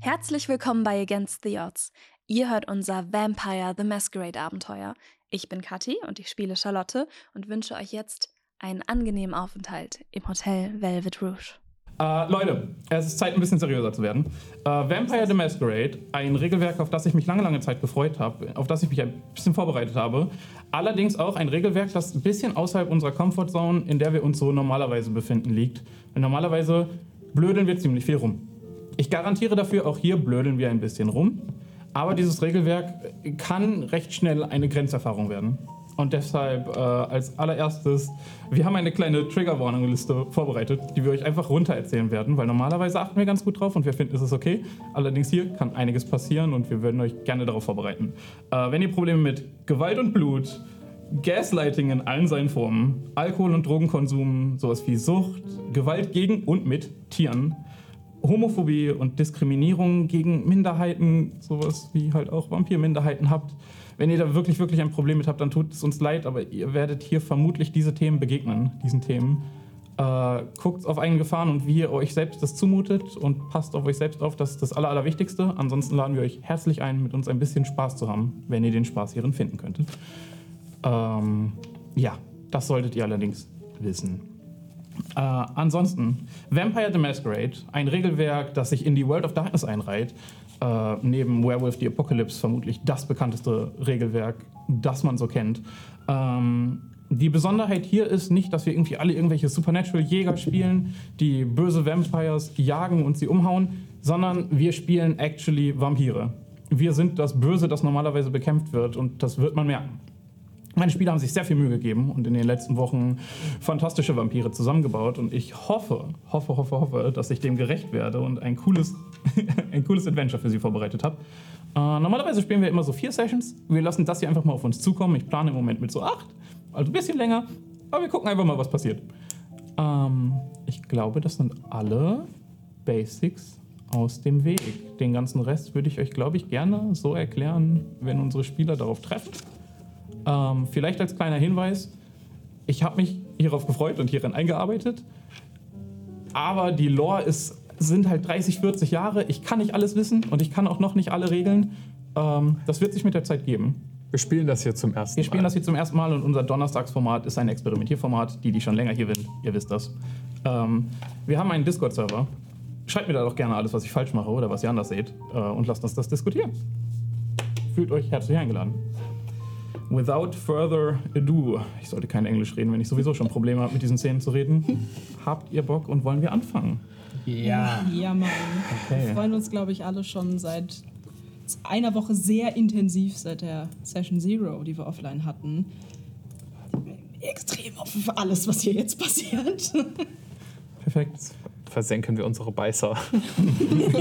Herzlich willkommen bei Against the Odds. Ihr hört unser Vampire the Masquerade Abenteuer. Ich bin Kathi und ich spiele Charlotte und wünsche euch jetzt einen angenehmen Aufenthalt im Hotel Velvet Rouge. Äh, Leute, es ist Zeit, ein bisschen seriöser zu werden. Äh, Vampire the Masquerade, ein Regelwerk, auf das ich mich lange, lange Zeit gefreut habe, auf das ich mich ein bisschen vorbereitet habe. Allerdings auch ein Regelwerk, das ein bisschen außerhalb unserer Comfortzone, in der wir uns so normalerweise befinden, liegt. Denn normalerweise blödeln wir ziemlich viel rum. Ich garantiere dafür, auch hier blödeln wir ein bisschen rum. Aber dieses Regelwerk kann recht schnell eine Grenzerfahrung werden. Und deshalb äh, als allererstes, wir haben eine kleine Triggerwarnung-Liste vorbereitet, die wir euch einfach runter erzählen werden, weil normalerweise achten wir ganz gut drauf und wir finden, es ist okay. Allerdings hier kann einiges passieren und wir würden euch gerne darauf vorbereiten. Äh, wenn ihr Probleme mit Gewalt und Blut, Gaslighting in allen seinen Formen, Alkohol- und Drogenkonsum, sowas wie Sucht, Gewalt gegen und mit Tieren, Homophobie und Diskriminierung gegen Minderheiten, sowas wie halt auch Vampir-Minderheiten habt, wenn ihr da wirklich, wirklich ein Problem mit habt, dann tut es uns leid, aber ihr werdet hier vermutlich diese Themen begegnen, diesen Themen. Äh, guckt auf eigene Gefahren und wie ihr euch selbst das zumutet und passt auf euch selbst auf, das ist das Aller, Allerwichtigste. Ansonsten laden wir euch herzlich ein, mit uns ein bisschen Spaß zu haben, wenn ihr den Spaß hierin finden könntet. Ähm, ja, das solltet ihr allerdings wissen. Äh, ansonsten, Vampire the Masquerade, ein Regelwerk, das sich in die World of Darkness einreiht, äh, neben Werewolf the Apocalypse vermutlich das bekannteste Regelwerk, das man so kennt. Ähm, die Besonderheit hier ist nicht, dass wir irgendwie alle irgendwelche Supernatural-Jäger spielen, die böse Vampires jagen und sie umhauen, sondern wir spielen actually Vampire. Wir sind das Böse, das normalerweise bekämpft wird und das wird man merken. Meine Spieler haben sich sehr viel Mühe gegeben und in den letzten Wochen fantastische Vampire zusammengebaut. Und ich hoffe, hoffe, hoffe, hoffe, dass ich dem gerecht werde und ein cooles, ein cooles Adventure für sie vorbereitet habe. Äh, normalerweise spielen wir immer so vier Sessions. Wir lassen das hier einfach mal auf uns zukommen. Ich plane im Moment mit so acht, also ein bisschen länger. Aber wir gucken einfach mal, was passiert. Ähm, ich glaube, das sind alle Basics aus dem Weg. Den ganzen Rest würde ich euch, glaube ich, gerne so erklären, wenn unsere Spieler darauf treffen. Ähm, vielleicht als kleiner Hinweis, ich habe mich hierauf gefreut und hierin eingearbeitet, aber die Lore ist, sind halt 30, 40 Jahre. Ich kann nicht alles wissen und ich kann auch noch nicht alle Regeln. Ähm, das wird sich mit der Zeit geben. Wir spielen das hier zum ersten Wir spielen Mal. das hier zum ersten Mal und unser Donnerstagsformat ist ein Experimentierformat. Die, die schon länger hier sind, ihr wisst das. Ähm, wir haben einen Discord-Server. Schreibt mir da doch gerne alles, was ich falsch mache oder was ihr anders seht äh, und lasst uns das diskutieren. Fühlt euch herzlich eingeladen. Without further ado, ich sollte kein Englisch reden, wenn ich sowieso schon Probleme habe, mit diesen Szenen zu reden. Habt ihr Bock und wollen wir anfangen? Ja. Ja, Mann. Wir Okay. freuen uns, glaube ich, alle schon seit einer Woche sehr intensiv seit der Session Zero, die wir offline hatten. Extrem offen für alles, was hier jetzt passiert. Perfekt. Versenken wir unsere Beißer.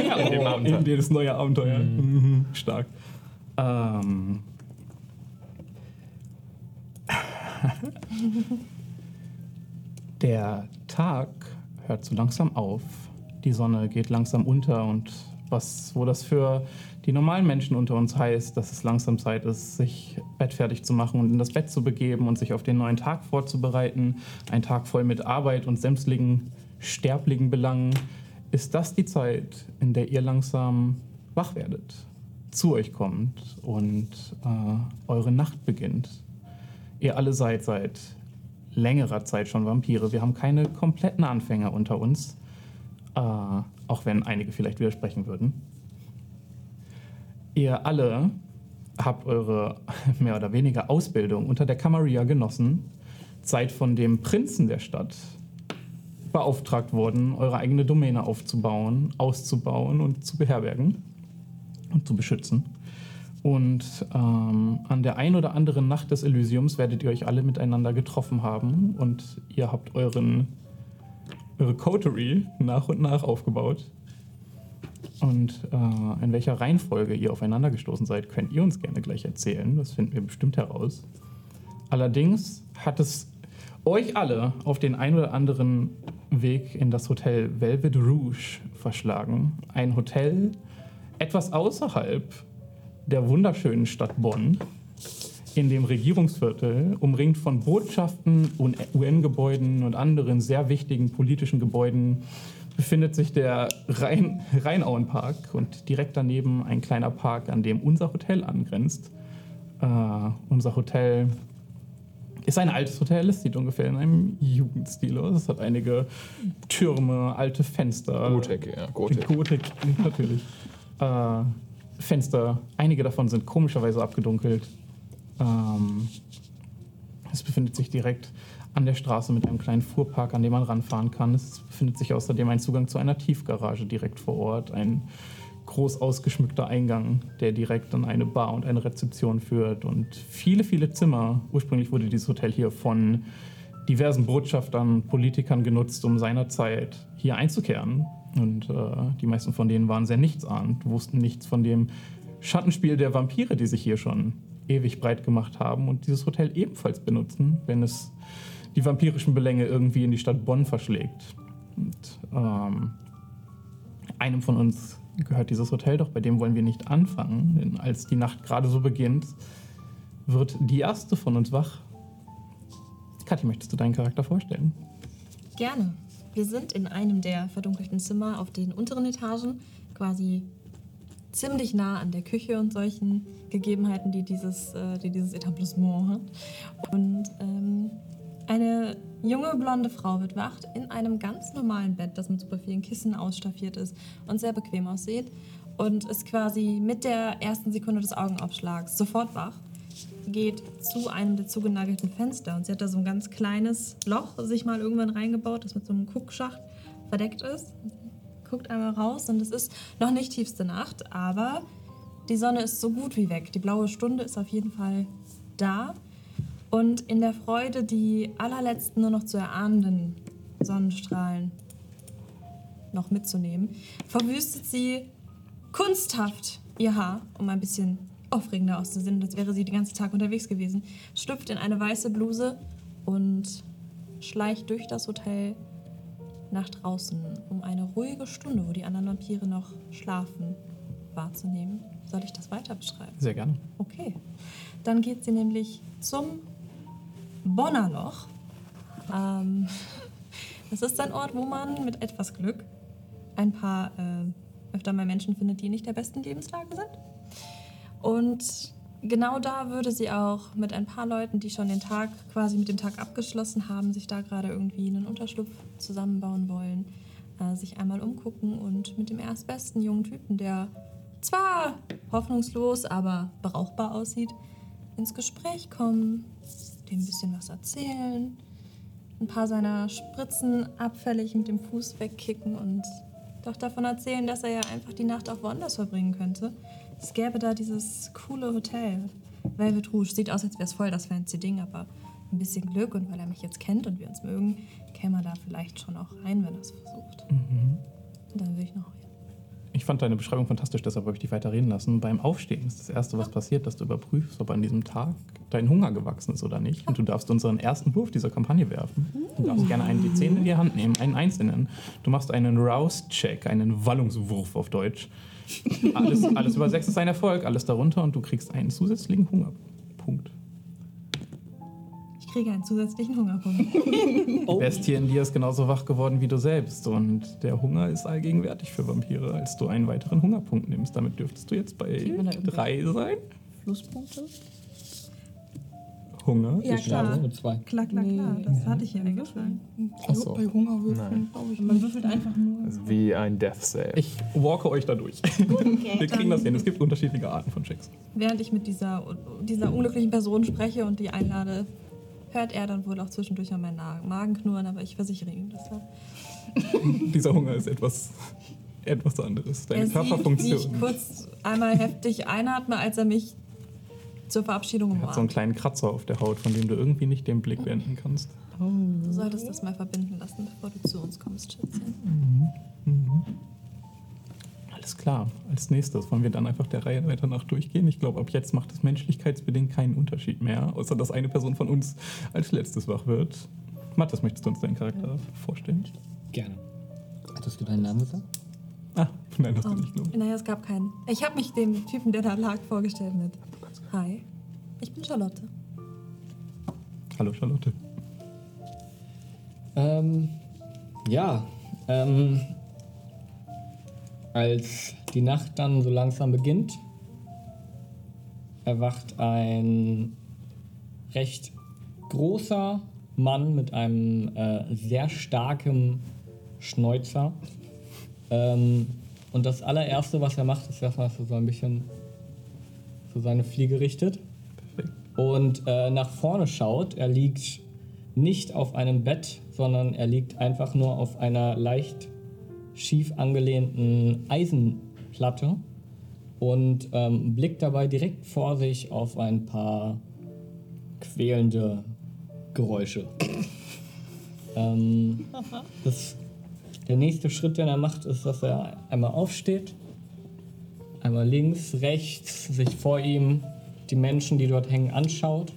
Ja, in, dem Abenteuer. in jedes neue Abenteuer. Mhm. Stark. Ähm. Der Tag hört so langsam auf. Die Sonne geht langsam unter und was, wo das für die normalen Menschen unter uns heißt, dass es langsam Zeit ist, sich bettfertig zu machen und in das Bett zu begeben und sich auf den neuen Tag vorzubereiten. Ein Tag voll mit Arbeit und sämtlichen sterblichen Belangen. Ist das die Zeit, in der ihr langsam wach werdet, zu euch kommt und äh, eure Nacht beginnt? Ihr alle seid seit längerer Zeit schon Vampire. Wir haben keine kompletten Anfänger unter uns. Äh, auch wenn einige vielleicht widersprechen würden. Ihr alle habt eure mehr oder weniger Ausbildung unter der Camarilla genossen, seid von dem Prinzen der Stadt beauftragt worden, eure eigene Domäne aufzubauen, auszubauen und zu beherbergen und zu beschützen. Und ähm, an der ein oder anderen Nacht des Elysiums werdet ihr euch alle miteinander getroffen haben und ihr habt euren, eure Coterie nach und nach aufgebaut. Und äh, in welcher Reihenfolge ihr aufeinander gestoßen seid, könnt ihr uns gerne gleich erzählen. Das finden wir bestimmt heraus. Allerdings hat es euch alle auf den ein oder anderen Weg in das Hotel Velvet Rouge verschlagen. Ein Hotel etwas außerhalb der wunderschönen Stadt Bonn, in dem Regierungsviertel, umringt von Botschaften und UN-Gebäuden und anderen sehr wichtigen politischen Gebäuden, befindet sich der Rhein Rheinauenpark und direkt daneben ein kleiner Park, an dem unser Hotel angrenzt. Äh, unser Hotel ist ein altes Hotel, es sieht ungefähr in einem Jugendstil aus. Es hat einige Türme, alte Fenster. Gotik, ja, Gotik. Gotik, natürlich. Äh, Fenster, einige davon sind komischerweise abgedunkelt. Ähm, es befindet sich direkt an der Straße mit einem kleinen Fuhrpark, an dem man ranfahren kann. Es befindet sich außerdem ein Zugang zu einer Tiefgarage direkt vor Ort, ein groß ausgeschmückter Eingang, der direkt an eine Bar und eine Rezeption führt und viele, viele Zimmer. Ursprünglich wurde dieses Hotel hier von diversen Botschaftern, Politikern genutzt, um seinerzeit hier einzukehren. Und äh, die meisten von denen waren sehr nichtsahnd, wussten nichts von dem Schattenspiel der Vampire, die sich hier schon ewig breit gemacht haben und dieses Hotel ebenfalls benutzen, wenn es die vampirischen Belänge irgendwie in die Stadt Bonn verschlägt. Und ähm, einem von uns gehört dieses Hotel, doch bei dem wollen wir nicht anfangen, denn als die Nacht gerade so beginnt, wird die erste von uns wach. Kathi, möchtest du deinen Charakter vorstellen? Gerne. Wir sind in einem der verdunkelten Zimmer auf den unteren Etagen, quasi ziemlich nah an der Küche und solchen Gegebenheiten, die dieses, äh, die dieses Etablissement hat. Und ähm, eine junge blonde Frau wird wacht in einem ganz normalen Bett, das mit super vielen Kissen ausstaffiert ist und sehr bequem aussieht und ist quasi mit der ersten Sekunde des Augenaufschlags sofort wach geht zu einem der zugenagelten Fenster und sie hat da so ein ganz kleines Loch sich mal irgendwann reingebaut, das mit so einem Kuckschacht verdeckt ist. Guckt einmal raus und es ist noch nicht tiefste Nacht, aber die Sonne ist so gut wie weg. Die blaue Stunde ist auf jeden Fall da und in der Freude die allerletzten nur noch zu erahnenden Sonnenstrahlen noch mitzunehmen, verwüstet sie kunsthaft ihr Haar, um ein bisschen aufregender auszusehen, als wäre sie den ganzen Tag unterwegs gewesen, schlüpft in eine weiße Bluse und schleicht durch das Hotel nach draußen, um eine ruhige Stunde, wo die anderen Vampire noch schlafen, wahrzunehmen. Soll ich das weiter beschreiben? Sehr gerne. Okay. Dann geht sie nämlich zum Bonner Loch. Ähm, das ist ein Ort, wo man mit etwas Glück ein paar äh, öfter mal Menschen findet, die nicht der besten Lebenslage sind. Und genau da würde sie auch mit ein paar Leuten, die schon den Tag quasi mit dem Tag abgeschlossen haben, sich da gerade irgendwie einen Unterschlupf zusammenbauen wollen, äh, sich einmal umgucken und mit dem erstbesten jungen Typen, der zwar hoffnungslos, aber brauchbar aussieht, ins Gespräch kommen, dem ein bisschen was erzählen, ein paar seiner Spritzen abfällig mit dem Fuß wegkicken und doch davon erzählen, dass er ja einfach die Nacht auch woanders verbringen könnte. Es gäbe da dieses coole Hotel. Velvet Rouge sieht aus, als wäre es voll das fancy Ding, aber ein bisschen Glück und weil er mich jetzt kennt und wir uns mögen, käme er da vielleicht schon auch rein, wenn er es versucht. Und dann will ich noch Ich fand deine Beschreibung fantastisch, deshalb habe ich dich weiter reden lassen. Beim Aufstehen ist das Erste, was passiert, dass du überprüfst, ob an diesem Tag dein Hunger gewachsen ist oder nicht. Und du darfst unseren ersten Wurf dieser Kampagne werfen. Du darfst gerne einen D10 in die Hand nehmen, einen einzelnen. Du machst einen Rouse-Check, einen Wallungswurf auf Deutsch. Alles, alles über sechs ist ein Erfolg, alles darunter und du kriegst einen zusätzlichen Hungerpunkt. Ich kriege einen zusätzlichen Hungerpunkt. Oh. Die Bestie in dir ist genauso wach geworden wie du selbst. Und der Hunger ist allgegenwärtig für Vampire, als du einen weiteren Hungerpunkt nimmst. Damit dürftest du jetzt bei Kriegen wir da irgendwas? drei sein. Pluspunkte? Hunger. ja, klar. mit zwei. Klar, klar, klar. Nee, Das hatte ich ja eingeschlagen. Ach so. Bei Hunger Nein. würfeln, glaube ich. Man würfelt einfach nur. Also wie ein Death Save. Ich walke euch da durch. Wir kriegen das hin. Es gibt unterschiedliche Arten von Checks. Während ich mit dieser, dieser unglücklichen Person spreche und die einlade, hört er dann wohl auch zwischendurch an meinen Na- Magen knurren, aber ich versichere ihm, dass er Dieser Hunger ist etwas, etwas anderes. Deine Er sieht, wie Körperfunktion. ich kurz einmal heftig einatme, als er mich zur Verabschiedung Er hat so einen umarmt. kleinen Kratzer auf der Haut, von dem du irgendwie nicht den Blick wenden kannst. Du solltest das mal verbinden lassen, bevor du zu uns kommst, Schätzchen. Alles klar. Als nächstes wollen wir dann einfach der Reihe weiter nach durchgehen. Ich glaube, ab jetzt macht es menschlichkeitsbedingt keinen Unterschied mehr, außer dass eine Person von uns als letztes wach wird. Mathis, möchtest du uns deinen Charakter vorstellen? Gerne. Hattest du deinen Namen gesagt? Ah, nein, das Oh. bin ich, glaube ich. Naja, es gab keinen. Ich habe mich dem Typen, der da lag, vorgestellt mit Hi, Ich bin Charlotte. Hallo Charlotte. Ähm, ja, ähm, als die Nacht dann so langsam beginnt, erwacht ein recht großer Mann mit einem äh, sehr starken Schnäuzer. Ähm, und das allererste, was er macht, ist erstmal, dass er so ein bisschen so seine Fliege richtet und äh, nach vorne schaut. Er liegt nicht auf einem Bett, sondern er liegt einfach nur auf einer leicht schief angelehnten Eisenplatte und ähm, blickt dabei direkt vor sich auf ein paar quälende Geräusche. ähm, das, der nächste Schritt, den er macht, ist, dass er einmal aufsteht einmal links, rechts, sich vor ihm die Menschen, die dort hängen, anschaut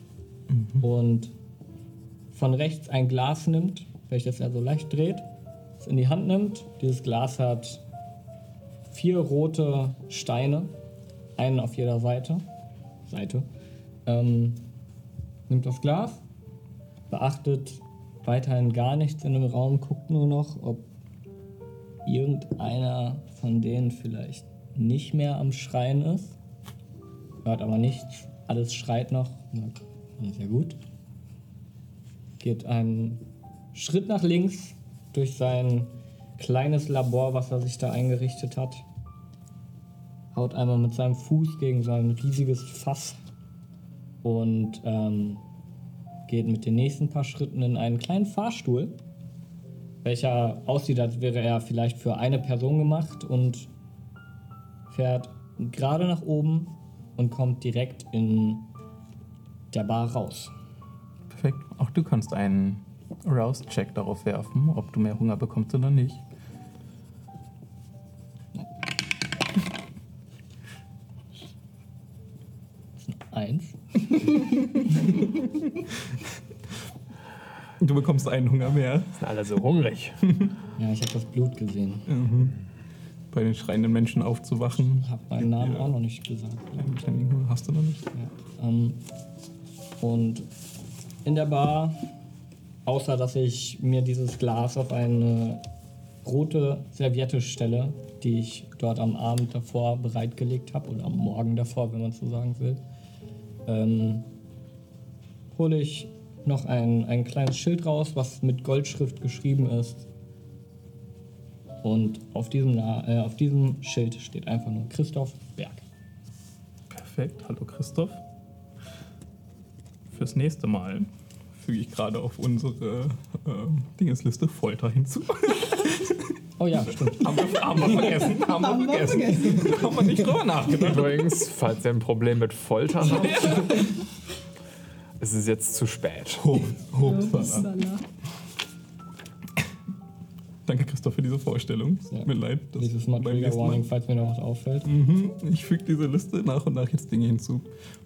und von rechts ein Glas nimmt, welches er so leicht dreht, es in die Hand nimmt. Dieses Glas hat vier rote Steine, einen auf jeder Seite. Seite. Ähm, nimmt das Glas, beachtet weiterhin gar nichts in dem Raum, guckt nur noch, ob irgendeiner von denen vielleicht nicht mehr am Schreien ist. Hört aber nichts. Alles schreit noch. Sagt, "Das ist ja gut. Geht einen Schritt nach links durch sein kleines Labor, was er sich da eingerichtet hat. Haut einmal mit seinem Fuß gegen sein riesiges Fass und ähm, geht mit den nächsten paar Schritten in einen kleinen Fahrstuhl, welcher aussieht, als wäre er vielleicht für eine Person gemacht und fährt gerade nach oben und kommt direkt in der Bar raus. Perfekt. Auch du kannst einen Rouse-Check darauf werfen, ob du mehr Hunger bekommst oder nicht. Eins. Du bekommst einen Hunger mehr Sind alle so hungrig. Ja, ich habe das Blut gesehen. bei den schreienden Menschen aufzuwachen. Hab meinen Namen auch noch nicht gesagt. Einen kleinen Hunger hast du noch nicht. Ja. Ähm, und in der Bar, außer dass ich mir dieses Glas auf eine rote Serviette stelle, die ich dort am Abend davor bereitgelegt habe oder am Morgen davor, wenn man so sagen will, ähm, hole ich noch ein, ein kleines Schild raus, was mit Goldschrift geschrieben ist. Und auf diesem, Na- äh, auf diesem Schild steht einfach nur Christoph Berg. Perfekt. Hallo Christoph. Fürs nächste Mal füge ich gerade auf unsere ähm, Dingesliste Folter hinzu. Oh ja, stimmt. haben, wir, haben wir vergessen. Haben wir vergessen. haben wir nicht drüber nachgedacht. Übrigens, falls ihr ein Problem mit Folter habt, es ist jetzt zu spät. Hochsalat. Upsala. Danke Christoph für diese Vorstellung. Es Ja. Tut mir leid. dass Nächstes Mal beim Trigger nächsten Mal- Warning, falls mir noch was auffällt. Mhm, ich füge diese Liste nach und nach jetzt Dinge hinzu,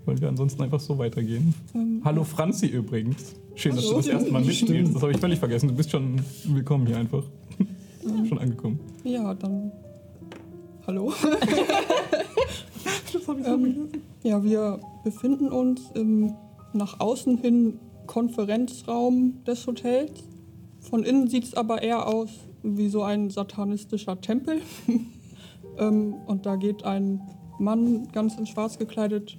weil wir ansonsten einfach so weitergehen. Hallo Franzi übrigens. Schön, dass du das erste Mal mitspielst. Das habe ich völlig vergessen. Du bist schon willkommen hier einfach. schon angekommen. Ja, dann. Hallo. ähm, ja, wir befinden uns im nach außen hin Konferenzraum des Hotels. Von innen sieht es aber eher aus wie so ein satanistischer Tempel. ähm, und da geht ein Mann ganz in schwarz gekleidet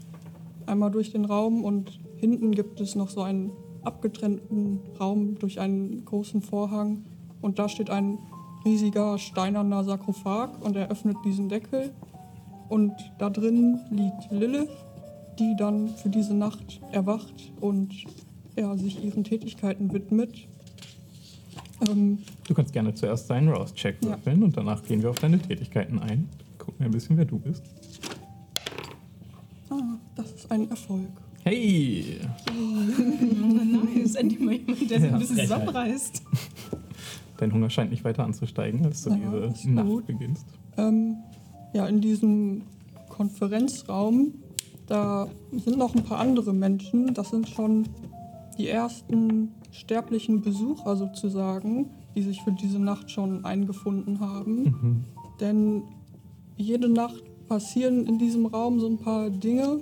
einmal durch den Raum und hinten gibt es noch so einen abgetrennten Raum durch einen großen Vorhang und da steht ein riesiger steinerner Sarkophag und er öffnet diesen Deckel und da drin liegt Lilith, die dann für diese Nacht erwacht und ja, sich ihren Tätigkeiten widmet. Ähm, Du kannst gerne zuerst deinen Rouse-Check Ja. würfeln und danach gehen wir auf deine Tätigkeiten ein. Gucken wir ein bisschen, wer du bist. ah, das ist ein Erfolg. Hey! Nice, endlich mal jemand, der sich ein bisschen Frechheit. zusammenreißt. Dein Hunger scheint nicht weiter anzusteigen, als du Ja, ist diese gut. Nacht beginnst. Ähm, ja, in diesem Konferenzraum, da sind noch ein paar andere Menschen. Das sind schon die ersten sterblichen Besucher sozusagen, die sich für diese Nacht schon eingefunden haben. Denn jede Nacht passieren in diesem Raum so ein paar Dinge,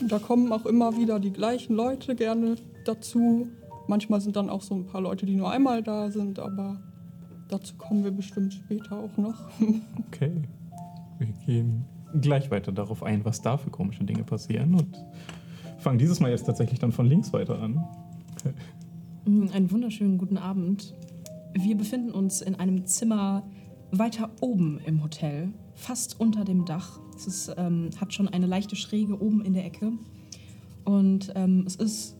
Und da kommen auch immer wieder die gleichen Leute gerne dazu. Manchmal sind dann auch so ein paar Leute, die nur einmal da sind, aber dazu kommen wir bestimmt später auch noch. Okay. Wir gehen gleich weiter darauf ein, was da für komische Dinge passieren und fangen dieses Mal jetzt tatsächlich dann von links weiter an. Mm, Einen wunderschönen guten Abend. Wir befinden uns in einem Zimmer weiter oben im Hotel, fast unter dem Dach. Es ist, ähm, hat schon eine leichte Schräge oben in der Ecke. Und ähm, es ist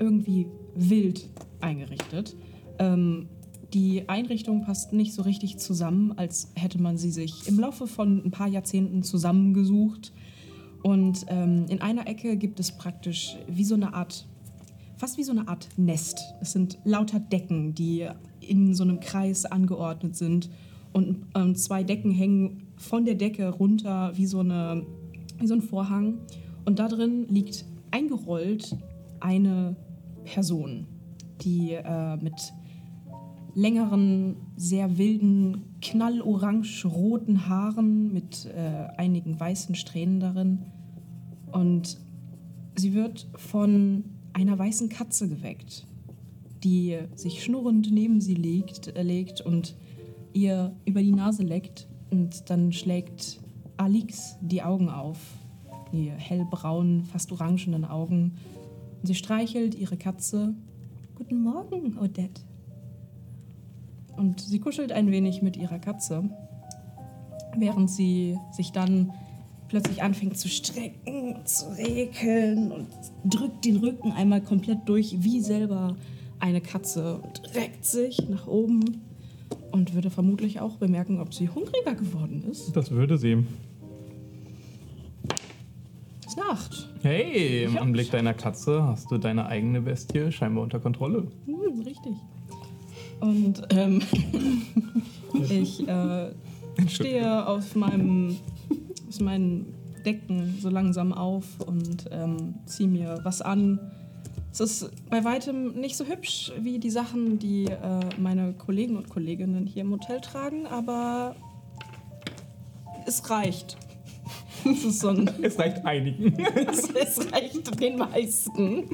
irgendwie wild eingerichtet. Ähm, die Einrichtung passt nicht so richtig zusammen, als hätte man sie sich im Laufe von ein paar Jahrzehnten zusammengesucht. Und ähm, in einer Ecke gibt es praktisch wie so eine Art fast wie so eine Art Nest. Es sind lauter Decken, die in so einem Kreis angeordnet sind. Und ähm, zwei Decken hängen von der Decke runter wie so, eine, wie so ein Vorhang. Und da drin liegt eingerollt eine Person, die äh, mit längeren, sehr wilden, knallorange-roten Haaren mit äh, einigen weißen Strähnen darin. Und Sie wird von einer weißen Katze geweckt, die sich schnurrend neben sie liegt, äh, legt und ihr über die Nase leckt. Und dann schlägt Alix die Augen auf, die hellbraunen, fast orangenen Augen. Und sie streichelt ihre Katze. Guten Morgen, Odette. Und sie kuschelt ein wenig mit ihrer Katze, während sie sich dann plötzlich anfängt zu strecken, zu rekeln und drückt den Rücken einmal komplett durch, wie selber eine Katze und reckt sich nach oben und würde vermutlich auch bemerken, ob sie hungriger geworden ist. Das würde sie. Es ist Nacht. Hey, im Ja. Anblick deiner Katze hast du deine eigene Bestie scheinbar unter Kontrolle. Hm, richtig. Und ähm, ich äh, stehe auf meinem, aus meinen Decken so langsam auf und ähm, ziehe mir was an. Es ist bei weitem nicht so hübsch wie die Sachen, die äh, meine Kollegen und Kolleginnen hier im Hotel tragen, aber es reicht. Es ist so ein Es reicht einigen. es reicht den meisten.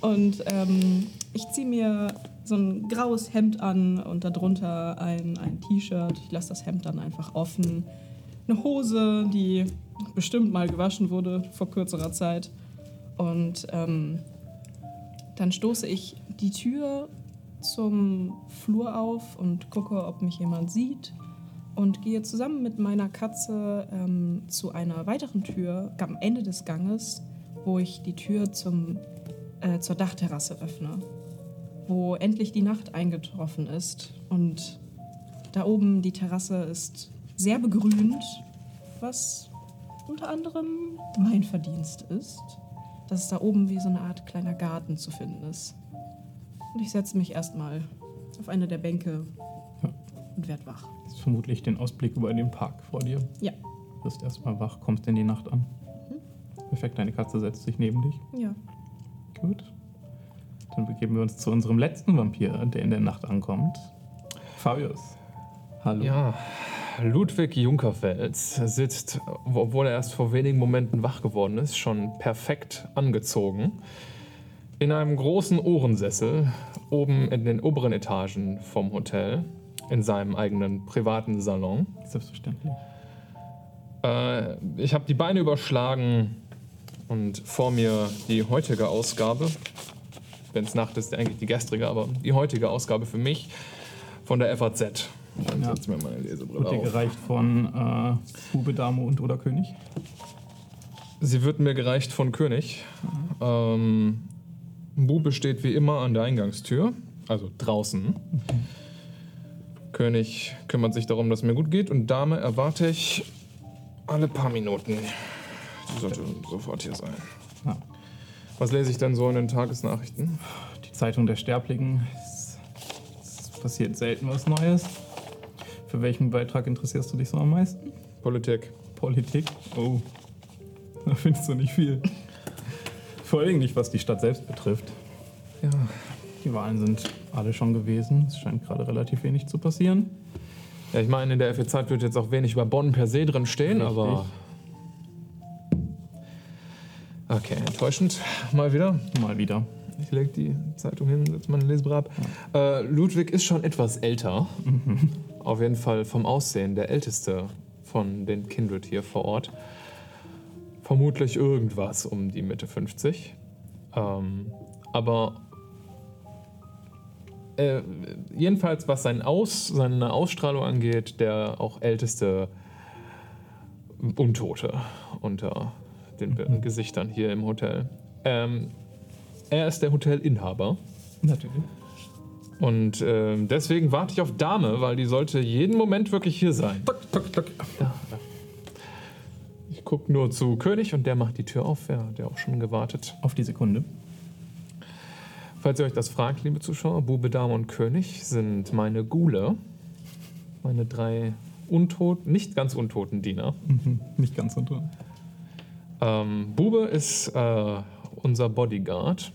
Und ähm, ich ziehe mir so ein graues Hemd an und darunter ein, ein T-Shirt. Ich lasse das Hemd dann einfach offen. Eine Hose, die bestimmt mal gewaschen wurde vor kürzerer Zeit. Und ähm, dann stoße ich die Tür zum Flur auf und gucke, ob mich jemand sieht und gehe zusammen mit meiner Katze ähm, zu einer weiteren Tür am Ende des Ganges, wo ich die Tür zum, äh, zur Dachterrasse öffne, wo endlich die Nacht eingetroffen ist. Und da oben die Terrasse ist sehr begrünt, was unter anderem mein Verdienst ist, dass es da oben wie so eine Art kleiner Garten zu finden ist. Und ich setze mich erstmal auf eine der Bänke und werde wach. Das ist vermutlich den Ausblick über den Park vor dir. Ja. Wirst erstmal wach, kommst in die Nacht an. Perfekt, deine Katze setzt sich neben dich. Ja. Gut. Dann begeben wir uns zu unserem letzten Vampir, der in der Nacht ankommt. Fabius. Hallo. Ja, Ludwig Junkerfels sitzt, obwohl er erst vor wenigen Momenten wach geworden ist, schon perfekt angezogen, in einem großen Ohrensessel oben in den oberen Etagen vom Hotel, in seinem eigenen privaten Salon. Selbstverständlich. Äh, ich habe die Beine überschlagen und vor mir die heutige Ausgabe. Wenn es Nacht ist, eigentlich die gestrige, aber die heutige Ausgabe für mich von der FAZ. Dann Ja. setz mir meine Lesebrille Wird dir auf. gereicht von äh, Bube, Dame und oder König. Sie wird mir gereicht von König. Ähm, Bube steht wie immer an der Eingangstür, also draußen. König kümmert sich darum, dass es mir gut geht und Dame erwarte ich alle paar Minuten. Sie sollte sofort hier sein. Ja. Was lese ich denn so in den Tagesnachrichten? Die Zeitung der Sterblichen. Es, es passiert selten was Neues. Für welchen Beitrag interessierst du dich so am meisten? Politik. Politik? Oh. Da findest du nicht viel. Vor allem nicht, was die Stadt selbst betrifft. Ja. Die Wahlen sind alle schon gewesen. Es scheint gerade relativ wenig zu passieren. ja, ich meine, in der E FEZ wird jetzt auch wenig über Bonn per se drin stehen, aber Okay, enttäuschend. Mal wieder. Mal wieder. Ich lege die Zeitung hin, setze meine Lesebrille ab. Äh, Ludwig ist schon etwas älter. Auf jeden Fall vom Aussehen der Älteste von den Kindred hier vor Ort. Vermutlich irgendwas um die Mitte 50. Ähm, aber äh, jedenfalls, was sein Aus, seine Ausstrahlung angeht, der auch älteste Untote unter den Gesichtern hier im Hotel. Ähm, er ist der Hotelinhaber. Natürlich. Und ähm, deswegen warte ich auf Dame, weil die sollte jeden Moment wirklich hier sein. Tuck, tuck, tuck. Ich gucke nur zu König und der macht die Tür auf. Ja, der auch schon gewartet. Auf die Sekunde. Falls ihr euch das fragt, liebe Zuschauer, Bube, Dame und König sind meine Gule. Meine drei untot, nicht ganz untoten Diener. Mhm. Nicht ganz unter. Ähm, Bube ist äh, unser Bodyguard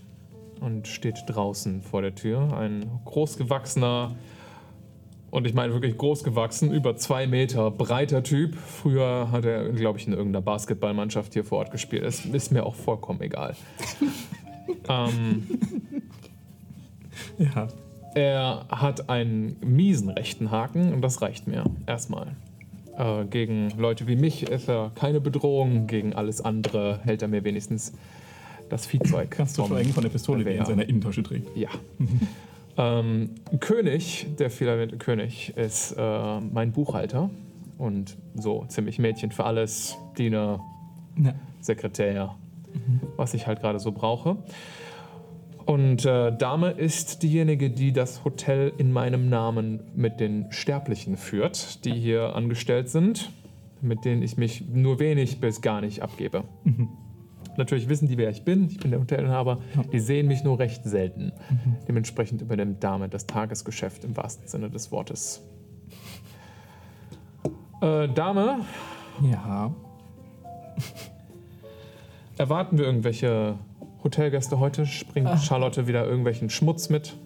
und steht draußen vor der Tür. Ein großgewachsener, und ich meine wirklich großgewachsen, über zwei Meter breiter Typ. Früher hat er, glaube ich, in irgendeiner Basketballmannschaft hier vor Ort gespielt. Das ist mir auch vollkommen egal. ähm, Ja. er hat einen miesen rechten Haken und das reicht mir erstmal. Äh, gegen Leute wie mich ist er keine Bedrohung, gegen alles andere hält er mir wenigstens das Viehzeug. Kannst du vom- schweigen von der Pistole, die er in Ja. seiner Innentasche trägt. Ja. ähm, König, der vielerwähnte König, ist äh, mein Buchhalter und so ziemlich Mädchen für alles, Diener, Ja. Sekretär, was ich halt gerade so brauche. Und äh, Dame ist diejenige, die das Hotel in meinem Namen mit den Sterblichen führt, die hier angestellt sind, mit denen ich mich nur wenig bis gar nicht abgebe. Natürlich wissen die, wer ich bin. Ich bin der Hotelinhaber. Die sehen mich nur recht selten. Dementsprechend übernimmt Dame das Tagesgeschäft im wahrsten Sinne des Wortes. Äh, Dame, Ja. Erwarten wir irgendwelche Hotelgäste heute? Springt Charlotte wieder irgendwelchen Schmutz mit?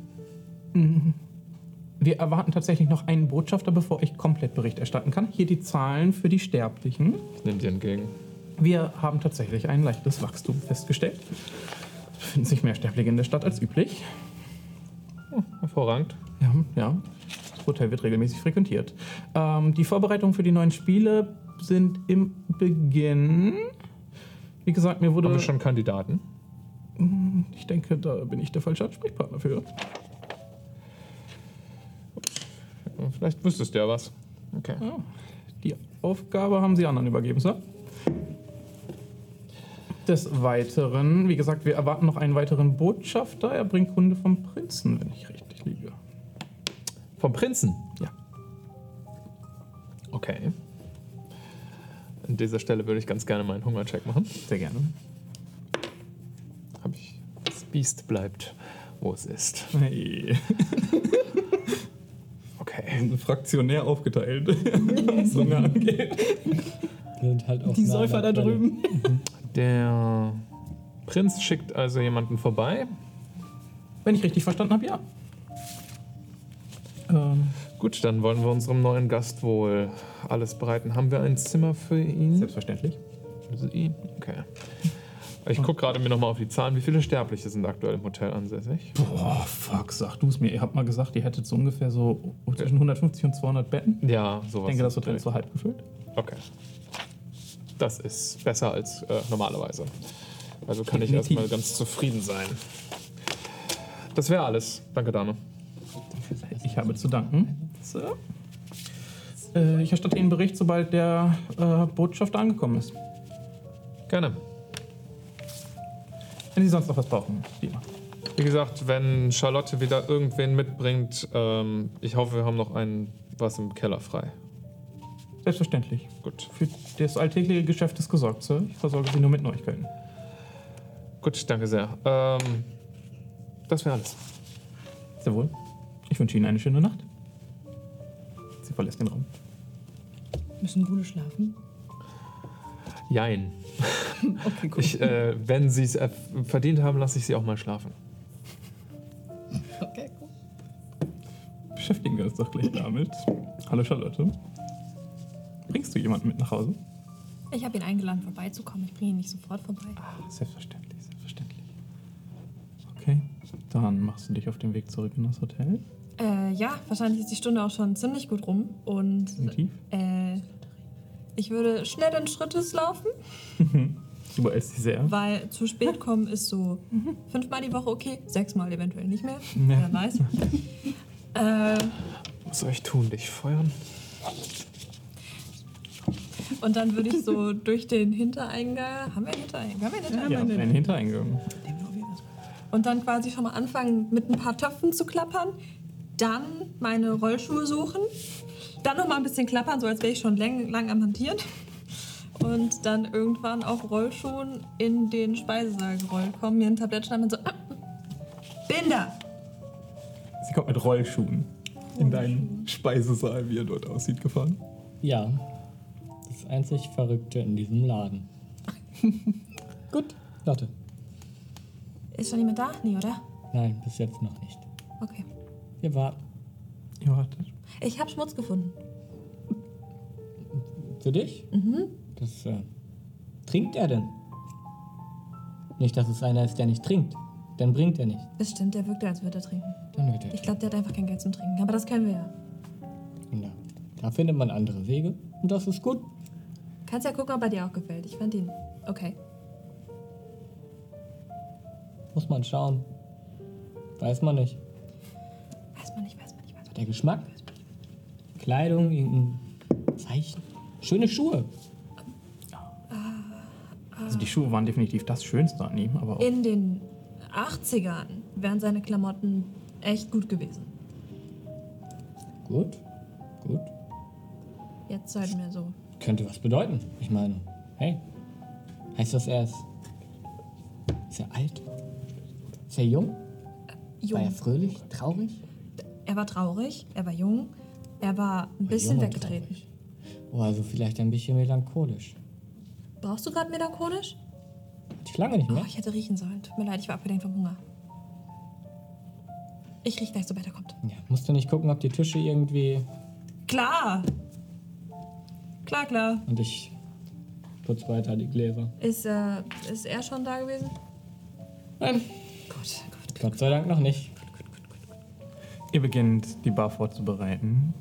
Wir erwarten tatsächlich noch einen Botschafter, bevor ich komplett Bericht erstatten kann. Hier die Zahlen für die Sterblichen. Ich nehme dir entgegen. Wir haben tatsächlich ein leichtes Wachstum festgestellt. Es befinden sich mehr Sterbliche in der Stadt als üblich. Hervorragend. Ja, ja. Das Hotel wird regelmäßig frequentiert. Ähm, die Vorbereitungen für die neuen Spiele sind im Beginn. Wie gesagt, mir wurde. Haben wir schon Kandidaten? Ich denke, da bin ich der falsche Ansprechpartner für. Äh, Vielleicht wüsstest du ja was. Okay. Die Aufgabe haben sie anderen übergeben, Sir. Des Weiteren, wie gesagt, wir erwarten noch einen weiteren Botschafter. Er bringt Kunde vom Prinzen, wenn ich richtig liege. Vom Prinzen? Ja. Okay. An dieser Stelle würde ich ganz gerne meinen Hungercheck machen. Sehr gerne. Hab ich. Das Biest bleibt, wo es ist. Hey. Okay. Fraktionär aufgeteilt, was Hunger angeht. Die sind halt auch Die nah an Säufer da der Quelle. drüben. Der Prinz schickt also jemanden vorbei. Wenn ich richtig verstanden habe, ja. Gut, dann wollen wir unserem neuen Gast wohl alles bereiten. Haben wir ein Zimmer für ihn? Selbstverständlich. Also eh. I, Okay. Ich gucke gerade mir nochmal auf die Zahlen. Wie viele Sterbliche sind aktuell im Hotel ansässig? Boah, fuck, sag du es mir. Ihr habt mal gesagt, ihr hättet so ungefähr so zwischen 150 und 200 Betten. Ja, sowas. Ich denke, das Hotel ist so halb gefüllt. Okay. Das ist besser als äh, normalerweise. Also kann ich Definitiv. erstmal ganz zufrieden sein. Das wäre alles. Danke, Dame. Ich habe zu danken. So. Äh, ich erstatte Ihnen Bericht, sobald der äh, Botschafter angekommen ist. Gerne. Wenn Sie sonst noch was brauchen, Diener. Wie gesagt, wenn Charlotte wieder irgendwen mitbringt, ähm, ich hoffe, wir haben noch einen was im Keller frei. Selbstverständlich. Gut. Für das alltägliche Geschäft ist gesorgt, Sir. Ich versorge Sie nur mit Neuigkeiten. Gut, danke sehr. Ähm, das wäre alles. Sehr wohl. Ich wünsche Ihnen eine schöne Nacht. Sie verlässt den Raum. Müssen Gule schlafen? Jein. Okay, cool. Ich, äh, wenn sie es erf- verdient haben, lasse ich sie auch mal schlafen. okay, cool. Beschäftigen wir uns doch gleich damit. Hallo Charlotte. Bringst du jemanden mit nach Hause? Ich habe ihn eingeladen, vorbeizukommen. Ich bringe ihn nicht sofort vorbei. Ah, Selbstverständlich, selbstverständlich. Okay, dann machst du dich auf den Weg zurück in das Hotel. Äh, ja, wahrscheinlich ist die Stunde auch schon ziemlich gut rum. Und Definitiv. äh, ich würde schnellen Schrittes laufen, Du beeilst dich sehr. weil zu spät kommen ist so fünfmal die Woche okay, sechsmal eventuell nicht mehr. Ja. Wer weiß. äh, Was soll ich tun? Dich feuern? und dann würde ich so durch den Hintereingang. Haben wir einen Hintereingang? Haben wir einen Hintereingang? Ja, auf einen Hintereingang. Und dann quasi schon mal anfangen, mit ein paar Töpfen zu klappern. Dann meine Rollschuhe suchen. Dann noch mal ein bisschen klappern, so als wäre ich schon lang, lang am Hantieren. Und dann irgendwann auf Rollschuhen in den Speisesaal gerollt kommen, mir ein Tablett schnappen und so. "Ah, Binder! Sie kommt mit Rollschuhen in deinen Speisesaal, wie er dort aussieht, gefahren. Ja, das einzig Verrückte in diesem Laden. Gut. Lotte. Ist schon jemand da? Nee, oder? Nein, bis jetzt noch nicht. Okay. Wir warten. Ihr wartet. Ich habe Schmutz gefunden. Für dich? Das äh, trinkt er denn? Nicht, dass es einer ist, der nicht trinkt. Dann bringt er nicht. Bestimmt, der wirkt, als würde er trinken. Dann wird er. Ich glaube, der hat einfach kein Geld zum Trinken. Aber das können wir ja. Ja. Da findet man andere Wege und das ist gut. Kannst ja gucken, ob er dir auch gefällt. Ich fand ihn. Okay. Muss man schauen. Weiß man nicht. Weiß man nicht, weiß man nicht, weiß man Der Geschmack? Kleidung, irgendein Zeichen. Schöne Schuhe. Also die Schuhe waren definitiv das Schönste an ihm, aber auch In den 80ern wären seine Klamotten echt gut gewesen. Gut, gut. Jetzt halt mir so. Könnte was bedeuten. Ich meine, hey, heißt das, er ist. Ist er alt? Ist er jung? War er Jung. fröhlich? Traurig? Er war traurig, er war jung, er war ein War bisschen jung und weggetreten. traurig. Oh, also vielleicht ein bisschen melancholisch. Brauchst du gerade melancholisch? Hatte ich lange nicht Oh, mehr. ich hätte riechen sollen. Tut mir leid, ich war abgelenkt vom Hunger. Ich riech gleich, sobald er kommt. Ja, musst du nicht gucken, ob die Tische irgendwie. Klar! Klar, klar. Und ich putz weiter die Gläser. Ist, äh, ist er schon da gewesen? Nein. Gut, gut, Gott sei Dank noch nicht. ihr beginnt die Bar vorzubereiten.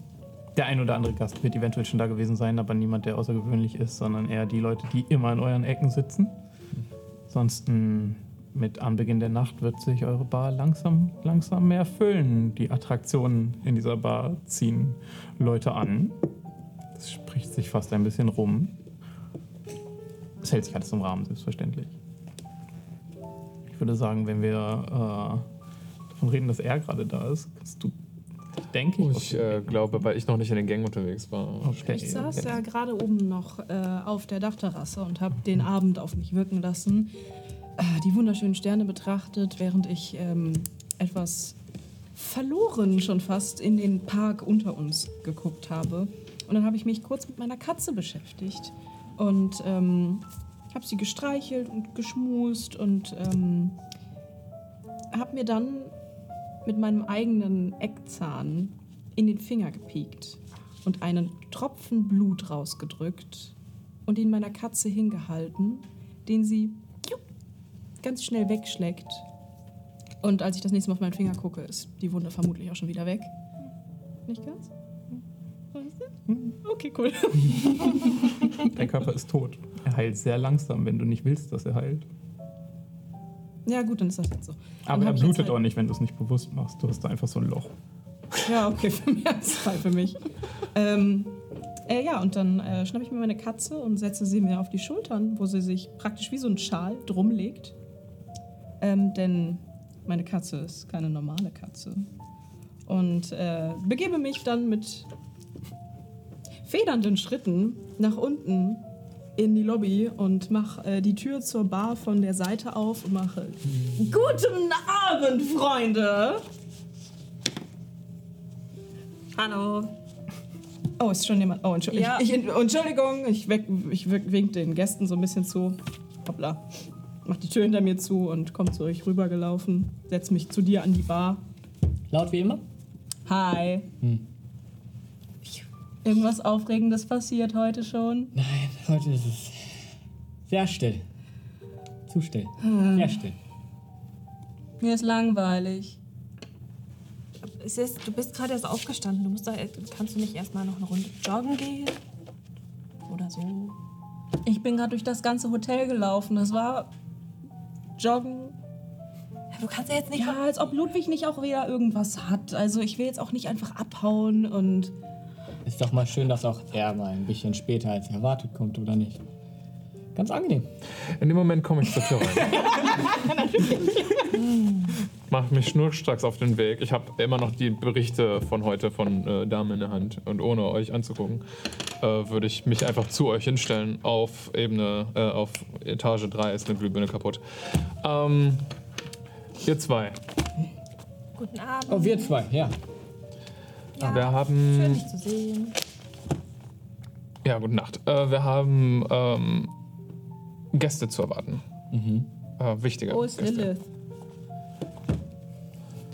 Der ein oder andere Gast wird eventuell schon da gewesen sein, aber niemand, der außergewöhnlich ist, sondern eher die Leute, die immer in euren Ecken sitzen. Ansonsten mit Anbeginn der Nacht wird sich eure Bar langsam, langsam mehr füllen. Die Attraktionen in dieser Bar ziehen Leute an. Das spricht sich fast ein bisschen rum. Es hält sich alles im Rahmen, selbstverständlich. Ich würde sagen, wenn wir äh, davon reden, dass er gerade da ist, kannst du, denke ich, Ich äh, glaube, weil ich noch nicht in den Gängen unterwegs war. okay, Ich saß okay. ja gerade oben noch äh, auf der Dachterrasse und habe den Abend auf mich wirken lassen. Äh, die wunderschönen Sterne betrachtet, während ich ähm, etwas verloren schon fast in den Park unter uns geguckt habe. Und dann habe ich mich kurz mit meiner Katze beschäftigt und ähm, habe sie gestreichelt und geschmust und ähm, habe mir dann mit meinem eigenen Eckzahn in den Finger gepiekt und einen Tropfen Blut rausgedrückt und ihn meiner Katze hingehalten, den sie piu, ganz schnell wegschlägt. Und als ich das nächste Mal auf meinen Finger gucke, ist die Wunde vermutlich auch schon wieder weg. Nicht ganz? Hm. Hm. Okay, cool. Dein Körper ist tot. Er heilt sehr langsam, wenn du nicht willst, dass er heilt. Ja, gut, dann ist das jetzt so. Aber er hab ich jetzt blutet halt- auch nicht, wenn du es nicht bewusst machst. Du hast da einfach so ein Loch. Ja, okay, für mich ist frei für mich. ähm, äh, ja, und dann äh, schnappe ich mir meine Katze und setze sie mir auf die Schultern, wo sie sich praktisch wie so ein Schal drum legt. Ähm, denn meine Katze ist keine normale Katze. Und äh, begebe mich dann mit federnden Schritten nach unten in die Lobby und mache äh, die Tür zur Bar von der Seite auf und mache Guten Abend, Freunde! Hallo. Oh, ist schon jemand. Oh, Entschuldigung. Ja. Ich, ich, Entschuldigung, ich, weck, ich weck, wink den Gästen so ein bisschen zu. Hoppla. Mach die Tür hinter mir zu und komm zu euch rübergelaufen. Setz mich zu dir an die Bar. Laut wie immer? Hi. Hm. Irgendwas Aufregendes passiert heute schon? Nein, heute ist es Sehr still. Zu still. Sehr still. Mir ist langweilig. Es ist, du bist gerade erst aufgestanden. Du musst doch, kannst du nicht erstmal noch eine Runde joggen gehen? Oder so? Ich bin gerade durch das ganze Hotel gelaufen. Das war Joggen. Du kannst ja jetzt nicht. Ja, als ob Ludwig nicht auch wieder irgendwas hat. Also ich will jetzt auch nicht einfach abhauen und Ist doch mal schön, dass auch er mal ein bisschen später als erwartet kommt, oder nicht? Ganz angenehm. In dem Moment komme ich zur Tür rein. Mach mich schnurstracks auf den Weg. Ich habe immer noch die Berichte von heute von äh, Damen in der Hand. Und ohne euch anzugucken, äh, würde ich mich einfach zu euch hinstellen. Auf Ebene, äh, auf Etage 3 ist eine Glühbirne kaputt. Ähm, ihr zwei. Guten Abend. Oh, wir zwei, ja. Ja, Wir haben. Schön, dich zu sehen. Ja, gute Nacht. Äh, wir haben ähm, Gäste zu erwarten. Äh, wichtige Wo ist Gäste. Lilith?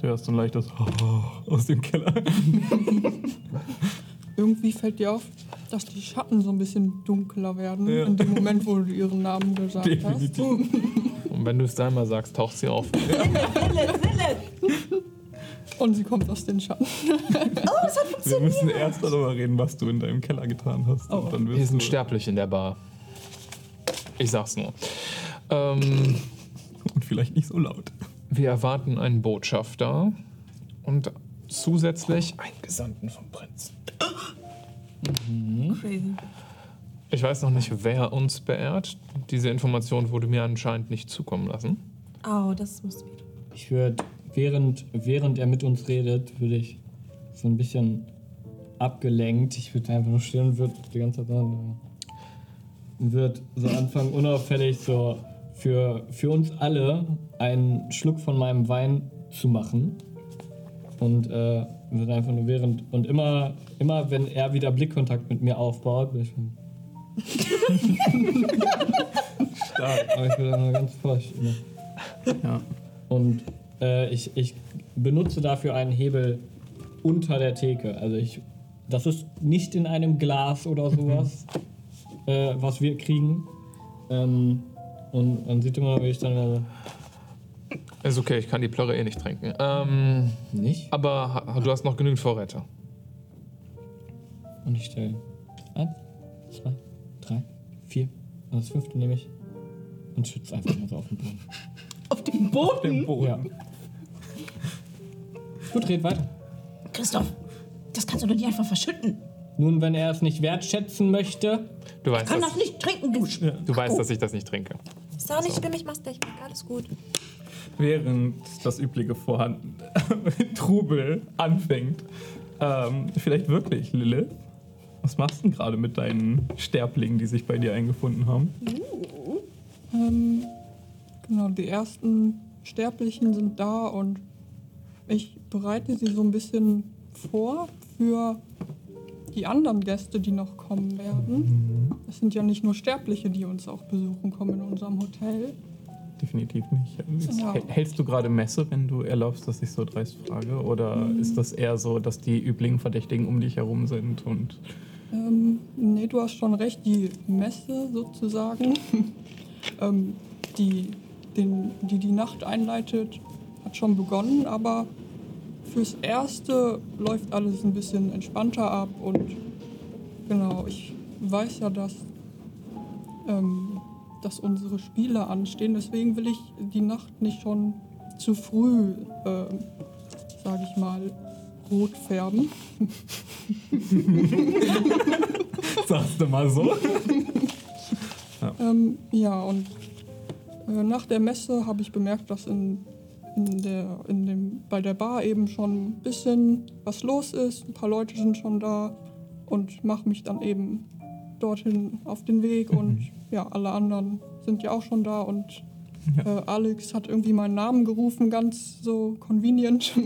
Du hörst so ein leichtes Oh, aus dem Keller. Irgendwie fällt dir auf, dass die Schatten so ein bisschen dunkler werden in dem Moment, wo du ihren Namen gesagt hast. Und wenn du es einmal sagst, taucht sie auf. Und sie kommt aus den Schatten. Wir müssen erst darüber reden, was du in deinem Keller getan hast. Oh. und dann Hier wirst sind du- sterblich in der Bar. Ich sag's nur. Ähm, Und vielleicht nicht so laut. wir erwarten einen Botschafter und zusätzlich einen Gesandten vom Prinzen. Crazy. Ich weiß noch nicht, wer uns beehrt. Diese Information wurde mir anscheinend nicht zukommen lassen. Oh, das muss wieder. Ich würde, während, während er mit uns redet, würde ich so ein bisschen abgelenkt. Ich würde einfach nur stehen und würde die ganze Zeit sagen, und würde so anfangen, unauffällig so für, für uns alle einen Schluck von meinem Wein zu machen. Und äh, würde einfach nur während. Und immer, immer wenn er wieder Blickkontakt mit mir aufbaut, bin ich schon. Aber ich bin immer ganz feucht. ne? Immer. Ja. Und äh, ich, ich benutze dafür einen Hebel unter der Theke. Also ich, das ist nicht in einem Glas oder sowas, äh, was wir kriegen. Ähm, und man sieht immer, wie ich dann äh, Ist okay, ich kann die Plörre eh nicht trinken. Ähm, nicht aber ha- du hast noch genügend Vorräte. und ich stelle eins, zwei, drei, vier und das fünfte nehme ich und schütze einfach mal so auf den Boden. auf dem Boden. Mhm. Im Boden. Ja. Gut, red weiter. Christoph, das kannst du doch nicht einfach verschütten. Nun, wenn er es nicht wertschätzen möchte, Du weißt, Kann dass, doch nicht trinken, du. Sch du weißt, dass ich das nicht trinke. Ist auch nicht schlimm, ich mach's gleich weg. Alles gut. Während das übliche Vorhanden Trubel anfängt, ähm, vielleicht wirklich, Lilith, was machst du denn gerade mit deinen Sterblingen, die sich bei dir eingefunden haben? Ähm, genau, die ersten Sterblichen sind da und ich bereite sie so ein bisschen vor für die anderen Gäste, die noch kommen werden. Es sind ja nicht nur Sterbliche, die uns auch besuchen kommen in unserem Hotel. Definitiv nicht. Ja. Häl- Hältst du gerade Messe, wenn du erlaubst, dass ich so dreist frage? Oder Hm. ist das eher so, dass die üblichen Verdächtigen um dich herum sind und Ähm, nee, du hast schon recht, die Messe sozusagen, ähm, die, den, die die Nacht einleitet, hat schon begonnen, aber fürs Erste läuft alles ein bisschen entspannter ab und genau, ich weiß ja, dass, ähm, dass unsere Spiele anstehen, deswegen will ich die Nacht nicht schon zu früh, ähm, sag ich mal, rot färben. sagst du mal so? Ähm, ja, und äh, nach der Messe habe ich bemerkt, dass in, in der, in dem, bei der Bar eben schon ein bisschen was los ist. Ein paar Leute sind schon da und mache mich dann eben dorthin auf den Weg. Und ja, alle anderen sind ja auch schon da. Und äh, Alex hat irgendwie meinen Namen gerufen, ganz so convenient.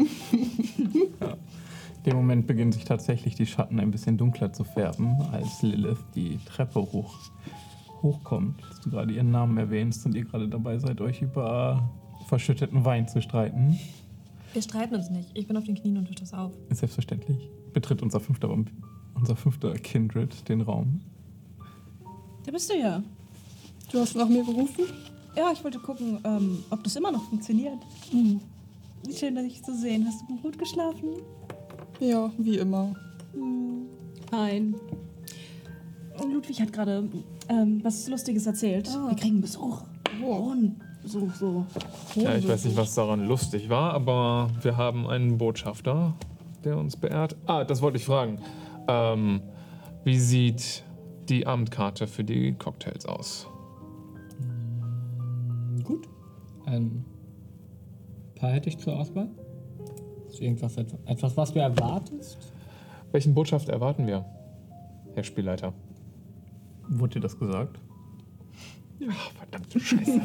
In dem Moment beginnen sich tatsächlich die Schatten ein bisschen dunkler zu färben, als Lilith die Treppe hoch, hochkommt. Dass du gerade ihren Namen erwähnst und ihr gerade dabei seid, euch über verschütteten Wein zu streiten. Wir streiten uns nicht. Ich bin auf den Knien und tue das auf. Ist selbstverständlich. Betritt unser fünfter, Vamp- unser fünfter Kindred den Raum. da bist du ja. Du hast nach mir gerufen? Ja, ich wollte gucken, ähm, ob das immer noch funktioniert. Hm. Wie Schön, dich zu sehen. Hast du gut geschlafen? Ja, wie immer. Nein. Ludwig hat gerade ähm, was Lustiges erzählt. Ah. Wir kriegen Besuch. Hohen Besuch, so. Oh. Ja, ich weiß nicht, was daran lustig war, aber wir haben einen Botschafter, der uns beehrt. Ah, das wollte ich fragen. Ähm, wie sieht die Abendkarte für die Cocktails aus? Gut. Ein paar hätte ich zur Auswahl. Ist irgendwas etwa- etwas, was du erwartest? Welchen Botschafter erwarten wir, Herr Spielleiter? Wurde dir das gesagt? Ach, verdammte Scheiße.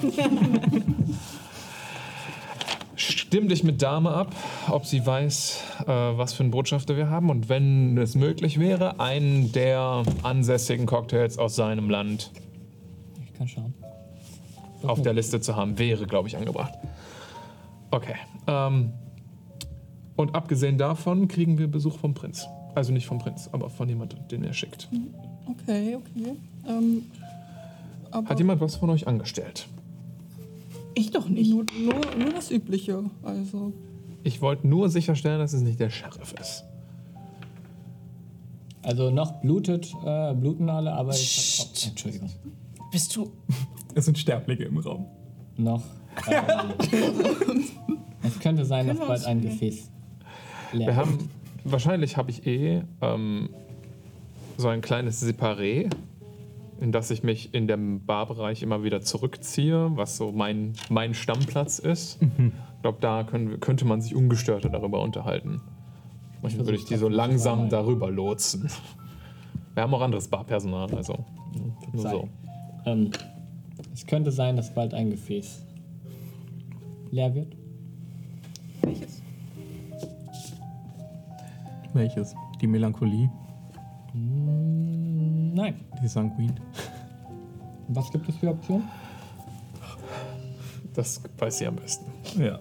Stimm dich mit Dame ab, ob sie weiß, äh, was für einen Botschafter wir haben und wenn es möglich wäre, einen der ansässigen Cocktails aus seinem Land Ich kann schauen. auf der Liste zu haben, wäre, glaube ich, angebracht. Okay. Ähm, und abgesehen davon kriegen wir Besuch vom Prinz. Also nicht vom Prinz, aber von jemandem, den er schickt. Okay, okay. Ähm, aber Hat jemand was von euch angestellt? Ich doch nicht. nur, nur, nur das Übliche. Also, Ich wollte nur sicherstellen, dass es nicht der Sheriff ist. Also noch blutet, äh, bluten alle, aber ich hab, oh, Entschuldigung. Bist du. Es sind Sterbliche im Raum. Noch. Ähm, es könnte sein, dass bald ein Gefäß leer Wir ist. haben, wahrscheinlich habe ich eh ähm, so ein kleines Separé, in das ich mich in dem Barbereich immer wieder zurückziehe, was so mein, mein Stammplatz ist. Ich glaube, da können, wir- könnte man sich ungestörter darüber unterhalten. Manchmal würde ich die so langsam darüber lotsen. Wir haben auch anderes Barpersonal, also nur so. Sei. Ähm, es könnte sein, dass bald ein Gefäß leer wird. Welches? Welches? Die Melancholie? Nein. Die Sanguin? Was gibt es für Optionen? Das weiß sie am besten. Ja.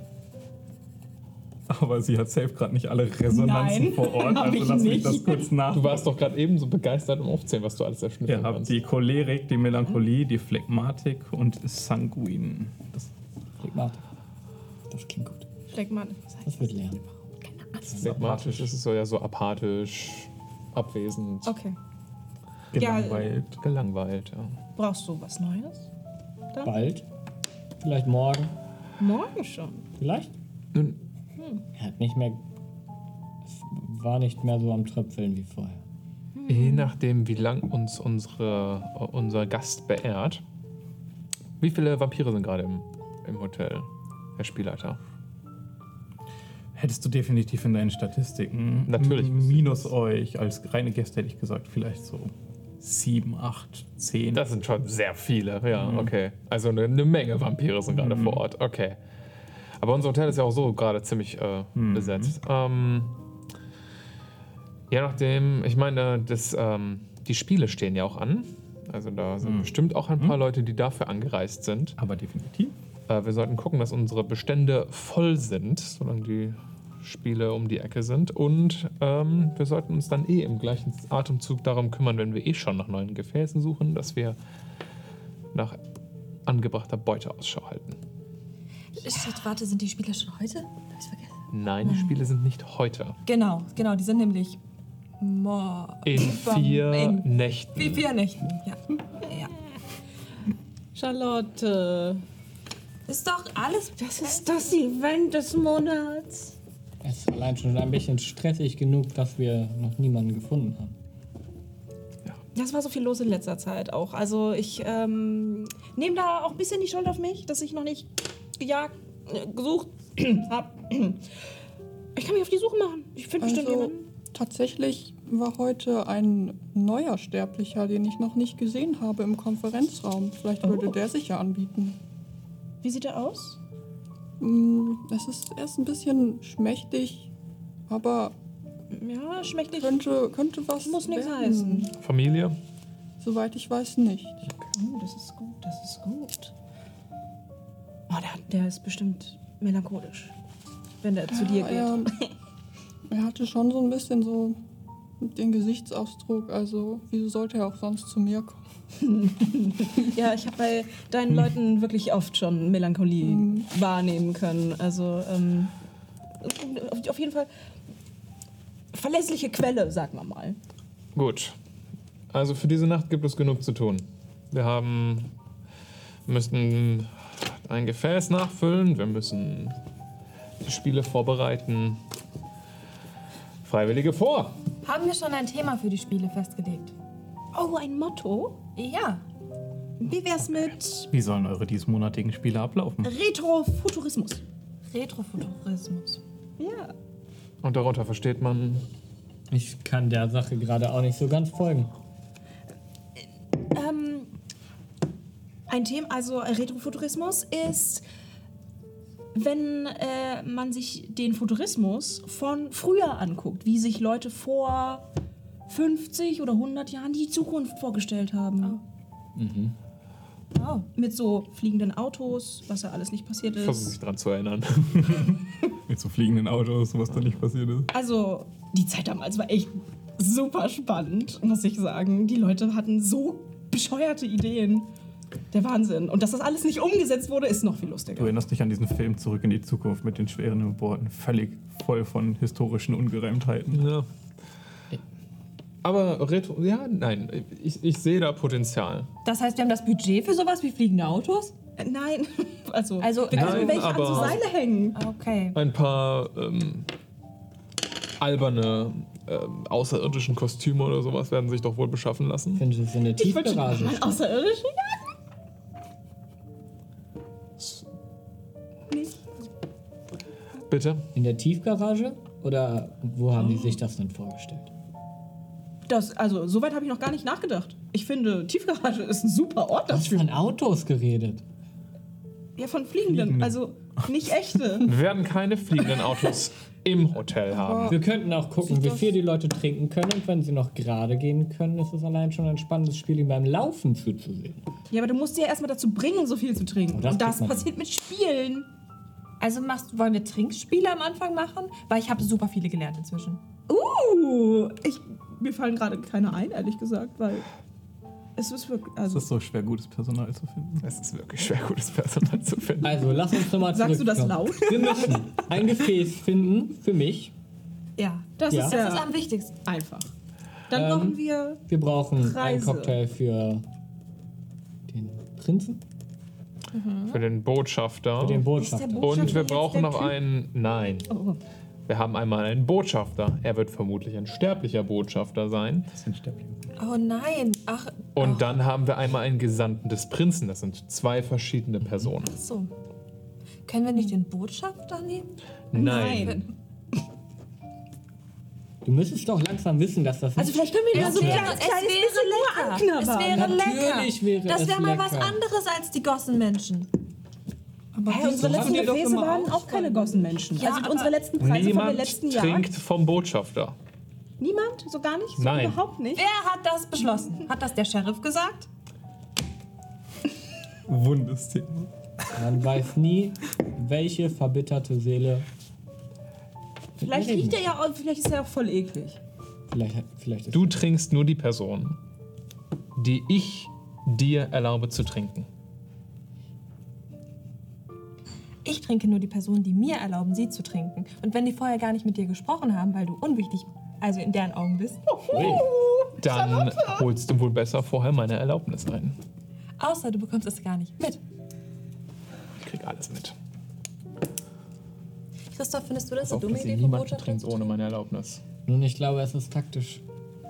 Aber sie hat safe gerade nicht alle Resonanzen Nein, vor Ort. hab Also ich lass mich nicht. das kurz nach. Du warst doch gerade eben so begeistert im Aufzählen, was du alles erschnitten Ihr habt die Cholerik, die Melancholie, die Phlegmatik und Sanguin. Das Klick mal. Das klingt gut. Schlägt mal. Was heißt Das wird leer. Phlegmatisch ist es so ja so apathisch, abwesend, Okay. gelangweilt. gelangweilt. Ja. Brauchst du was Neues? Bald. Vielleicht morgen. Morgen schon. Vielleicht? Hm. Er hat nicht mehr. Es war nicht mehr so am Tröpfeln wie vorher. Je nachdem, wie lang uns unsere, äh, unser Gast beehrt. Wie viele Vampire sind gerade im, im Hotel, Herr Spielleiter? Hättest du definitiv in deinen Statistiken. Natürlich. Minus euch. Als reine Gäste hätte ich gesagt, vielleicht so sieben, acht, zehn. Das sind schon sehr viele, ja, okay. Also eine, eine Menge Vampire sind gerade vor Ort, okay. Aber unser Hotel ist ja auch so gerade ziemlich äh, besetzt. Ähm, je nachdem, ich meine, das, ähm, die Spiele stehen ja auch an. Also da sind bestimmt auch ein paar Leute, die dafür angereist sind. aber definitiv. Äh, wir sollten gucken, dass unsere Bestände voll sind, solange die Spiele um die Ecke sind. Und ähm, wir sollten uns dann eh im gleichen Atemzug darum kümmern, wenn wir eh schon nach neuen Gefäßen suchen, dass wir nach angebrachter Beute Ausschau halten. Shit, warte, sind die Spieler schon heute? Hab ich vergessen. Nein, die Spiele sind nicht heute. Genau, genau, die sind nämlich mor In vier in Nächten. wie vier Nächten. Ja. ja. Charlotte. Ist doch alles Das ist das Event des Monats. Es ist allein schon ein bisschen stressig genug, dass wir noch niemanden gefunden haben. Das war so viel los in letzter Zeit auch. Also ich ähm, nehme da auch ein bisschen die Schuld auf mich, dass ich noch nicht gejagt, äh, gesucht habe. Ich kann mich auf die Suche machen. Ich finde bestimmt also jemanden. tatsächlich war heute ein neuer Sterblicher, den ich noch nicht gesehen habe im Konferenzraum. Vielleicht Oh. würde der sich ja anbieten. Wie sieht er aus? Mm, Es ist erst ein bisschen schmächtig, aber Ja, schmächtlich. könnte, könnte was. Muss nichts werden. heißen. Familie? Soweit ich weiß nicht. Oh, das ist gut, das ist gut. Oh, der, der ist bestimmt melancholisch, wenn der zu dir Aber geht. Er, er hatte schon so ein bisschen so den Gesichtsausdruck. Also, wieso sollte er auch sonst zu mir kommen? Ja, ich habe bei deinen Leuten wirklich oft schon Melancholie wahrnehmen können. Also ähm, auf- auf jeden Fall verlässliche Quelle, sagen wir mal. Gut. Also für diese Nacht gibt es genug zu tun. Wir haben müssen ein Gefäß nachfüllen, wir müssen die Spiele vorbereiten. Freiwillige vor. Haben wir schon ein Thema für die Spiele festgelegt? Oh, ein Motto? Ja. Wie wär's mit Wie sollen eure diesmonatigen Spiele ablaufen? Retrofuturismus? Retrofuturismus. Ja. Und darunter versteht man, Ich kann der Sache gerade auch nicht so ganz folgen. Ähm, ein Thema, also Retrofuturismus ist, wenn äh, man sich den Futurismus von früher anguckt, wie sich Leute vor 50 oder 100 Jahren die Zukunft vorgestellt haben. Oh. Mit so fliegenden Autos, was ja alles nicht passiert versuche ist. mich dran zu erinnern. Mit so fliegenden Autos, was da nicht passiert ist. Also, die Zeit damals war echt super spannend, muss ich sagen. Die Leute hatten so bescheuerte Ideen. Der Wahnsinn. Und dass das alles nicht umgesetzt wurde, ist noch viel lustiger. Du erinnerst dich an diesen Film Zurück in die Zukunft mit den schweren Worten, völlig voll von historischen Ungereimtheiten. Ja. Aber Retro, ja, nein, ich, ich sehe da Potenzial. Das heißt, wir haben das Budget für sowas wie fliegende Autos? Äh, Nein, also, Also, wir Nein, können welche an aber- so Seile hängen. Okay. ein paar ähm, alberne ähm, außerirdischen Kostüme oder sowas werden sich doch wohl beschaffen lassen. Finde es in der Tiefgarage. Ein Außerirdischen? Bitte? In der Tiefgarage? Oder wo haben die sich das denn vorgestellt? Das, also, soweit habe ich noch gar nicht nachgedacht. Ich finde, Tiefgarage ist ein super Ort Hast dafür. von Autos geredet? Ja, von Fliegenden. Also, nicht echte. Wir werden keine fliegenden Autos im Hotel haben. Wir könnten auch gucken, wie viel die Leute trinken können und wenn sie noch gerade gehen können, ist es allein schon ein spannendes Spiel, ihnen beim Laufen zuzusehen. ja, aber du musst sie ja erstmal dazu bringen, so viel zu trinken. Oh, das Und das, kriegt man passiert mit Spielen. Also machst, wollen wir Trinkspiele am Anfang machen? Weil ich habe super viele gelernt inzwischen. Uh, ich, mir fallen gerade keine ein, ehrlich gesagt, weil es ist wirklich. Es Also, ist so schwer, gutes Personal zu finden. Es ist wirklich schwer, gutes Personal zu finden. Also, lass uns nochmal zurück. Sagst du das laut? Wir müssen ein Gefäß finden für mich. Ja. das Ja. ist Das ist ja am wichtigsten. einfach. Dann Ähm, brauchen wir. Wir brauchen einen Preise. Cocktail für den Prinzen, Für den Botschafter. für den Ist der Botschafter. Bo- und Botschafter wir jetzt brauchen der noch Typ? einen. Nein. Oh, Wir haben einmal einen Botschafter. Er wird vermutlich ein sterblicher Botschafter sein. Das sind Sterbliche. Oh nein. Ach. Und Oh. ach, dann haben wir einmal einen Gesandten des Prinzen. Das sind zwei verschiedene Personen. So. Können wir nicht den Botschafter nehmen? Nein. Du müsstest doch langsam wissen, dass das Also, vielleicht können wir ja so ein kleines, kleines bisschen nur es wäre lecker. Es anknabbern. wäre Natürlich lecker. wäre das es wäre mal was lecker. anderes als die Gossenmenschen. Aber hey, unsere letzten die doch Gefäße immer waren auch keine Gossenmenschen. Ja, also aber unsere letzten Preise vom Niemand letzten Jahr. trinkt vom Botschafter. Niemand? So gar nicht? So Nein. Überhaupt nicht? Wer hat das beschlossen? Hat das der Sheriff gesagt? Wundes Thema. Man weiß nie, welche verbitterte Seele. mit mir Vielleicht reden riecht er möchte. ja auch, vielleicht ist er auch voll eklig. Vielleicht, vielleicht ist Du trinkst nur die Person, die ich dir erlaube zu trinken. Ich trinke nur die Personen, die mir erlauben, sie zu trinken. Und wenn die vorher gar nicht mit dir gesprochen haben, weil du unwichtig, also in deren Augen bist, Oh, Dann holst du wohl besser vorher meine Erlaubnis ein. außer du bekommst es gar nicht mit. Ich krieg alles mit. Christoph, findest du das Auf, eine dumme dass ihr Idee vom niemanden Botschafter? trinkt ohne meine Erlaubnis. Nun, ich glaube, es ist taktisch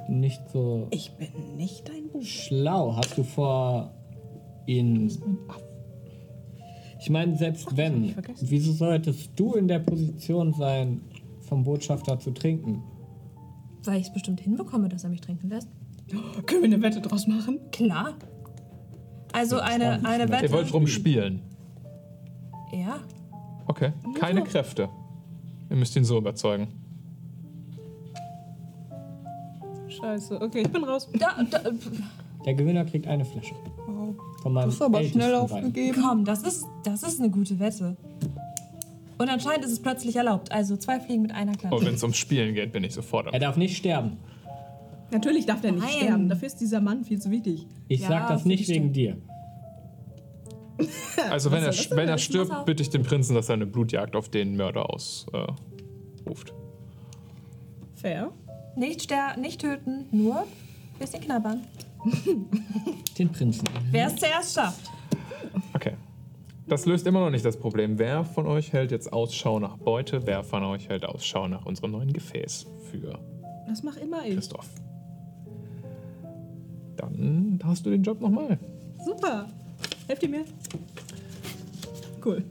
nicht so Ich bin nicht dein Buch. schlau. Hast du vor, ihn. Ich meine, selbst wenn, wieso solltest du in der Position sein, vom Botschafter zu trinken? Weil ich es bestimmt hinbekomme, dass er mich trinken lässt. Können wir eine Wette draus machen? Klar. Also war eine, nicht eine schlecht. Ihr wollt Wette. rumspielen. Ja. Okay. Keine Kräfte. Ihr müsst ihn so überzeugen. Scheiße. Okay, ich bin raus. Da, da, Der Gewinner kriegt eine Flasche. Wow. Von meinem Das ist aber ältesten schnell Wein. aufgegeben. komm, das ist, das ist eine gute Wette. Und Oh, anscheinend ist es plötzlich erlaubt. Also zwei Fliegen mit einer Klappe. Aber wenn es ums Spielen geht, bin ich sofort Er am. darf nicht sterben. Natürlich darf der nicht Nein. sterben. Dafür ist dieser Mann viel zu wichtig. Ich Ja, sag das finde nicht ich wegen dir. Also wenn er, soll das denn? wenn er Das muss auch- stirbt, bitte ich den Prinzen, dass er eine Blutjagd auf den Mörder ausruft. Äh, ruft. Fair. Nicht, ster nicht töten, nur ein bisschen knabbern. Den Prinzen. Wer es zuerst schafft. okay. Das löst immer noch nicht das Problem. Wer von euch hält jetzt Ausschau nach Beute? Wer von euch hält Ausschau nach unserem neuen Gefäß für Das mach immer ich. Christoph? Dann hast du den Job nochmal. Super. Helft ihr mir? Cool.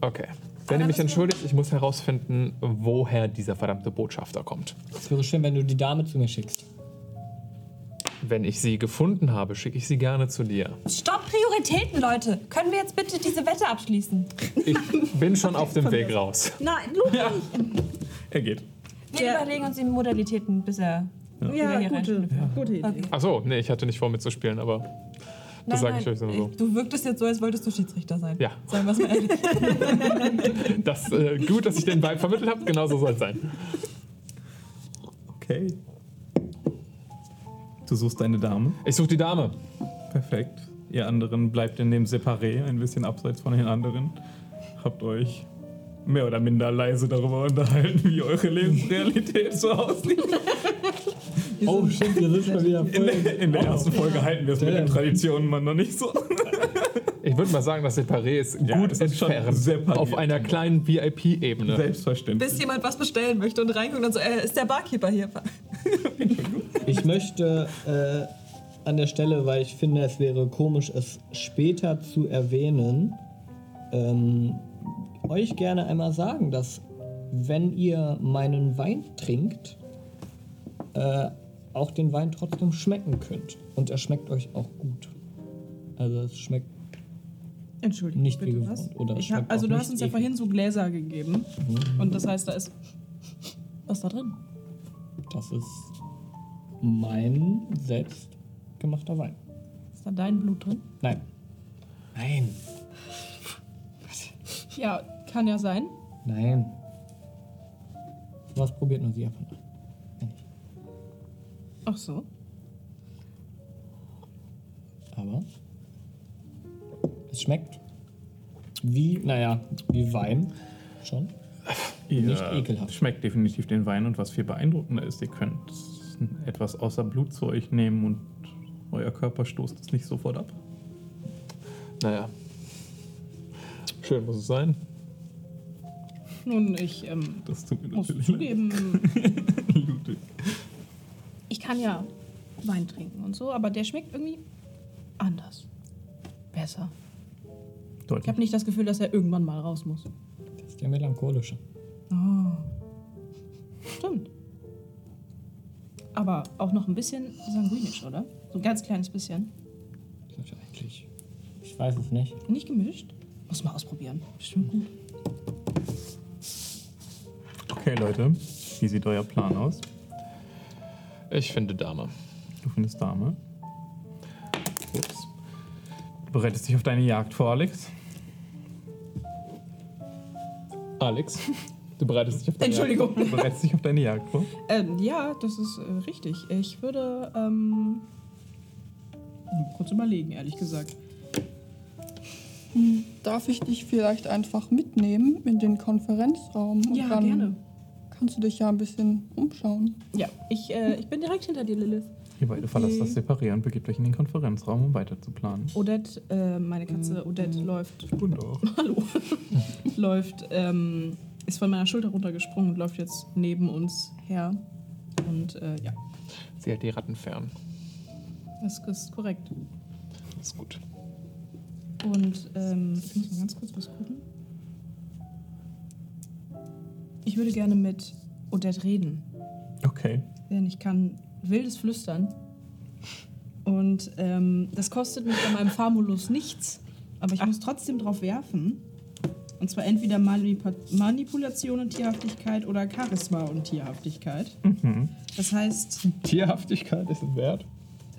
Okay. Wenn ihr mich entschuldigt, ich muss herausfinden, woher dieser verdammte Botschafter kommt. Es wäre schön, wenn du die Dame zu mir schickst. Wenn ich sie gefunden habe, schicke ich sie gerne zu dir. Stopp, Prioritäten, Leute. Können wir jetzt bitte diese Wette abschließen? Ich bin schon auf dem Weg raus. Nein, Luke. Ja. Er geht. Wir Ja. überlegen uns die Modalitäten, bis er. Ja, hier gute, gute Idee. Achso, nee, ich hatte nicht vor mitzuspielen, aber das sage ich euch nur so. Du wirktest jetzt so, als wolltest du Schiedsrichter sein. Ja. Sagen wir es mal ehrlich. Das, äh, gut, dass ich den Vibe vermittelt habe, genau so soll es sein. Okay. Du suchst deine Dame. Ich suche die Dame. Perfekt. Ihr anderen bleibt in dem Separé, ein bisschen abseits von den anderen. Habt euch mehr oder minder leise darüber unterhalten, wie eure Lebensrealität so aussieht. Oh shit, wir sind schon wieder In voll. der, in der ersten Folge halten wir es mit den Traditionen man noch nicht so. Ich würde mal sagen, das Separé ist Ja, gut es ist schon entfernt. separiert. Auf einer kleinen VIP-Ebene. Selbstverständlich. Bis jemand was bestellen möchte und reinguckt und so, äh, ist der Barkeeper hier? Ich möchte äh, an der Stelle, weil ich finde, es wäre komisch, es später zu erwähnen, ähm, euch gerne einmal sagen, dass wenn ihr meinen Wein trinkt, äh, auch den Wein trotzdem schmecken könnt. Und er schmeckt euch auch gut. Also es schmeckt Entschuldigung. Nicht wie bitte gewohnt, was? oder ich hab, schmeckt also auch du nicht hast Mhm. uns ja eklig. vorhin so Gläser gegeben. Und das heißt, da ist. Was da drin? Das ist mein selbstgemachter Wein. Ist da dein Blut drin? Nein. Nein. Ja, kann ja sein. Nein. Was probiert nur sie ab und an? Ach so. Aber es schmeckt wie, naja, wie Wein schon. Nicht ekelhaft. Äh, Schmeckt definitiv den Wein und was viel beeindruckender ist, ihr könnt etwas außer Blut zu euch nehmen und euer Körper stoßt es nicht sofort ab. Naja. Schön muss es sein. Nun, ich ähm, Das tut mir muss natürlich leid. zugeben, Ludwig. ich kann ja Wein trinken und so, aber der schmeckt irgendwie anders. Besser. Ich Deutlich. habe nicht das Gefühl, dass er irgendwann mal raus muss. Das ist der melancholische. Stimmt. Aber auch noch ein bisschen sanguinisch, oder? So ein ganz kleines bisschen. Das ist eigentlich. Ich weiß es nicht. Nicht gemischt. Muss mal ausprobieren. Bestimmt gut. Okay, Leute, wie sieht euer Plan aus? Ich finde Dame. Du findest Dame. Ups. Du bereitest dich auf deine Jagd vor, Alex. Alex, du bereitest dich auf deine Entschuldigung. Du bereitest dich auf deine Jagd vor. Ähm, ja, das ist äh, richtig. Ich würde ähm, kurz überlegen, ehrlich gesagt. Darf ich dich vielleicht einfach mitnehmen in den Konferenzraum? Und Ja, dann gerne. Kannst du dich ja ein bisschen umschauen. Ja, ich, äh, ich bin direkt hinter dir, Lilith. Ihr beide verlasst das Separé und begebt euch in den Konferenzraum, um weiter zu planen. Odette, äh, meine Katze Odette läuft, Und auch. hallo, läuft, ähm, ist von meiner Schulter runtergesprungen und läuft jetzt neben uns her. Und äh, ja, Jagd. Sie hält die Ratten fern. das ist korrekt. Ist gut. Und ähm, ich muss mal ganz kurz was gucken. Ich würde gerne mit Odette reden. Okay. Denn ich kann wildes Flüstern. Und ähm, das kostet mich bei meinem Famulus nichts. Aber ich muss trotzdem drauf werfen. Und zwar entweder Manipa Manipulation und Tierhaftigkeit oder Charisma und Tierhaftigkeit. Das heißt, Tierhaftigkeit ist ein Wert.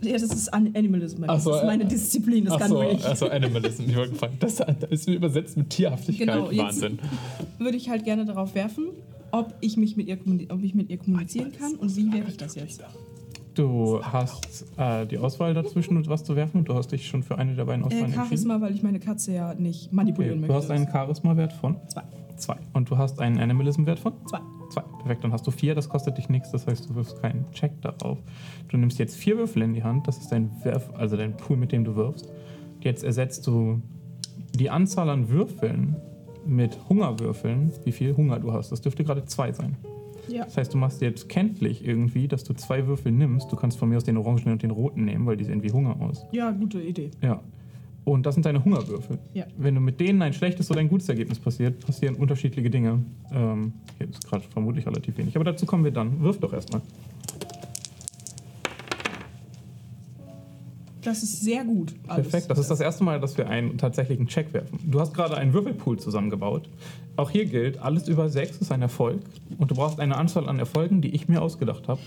ja, das ist An Animalism. Ach Das so, ist meine äh, Disziplin, das kann Achso, nur ich. also Animalism. Ich wollte gefragt. Das, das ist übersetzt mit Tierhaftigkeit. Genau, jetzt- Wahnsinn. Würde ich halt gerne darauf werfen, ob ich mich mit ihr, kommuni- ob ich mit ihr kommunizieren kann und wie werfe ich das jetzt. Du hast äh, die Auswahl dazwischen, was zu werfen. Du hast dich schon für eine der beiden Äh, Auswahlen entschieden. Charisma, weil ich meine Katze ja nicht manipulieren Okay, du möchte. hast einen Charisma-Wert von Zwei. zwei. Und du hast einen Animalism-Wert von Zwei. zwei. Perfekt, dann hast du vier. Das kostet dich nichts. Das heißt, du wirfst keinen Check darauf. Du nimmst jetzt vier Würfel in die Hand. Das ist dein Werf, also dein Pool, mit dem du wirfst. Jetzt ersetzt du die Anzahl an Würfeln mit Hungerwürfeln. Wie viel Hunger du hast. Das dürfte gerade zwei sein. Ja. Das heißt, du machst jetzt kenntlich irgendwie, dass du zwei Würfel nimmst. Du kannst von mir aus den orangenen und den roten nehmen, weil die sehen wie Hunger aus. Ja, gute Idee. Ja. Und das sind deine Hungerwürfel. Ja. Wenn du mit denen ein schlechtes oder ein gutes Ergebnis passiert, passieren unterschiedliche Dinge. Ähm, hier ist gerade vermutlich relativ wenig, aber dazu kommen wir dann. Wirf doch erstmal. Das ist sehr gut. Alles. Perfekt. Das ist das erste Mal, dass wir einen tatsächlichen Check werfen. Du hast gerade einen Würfelpool zusammengebaut. Auch hier gilt, alles über sechs ist ein Erfolg und du brauchst eine Anzahl an Erfolgen, die ich mir ausgedacht habe.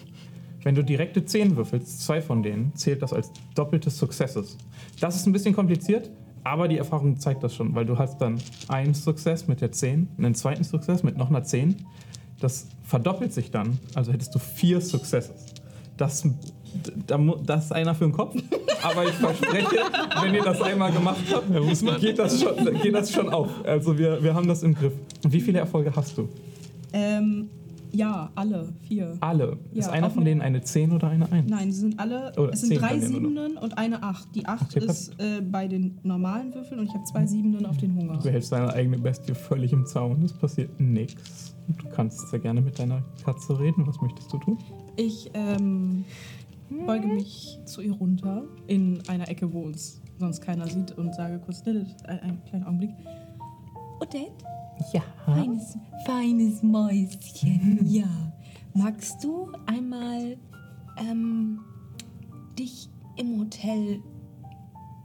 Wenn du direkte 10 würfelst, zwei von denen, zählt das als doppeltes Successes. Das ist ein bisschen kompliziert, aber die Erfahrung zeigt das schon, weil du hast dann einen Success mit der 10, einen zweiten Success mit noch einer 10. Das verdoppelt sich dann, also hättest du vier Successes. Das, da, mu- das ist einer für den Kopf, aber ich verspreche, wenn ihr das einmal gemacht habt, geht das schon, geht das schon auf. Also wir, wir haben das im Griff. Wie viele Erfolge hast du? Ähm, ja, alle. Vier. Alle. Ja, ist einer auch von mit- denen eine 10 oder eine 1? Nein, sie sind alle. Oder es sind zehn drei bei mir nur noch. Siebenen und eine Acht. Die Acht Okay, ist äh, bei den normalen Würfeln und ich habe Hm. zwei Siebenen auf den Hunger. Du hältst deine eigene Bestie völlig im Zaun. Es passiert nichts. Du kannst sehr gerne mit deiner Katze reden. Was möchtest du tun? Ich ähm, beuge mich zu ihr runter in einer Ecke, wo uns sonst keiner sieht und sage kurz Lilith, ein- einen kleinen Augenblick. Odette? Ja. Feines, feines Mäuschen, ja. Magst du einmal ähm, dich im Hotel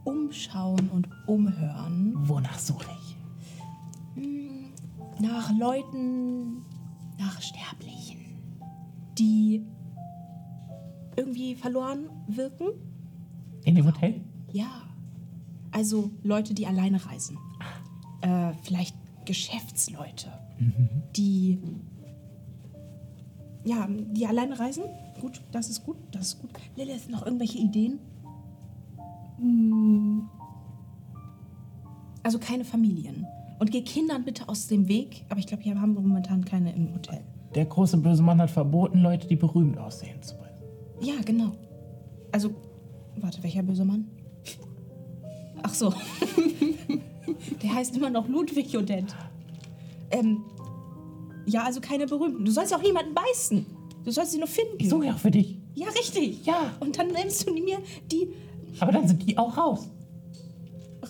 umschauen und umhören? Wonach suche ich? Mm, nach Leuten, nach Sterblichen, die irgendwie verloren wirken? In dem Hotel? Ja. Also Leute, die alleine reisen. Äh, vielleicht Geschäftsleute, die Ja, die alleine reisen? Gut, das ist gut, das ist gut. Lilith noch irgendwelche Ideen? Mm. Also keine Familien. Und geh Kindern bitte aus dem Weg, aber ich glaube, hier haben wir momentan keine im Hotel. Der große böse Mann hat verboten, Leute, die berühmt aussehen zu bringen. Ja, genau. Also, warte, welcher böse Mann? Ach so. Der heißt immer noch Ludwig Odette. Ähm, ja, also keine Berühmten. Du sollst auch niemanden beißen. Du sollst sie nur finden. Ich suche ja auch für dich. Ja, richtig. Ja. Und dann nimmst du mir die Aber dann sind die auch raus.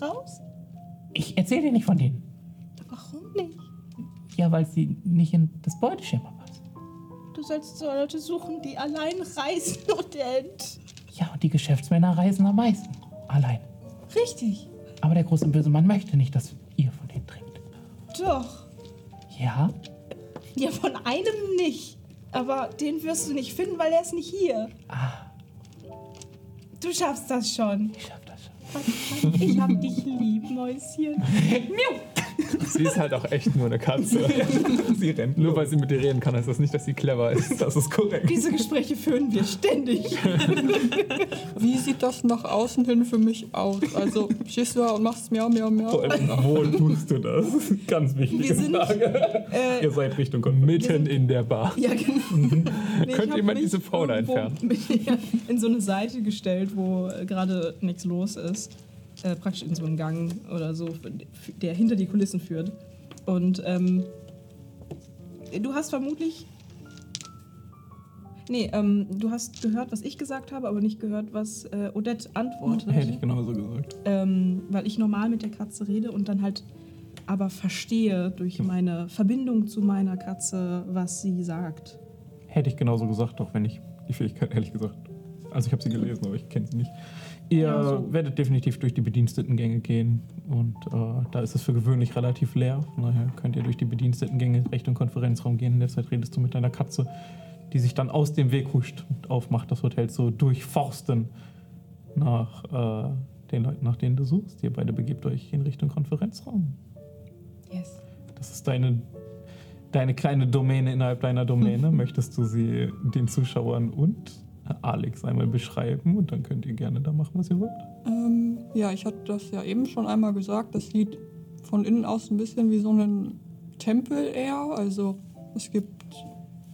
raus? Ich erzähle dir nicht von denen. Warum nicht? Ja, weil sie nicht in das Beuteschema passen. Du sollst so Leute suchen, die allein reisen, Odette. Ja, und die Geschäftsmänner reisen am meisten. Allein. Richtig. Aber der große böse Mann möchte nicht, dass ihr von denen trinkt. Doch. Ja? Ja, von einem nicht. Aber den wirst du nicht finden, weil er ist nicht hier. Ah. Du schaffst das schon. Ich schaff das schon. Ich hab dich lieb, Mäuschen. Sie ist halt auch echt nur eine Katze. Sie rennt nur weil sie mit dir reden kann, heißt das nicht, dass sie clever ist. Das ist korrekt. Diese Gespräche führen wir ständig. Wie sieht das nach außen hin für mich aus? Also stehst du da und machst miau, miau, miau. Vor allem, wo tust du das? Ganz wichtige Wir sind, Frage. Ihr seid Richtung Konflikt. Mitten in der Bar. Ja, genau. Nee, Könnt hab ihr mal mich diese Frau da irgendwo entfernen? in so eine Seite gestellt, wo äh, gerade nichts los ist. Äh, praktisch in so einen Gang oder so, f- der hinter die Kulissen führt. Und ähm, du hast vermutlich. Nee, ähm, du hast gehört, was ich gesagt habe, aber nicht gehört, was äh, Odette Oh, antwortet. Hätte ich genauso gesagt. Ähm, weil ich normal mit der Katze rede und dann halt aber verstehe durch Hm. meine Verbindung zu meiner Katze, was sie sagt. Hätte ich genauso gesagt, auch wenn ich die Fähigkeit ehrlich gesagt. Also ich habe sie gelesen, aber ich kenne sie nicht. Ihr Ja, so. werdet definitiv durch die Bedienstetengänge gehen und äh, da ist es für gewöhnlich relativ leer. Von daher könnt ihr durch die Bedienstetengänge Richtung Konferenzraum gehen. In der Zeit redest du mit deiner Katze, die sich dann aus dem Weg huscht und aufmacht, das Hotel zu durchforsten nach äh, den Leuten, nach denen du suchst. Ihr beide begebt euch in Richtung Konferenzraum. Yes. Das ist deine, deine kleine Domäne innerhalb deiner Domäne. Möchtest du sie den Zuschauern und Alex einmal beschreiben und dann könnt ihr gerne da machen, was ihr wollt. Ähm, ja, ich hatte das ja eben schon einmal gesagt. Das sieht von innen aus ein bisschen wie so einen Tempel eher. Also es gibt,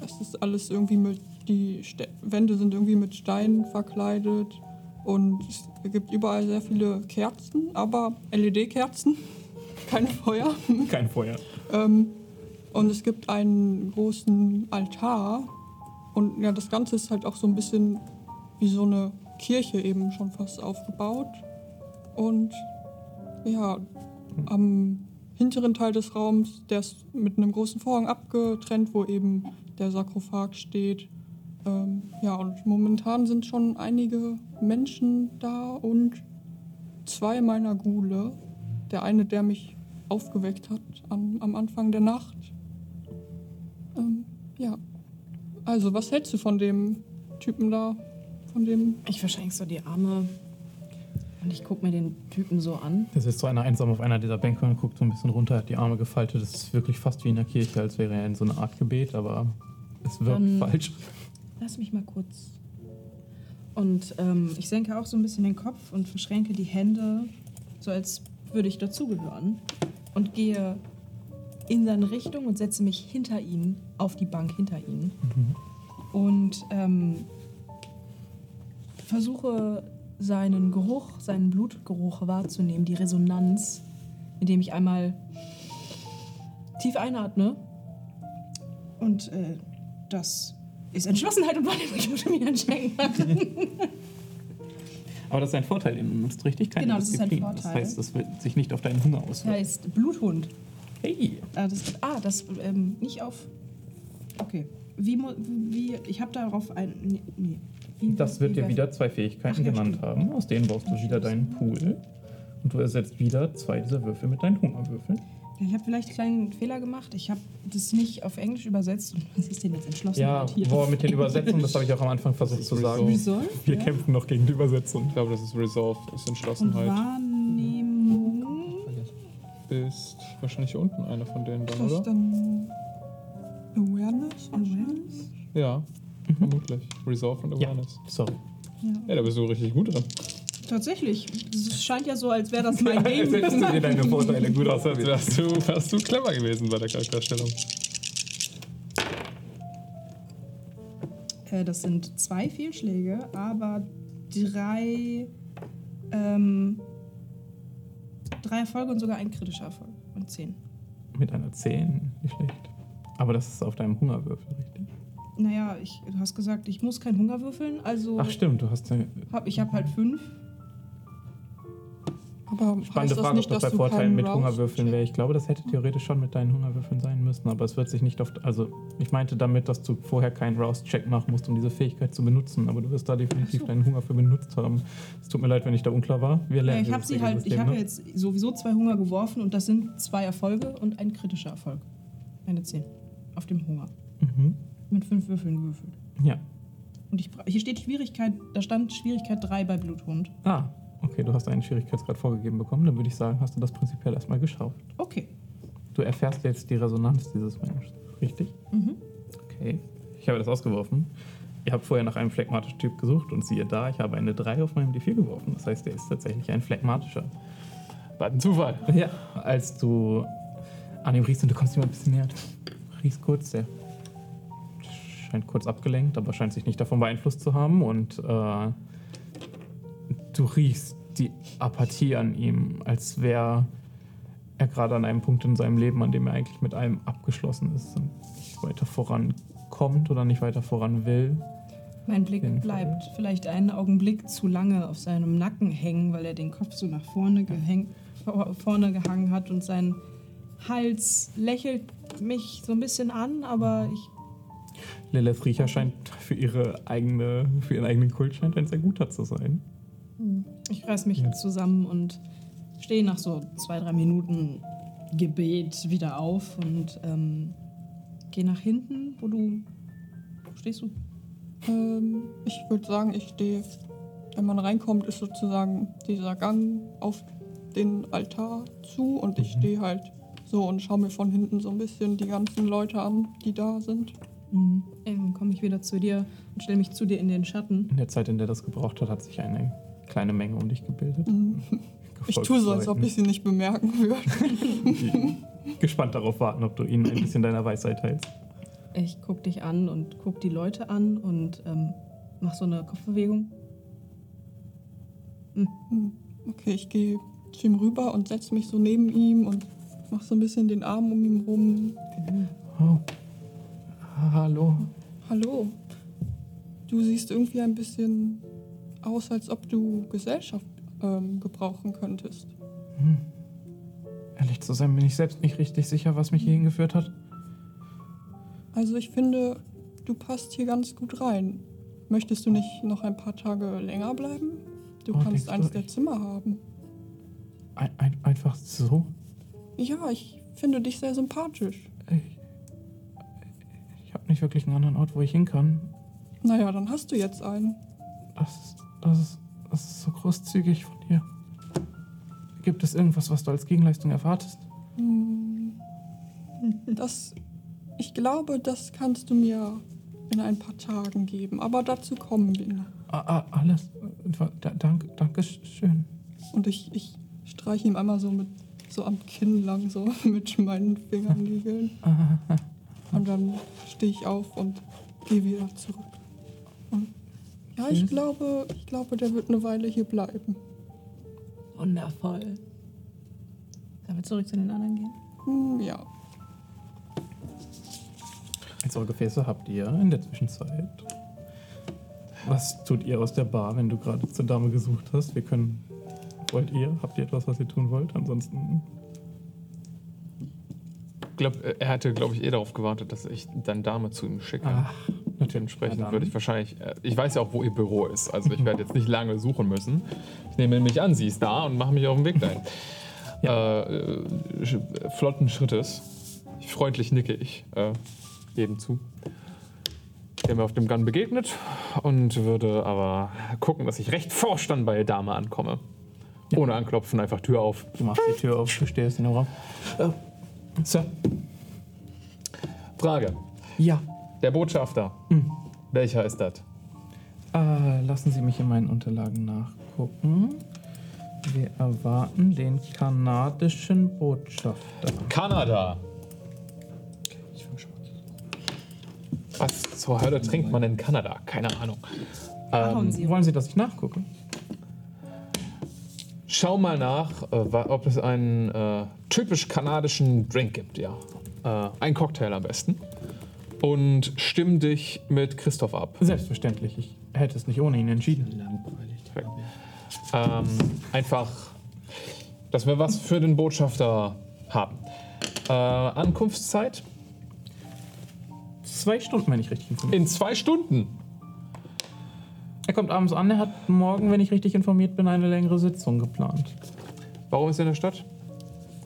es ist alles irgendwie mit, die Ste Wände sind irgendwie mit Steinen verkleidet und es gibt überall sehr viele Kerzen, aber LED-Kerzen, kein Feuer. Kein Feuer. Ähm, und es gibt einen großen Altar. Und ja, das Ganze ist halt auch so ein bisschen wie so eine Kirche eben schon fast aufgebaut. Und ja, am hinteren Teil des Raums, der ist mit einem großen Vorhang abgetrennt, wo eben der Sarkophag steht. Ähm, ja, und momentan sind schon einige Menschen da und zwei meiner Gule. Der eine, der mich aufgeweckt hat am- am Anfang der Nacht. Ähm, ja. Also, was hältst du von dem Typen da? Von dem. Ich verschränke so die Arme und ich gucke mir den Typen so an. Der sitzt so einer einsam auf einer dieser Bänke und guckt so ein bisschen runter, hat die Arme gefaltet. Das ist wirklich fast wie in der Kirche, als wäre er in so einer Art Gebet, aber es wirkt Dann- falsch. Lass mich mal kurz. Und ähm, ich senke auch so ein bisschen den Kopf und verschränke die Hände, so als würde ich dazugehören. Und gehe in seine Richtung und setze mich hinter ihn, auf die Bank hinter ihn. Und ähm, versuche seinen Geruch, seinen Blutgeruch wahrzunehmen, die Resonanz, indem ich einmal tief einatme. Und äh, das ist Entschlossenheit und Wahrnehmung. Ich muss mir anschenken. Aber das ist ein Vorteil, den du nutzt richtig keine Genau, das ist ein Disziplin. Vorteil. Das heißt, das wird sich nicht auf deinen Hunger auswirken. heißt Bluthund. Hey! Ah, das, ah, das ähm, nicht auf. Okay. Wie, mu- wie ich habe darauf ein. Nee. nee. Wie, Das wird wie dir wär- wieder zwei Fähigkeiten Ach ja, genannt haben. Aus denen baust du wieder deinen Pool. Und du ersetzt wieder zwei dieser Würfel mit deinen Hungerwürfeln. Ja, Ich habe vielleicht einen kleinen Fehler gemacht. Ich habe das nicht auf Englisch übersetzt. Und Was ist denn jetzt entschlossen? Ja, hier? boah, mit den Übersetzungen, das habe ich auch am Anfang versucht zu sagen. Wieso? Wir kämpfen noch gegen die Übersetzung. Ich glaube, das ist Resolved, ist Und halt. Entschlossenheit. Wahrnehmung. Bist wahrscheinlich hier unten einer von denen dann, Vielleicht oder? dann. Awareness? Awareness? Ja, vermutlich. Resolved und Ja. Awareness. Sorry. Ja, da bist du richtig gut dran. Tatsächlich. Es scheint ja so, als wäre das mein Ding. Setzt du dir deine Vorteile gut aus. Wärst du, wärst du clever gewesen bei der Charakterstellung. Äh, das sind zwei Fehlschläge, aber drei, ähm, drei Erfolge und sogar ein kritischer Erfolg. Und zehn. Mit einer 10, nicht schlecht. Aber das ist auf deinem Hungerwürfel, richtig? Naja, ich, du hast gesagt, ich muss keinen Hunger würfeln, also Ach stimmt, du hast eine hab, ich habe halt fünf. Aber spannende heißt das Frage, nicht, ob das bei dass du Vorteilen keinen mit Rouse- Hungerwürfeln wäre. Ich glaube, das hätte theoretisch schon mit deinen Hungerwürfeln sein müssen, aber es wird sich nicht oft. Also, ich meinte damit, dass du vorher keinen Rouse-Check machen musst, um diese Fähigkeit zu benutzen, aber du wirst da definitiv deinen Hunger für benutzt haben. Es tut mir leid, wenn ich da unklar war. Wir Ja, lernen ich habe dieses sie halt, ich Regelsystem, habe ne? jetzt sowieso zwei Hunger geworfen und das sind zwei Erfolge und ein kritischer Erfolg. Eine zehn. Auf dem Hunger. Mhm. Mit fünf Würfeln gewürfelt. Ja. Und ich, bra- hier steht Schwierigkeit, da stand Schwierigkeit 3 bei Bluthund. Ah, okay, du hast einen Schwierigkeitsgrad vorgegeben bekommen, dann würde ich sagen, hast du das prinzipiell erstmal geschafft. Okay. Du erfährst jetzt die Resonanz dieses Menschen, richtig? Mhm. Okay. Ich habe das ausgeworfen. Ihr habt vorher nach einem phlegmatischen Typ gesucht und siehe da, ich habe eine 3 auf meinem D4 geworfen. Das heißt, der ist tatsächlich ein phlegmatischer. War ein Zufall. Ja, als du an ihm riechst und du kommst ihm ein bisschen näher, riechst kurz, der scheint kurz abgelenkt, aber scheint sich nicht davon beeinflusst zu haben und äh, du riechst die Apathie an ihm, als wäre er gerade an einem Punkt in seinem Leben, an dem er eigentlich mit allem abgeschlossen ist und nicht weiter vorankommt oder nicht weiter voran will. Mein Blick Jeden Fall. bleibt vielleicht einen Augenblick zu lange auf seinem Nacken hängen, weil er den Kopf so nach vorne, gehäng, vor- vorne gehangen hat und sein Hals lächelt mich so ein bisschen an, aber ich Lilith Riecher scheint für, ihre eigene, für ihren eigenen Kult scheint ein sehr guter zu sein. Ich reiß mich zusammen und stehe nach so zwei, drei Minuten Gebet wieder auf und ähm, gehe nach hinten, wo du wo stehst du. Ähm, ich würde sagen, ich stehe. Wenn man reinkommt, ist sozusagen dieser Gang auf den Altar zu und Mhm. ich stehe halt so und schaue mir von hinten so ein bisschen die ganzen Leute an, die da sind. Mhm. Dann komme ich wieder zu dir und stelle mich zu dir in den Schatten. In der Zeit, in der das gebraucht hat, hat sich eine kleine Menge um dich gebildet. Mhm. Ich tue so, als ob ich sie nicht bemerken würde. Gespannt darauf warten, ob du ihnen ein bisschen deiner Weisheit teilst. Ich guck dich an und guck die Leute an und ähm, mach so eine Kopfbewegung. Hm, Okay, ich gehe zu ihm rüber und setze mich so neben ihm und mache so ein bisschen den Arm um ihn rum. Oh. Ah, Hallo. Hallo, du siehst irgendwie ein bisschen aus, als ob du Gesellschaft ähm, gebrauchen könntest. Ehrlich zu sein, bin ich selbst nicht richtig sicher, was mich hier hingeführt hat. Also ich finde, du passt hier ganz gut rein. Möchtest du nicht noch ein paar Tage länger bleiben? Du Oh, denkst kannst du, eins der ich- Zimmer haben. Ein, ein, einfach so? Ja, ich finde dich sehr sympathisch. Ich, ich habe nicht wirklich einen anderen Ort, wo ich hin kann. Naja, dann hast du jetzt einen. Das ist, das ist, das ist so großzügig von dir. Gibt es irgendwas, was du als Gegenleistung erwartest? Hm. Das, ich glaube, das kannst du mir in ein paar Tagen geben. Aber dazu kommen wir noch. Ah, ah, alles. Da, danke, danke schön. Und ich, ich streiche ihm einmal so mit so am Kinn lang, so mit meinen Fingernägeln. Und dann stehe ich auf und gehe wieder zurück. Und ja, ich Tschüss. glaube, ich glaube, der wird eine Weile hier bleiben. Wundervoll. Sollen wir zurück zu den anderen gehen? Hm, ja. Unsere Gefäße habt ihr in der Zwischenzeit. Was tut ihr aus der Bar, wenn du gerade zur Dame gesucht hast? Wir können. Wollt ihr? Habt ihr etwas, was ihr tun wollt? Ansonsten. Glaub, er hatte, glaube ich, eh darauf gewartet, dass ich dann Dame zu ihm schicke. Ach, Dementsprechend Na dann. würde ich wahrscheinlich. äh, Ich weiß ja auch, wo ihr Büro ist. Also ich werde jetzt nicht lange suchen müssen. Ich nehme mich an, sie ist da und mache mich auf den Weg dahin. Äh, äh, sch- äh, flotten Schrittes. Freundlich nicke ich äh, jedem zu. Der mir auf dem Gun begegnet und würde aber gucken, dass ich recht forsch dann bei der Dame ankomme. Ohne anklopfen, einfach Tür auf. Du machst die Tür auf, du stehst in dem Raum. Äh, Sir. Frage: Ja. Der Botschafter. Hm. Welcher ist das? Äh, lassen Sie mich in meinen Unterlagen nachgucken. Wir erwarten den kanadischen Botschafter. Kanada. Was zur Hölle trinkt man in Kanada? Keine Ahnung. Ähm, Wollen Sie, dass ich nachgucke? schau mal nach, äh, wa- ob es einen äh, typisch kanadischen Drink gibt, ja. Äh, ein Cocktail am besten. Und stimm dich mit Christoph ab. Selbstverständlich. Ich hätte es nicht ohne ihn entschieden. Langweilig. Ähm, einfach, dass wir was für den Botschafter haben. Äh, Ankunftszeit Zwei Stunden, wenn ich richtig informiert in zwei Stunden. bin. Er kommt abends an. Er hat morgen, wenn ich richtig informiert bin, eine längere Sitzung geplant. Warum ist er in der Stadt?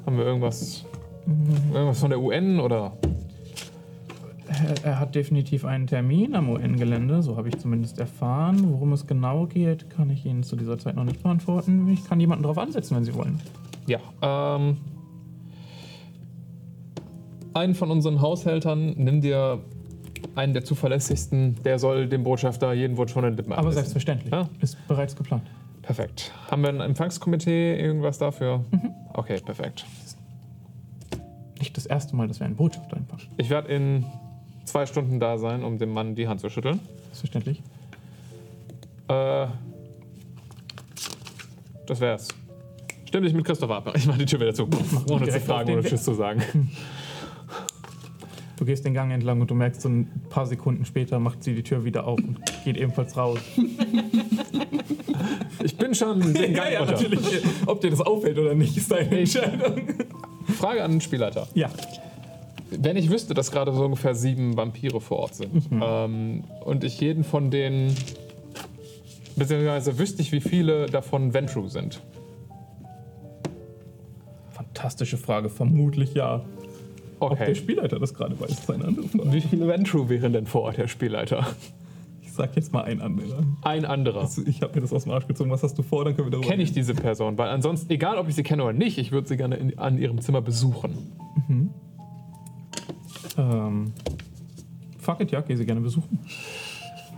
Haben wir irgendwas, irgendwas von der UN oder? Er, er hat definitiv einen Termin am UN-Gelände. So habe ich zumindest erfahren. Worum es genau geht, kann ich Ihnen zu dieser Zeit noch nicht beantworten. Ich kann jemanden darauf ansetzen, wenn Sie wollen. Ja. Ähm, einen von unseren Haushältern, nimm dir einen der zuverlässigsten, der soll dem Botschafter jeden Wunsch von den Lippen Aber ablesen. selbstverständlich. Ja. Ist bereits geplant. Perfekt. Haben wir ein Empfangskomitee, irgendwas dafür? Okay, perfekt. Nicht das erste Mal, dass wir einen Botschafter einpacken. Ich werde in zwei Stunden da sein, um dem Mann die Hand zu schütteln. Selbstverständlich. Äh, das wär's. Stimm dich mit Christoph ab. Ich mach die Tür wieder zu. Ohne zu direkt auf fragen, den ohne Weg. Tschüss zu sagen. Du gehst den Gang entlang und du merkst, so ein paar Sekunden später macht sie die Tür wieder auf und geht ebenfalls raus. Ich bin schon den Gang runter. Ob dir das auffällt oder nicht, ist deine Entscheidung. Frage an den Spielleiter. Ja. Wenn ich wüsste, dass gerade so ungefähr sieben Vampire vor Ort sind ähm, und ich jeden von denen, beziehungsweise wüsste ich, wie viele davon Ventru sind. Fantastische Frage. Vermutlich ja. Ob der Okay. Spielleiter das gerade weiß, ist eine andere Frage. Wie viele Ventru wären denn vor Ort, Herr Spielleiter? Ich sag jetzt mal einen anderer. Ein anderer. Also ich habe mir das aus dem Arsch gezogen. Was hast du vor? Dann können wir darüber Kenne ich diese Person? Weil ansonsten, egal ob ich sie kenne oder nicht, ich würde sie gerne in, an ihrem Zimmer besuchen. Ähm, Fuck it, ja, gehe sie gerne besuchen.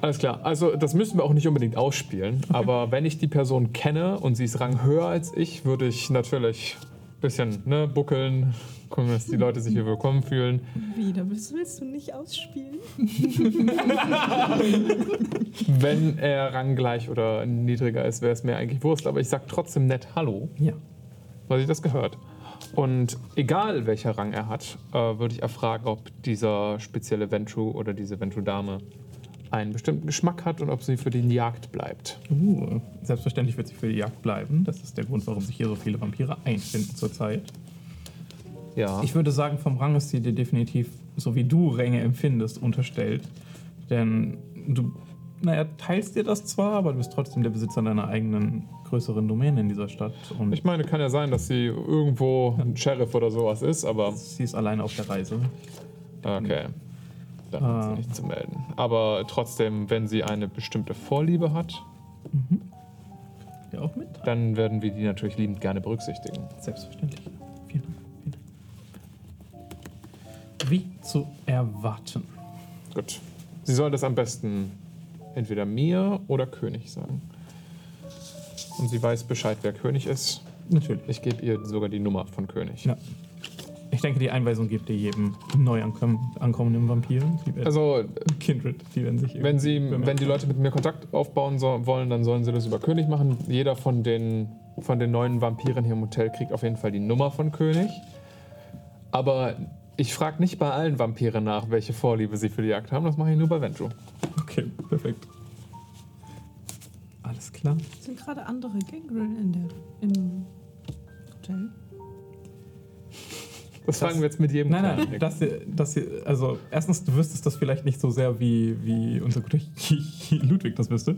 Alles klar, also das müssen wir auch nicht unbedingt ausspielen, aber wenn ich die Person kenne und sie ist Rang höher als ich, würde ich natürlich ein bisschen ne, buckeln, gucken, dass die Leute sich hier willkommen fühlen. Wieder, das willst du nicht ausspielen? Wenn er ranggleich oder niedriger ist, wäre es mir eigentlich Wurst, aber ich sag trotzdem nett Hallo, Ja. weil ich das gehört. Und egal welcher Rang er hat, äh, würde ich erfragen, ob dieser spezielle Ventru oder diese Ventru-Dame einen bestimmten Geschmack hat und ob sie für den Jagd bleibt. Uh, selbstverständlich wird sie für die Jagd bleiben. Das ist der Grund, warum sich hier so viele Vampire einfinden zurzeit. Ja. Ich würde sagen, vom Rang ist sie dir definitiv, so wie du Ränge empfindest, unterstellt. Denn du, naja, teilst dir das zwar, aber du bist trotzdem der Besitzer deiner eigenen größeren Domäne in dieser Stadt. Und Ich meine, kann ja sein, dass sie irgendwo ein Sheriff oder sowas ist, aber. sie ist alleine auf der Reise. Okay. Da hat sie Ah. nicht zu melden. Aber trotzdem, wenn sie eine bestimmte Vorliebe hat, Ja, auch mit? dann werden wir die natürlich liebend gerne berücksichtigen. Selbstverständlich. Vielen Dank. Vielen Dank. Wie zu erwarten. Gut. Sie soll das am besten entweder mir oder König sagen. Und sie weiß Bescheid, wer König ist. Natürlich. Ich gebe ihr sogar die Nummer von König. Ja. Ich denke, die Einweisung gibt ihr jedem neu ankom ankommenden Vampir. Die werden- Also, Kindred, die werden sich wenn, sie, irgendwie- wenn die Leute mit mir Kontakt aufbauen so, wollen, dann sollen sie das über König machen. Jeder von den, von den neuen Vampiren hier im Hotel kriegt auf jeden Fall die Nummer von König. Aber ich frage nicht bei allen Vampiren nach, welche Vorliebe sie für die Jagd haben. Das mache ich nur bei Ventru. Okay, perfekt. Alles klar. Sind gerade andere Gangrel in der, im Hotel? Das, fragen wir jetzt mit jedem Nein, Kleinen. nein, das hier, das hier, also erstens, du wüsstest das vielleicht nicht so sehr, wie, wie unser guter Ludwig das wüsste.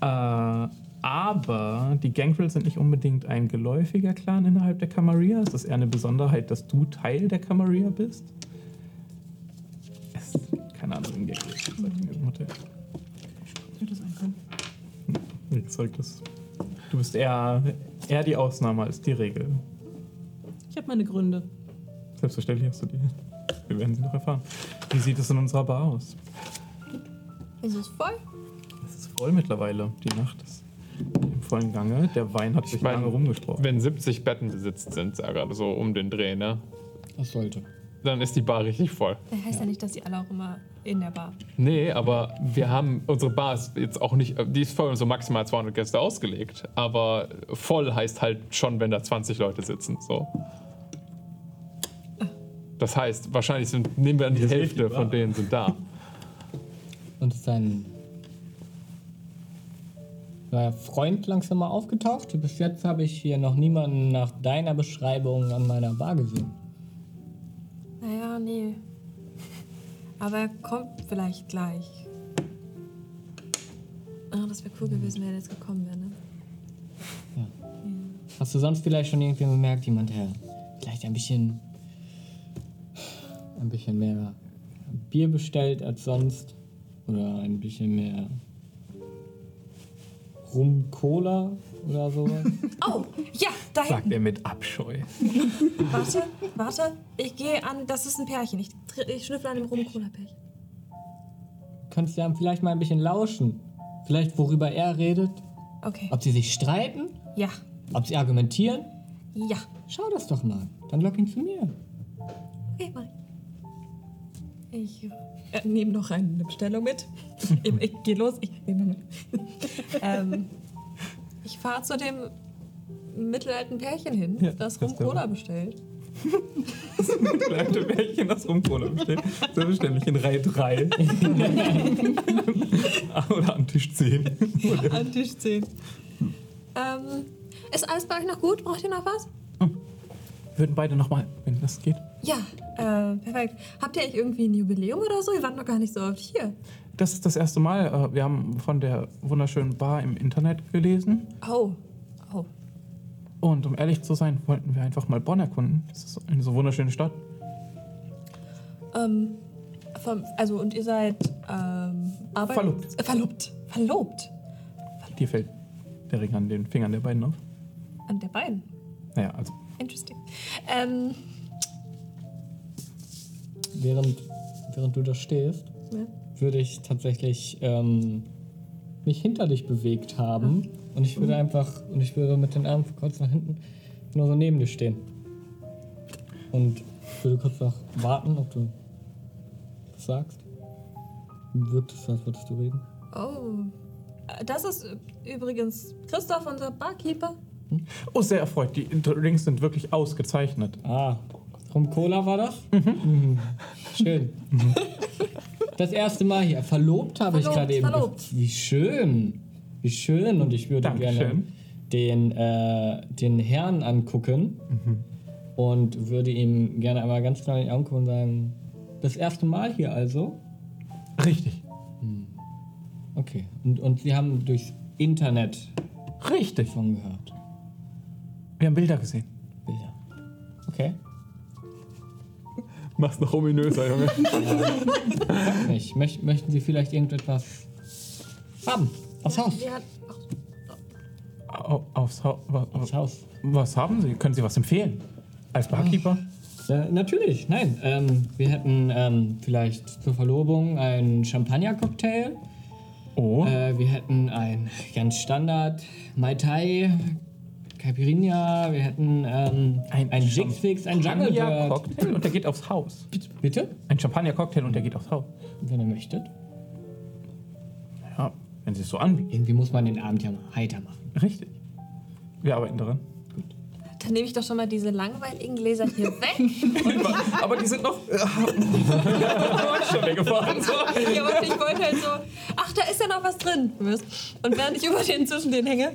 Äh, aber die Gangrel sind nicht unbedingt ein geläufiger Clan innerhalb der Camarilla. Es ist eher eine Besonderheit, dass du Teil der Camarilla bist. Es gibt keine anderen Gangrel seit dem Hotel. Wie zeigt das? Du bist eher, eher die Ausnahme als die Regel. Ich habe meine Gründe. Selbstverständlich hast du die. Wir werden sie noch erfahren. Wie sieht es in unserer Bar aus? Ist es voll? Es ist voll mittlerweile. Die Nacht ist im vollen Gange. Der Wein hat sich meine, lange rumgesprochen. Wenn 70 Betten besetzt sind, sag gerade so um den Dreh, ne? Das sollte. Dann ist die Bar richtig voll. Das heißt ja. nicht, dass die alle auch immer in der Bar. Nee, aber wir haben unsere Bar ist jetzt auch nicht, die ist voll so maximal 200 Gäste ausgelegt, aber voll heißt halt schon, wenn da 20 Leute sitzen, so. Das heißt, wahrscheinlich sind, nehmen wir an die Hier ist richtig Hälfte von Bar. denen sind da. Und ist dein neuer Freund langsam mal aufgetaucht? Bis jetzt habe ich hier noch niemanden nach deiner Beschreibung an meiner Bar gesehen. Naja, nee. Aber er kommt vielleicht gleich. Ah, das wäre cool gewesen, wenn er jetzt gekommen wäre, ne? Hast du sonst vielleicht schon irgendwen bemerkt, jemand, der vielleicht ein bisschen, ein bisschen mehr Bier bestellt als sonst? Oder ein bisschen mehr Rum-Cola oder sowas? Oh, ja, da hinten. Sagt er mit Abscheu. Warte, warte. Ich gehe an, das ist ein Pärchen. Ich, tr- ich schnüffle an dem rum cola pärchen Kannst ja vielleicht mal ein bisschen lauschen. Vielleicht worüber er redet, Okay. ob sie sich streiten, Ja, ob sie argumentieren. ja. Schau das doch mal. Dann lock ihn zu mir. Okay, mach ich. Ich äh, nehme noch eine Bestellung mit. ich ich gehe los. Ich, nehme mit. ähm, ich fahre zu dem mittelalten Pärchen hin, Ja, das das rum ist der Cola Mann. bestellt. Kleine Bärchen, das rum Cola besteht. Selbstverständlich in Reihe 3. Oder am Tisch 10. An Tisch 10. Ähm, ist alles bei euch noch gut? Braucht ihr noch was? Würden beide nochmal, wenn das geht. Ja, äh, perfekt. Habt ihr eigentlich irgendwie ein Jubiläum oder so? Ihr wart noch gar nicht so oft hier. Das ist das erste Mal. äh, Wir haben von der wunderschönen Bar im Internet gelesen. Oh, oh. Und um ehrlich zu sein, wollten wir einfach mal Bonn erkunden. Das ist eine so wunderschöne Stadt. Ähm, vom, also und ihr seid ähm, arbeit- Verlobt. Äh, verlobt. Verlobt. Dir fällt der Ring an den Fingern der beiden auf. An der beiden. Naja, also Interesting. Ähm, Während, während du da stehst, mehr. würde ich tatsächlich ähm, mich hinter dich bewegt haben. Und ich würde einfach, und ich würde mit den Armen kurz nach hinten nur so neben dir stehen. Und würde kurz noch warten, ob du was sagst. Wirkt es, als würdest du reden. Oh. Äh, Das ist äh, übrigens Christoph, unser Barkeeper. Oh, sehr erfreut. Die Drinks sind wirklich ausgezeichnet. Ah, Rum Cola war das? Mhm. Schön. Mhm. Das erste Mal hier. Verlobt habe ich Verlobt, gerade eben. ge- verlobt. Wie schön. Wie schön. Und ich würde Dankeschön. gerne den, äh, den Herrn angucken Mhm. und würde ihm gerne einmal ganz klar in die Augen gucken und sagen, das erste Mal hier also? Richtig. Okay. Und, und Sie haben durchs Internet Richtig. davon gehört. Wir haben Bilder gesehen. Bilder. Okay. Mach's noch ominöser, Junge. Nicht. Möcht, möchten Sie vielleicht irgendetwas haben? Aufs Haus. Wir hat, Au- Aufs Haus. Aufs Haus. Was haben Sie? Können Sie was empfehlen? Als Barkeeper? Ja, natürlich, nein. Ähm, wir hätten ähm, vielleicht zur Verlobung einen Champagner-Cocktail. Oh. Äh, wir hätten ein ganz Standard Mai Tai, Caipirinha. Wir hätten ähm, Ein ein, ein Jig Fix, ein Jungle Bird. Champagner-Cocktail und der geht aufs Haus. Bitte, Ein Champagner-Cocktail und der geht aufs Haus. wenn ihr möchtet. Ja, wenn Sie es so anbieten. Irgendwie muss man den Abend ja mal heiter machen. Richtig. Wir arbeiten daran. dann nehme ich doch schon mal diese langweiligen Gläser hier weg. Aber die sind noch. Ich schon weggefahren. ja, aber ich wollte halt so, ach, da ist ja noch was drin. Und während ich über den zwischen den hänge,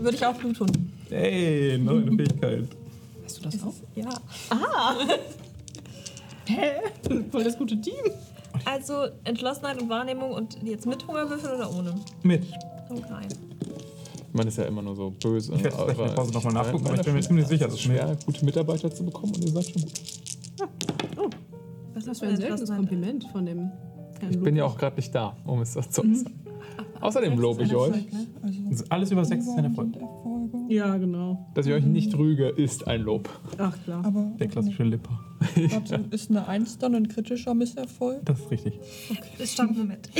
würde ich auch Blut tun. Ey, neue Fähigkeit. Hast du das auch? Ja. Voll das gute Team. Also Entschlossenheit und Wahrnehmung und jetzt mit Hungerwürfeln oder ohne? Oh Mit. Okay. Man ist ja immer nur so böse. Ich werd's vielleicht aber in der Pause noch mal ich- nachgucken, aber Nein, ich bin mir das ziemlich ist sicher, dass es schwer, gute Mitarbeiter zu bekommen und ihr seid schon gut. Was Das wäre ein seltenes Kompliment von dem Herrn Ich bin ja auch gerade nicht da, um es dazu zu sagen. Außerdem lobe ich euch, Alles über sechs ist ein Erfolg. Also, Erfolge. Ja, genau. dass ich euch nicht rüge, ist ein Lob. Ach klar. Aber Der klassische Lipper. warte, ist eine Eins dann ein kritischer Misserfolg? Das ist richtig. Stopp, Moment.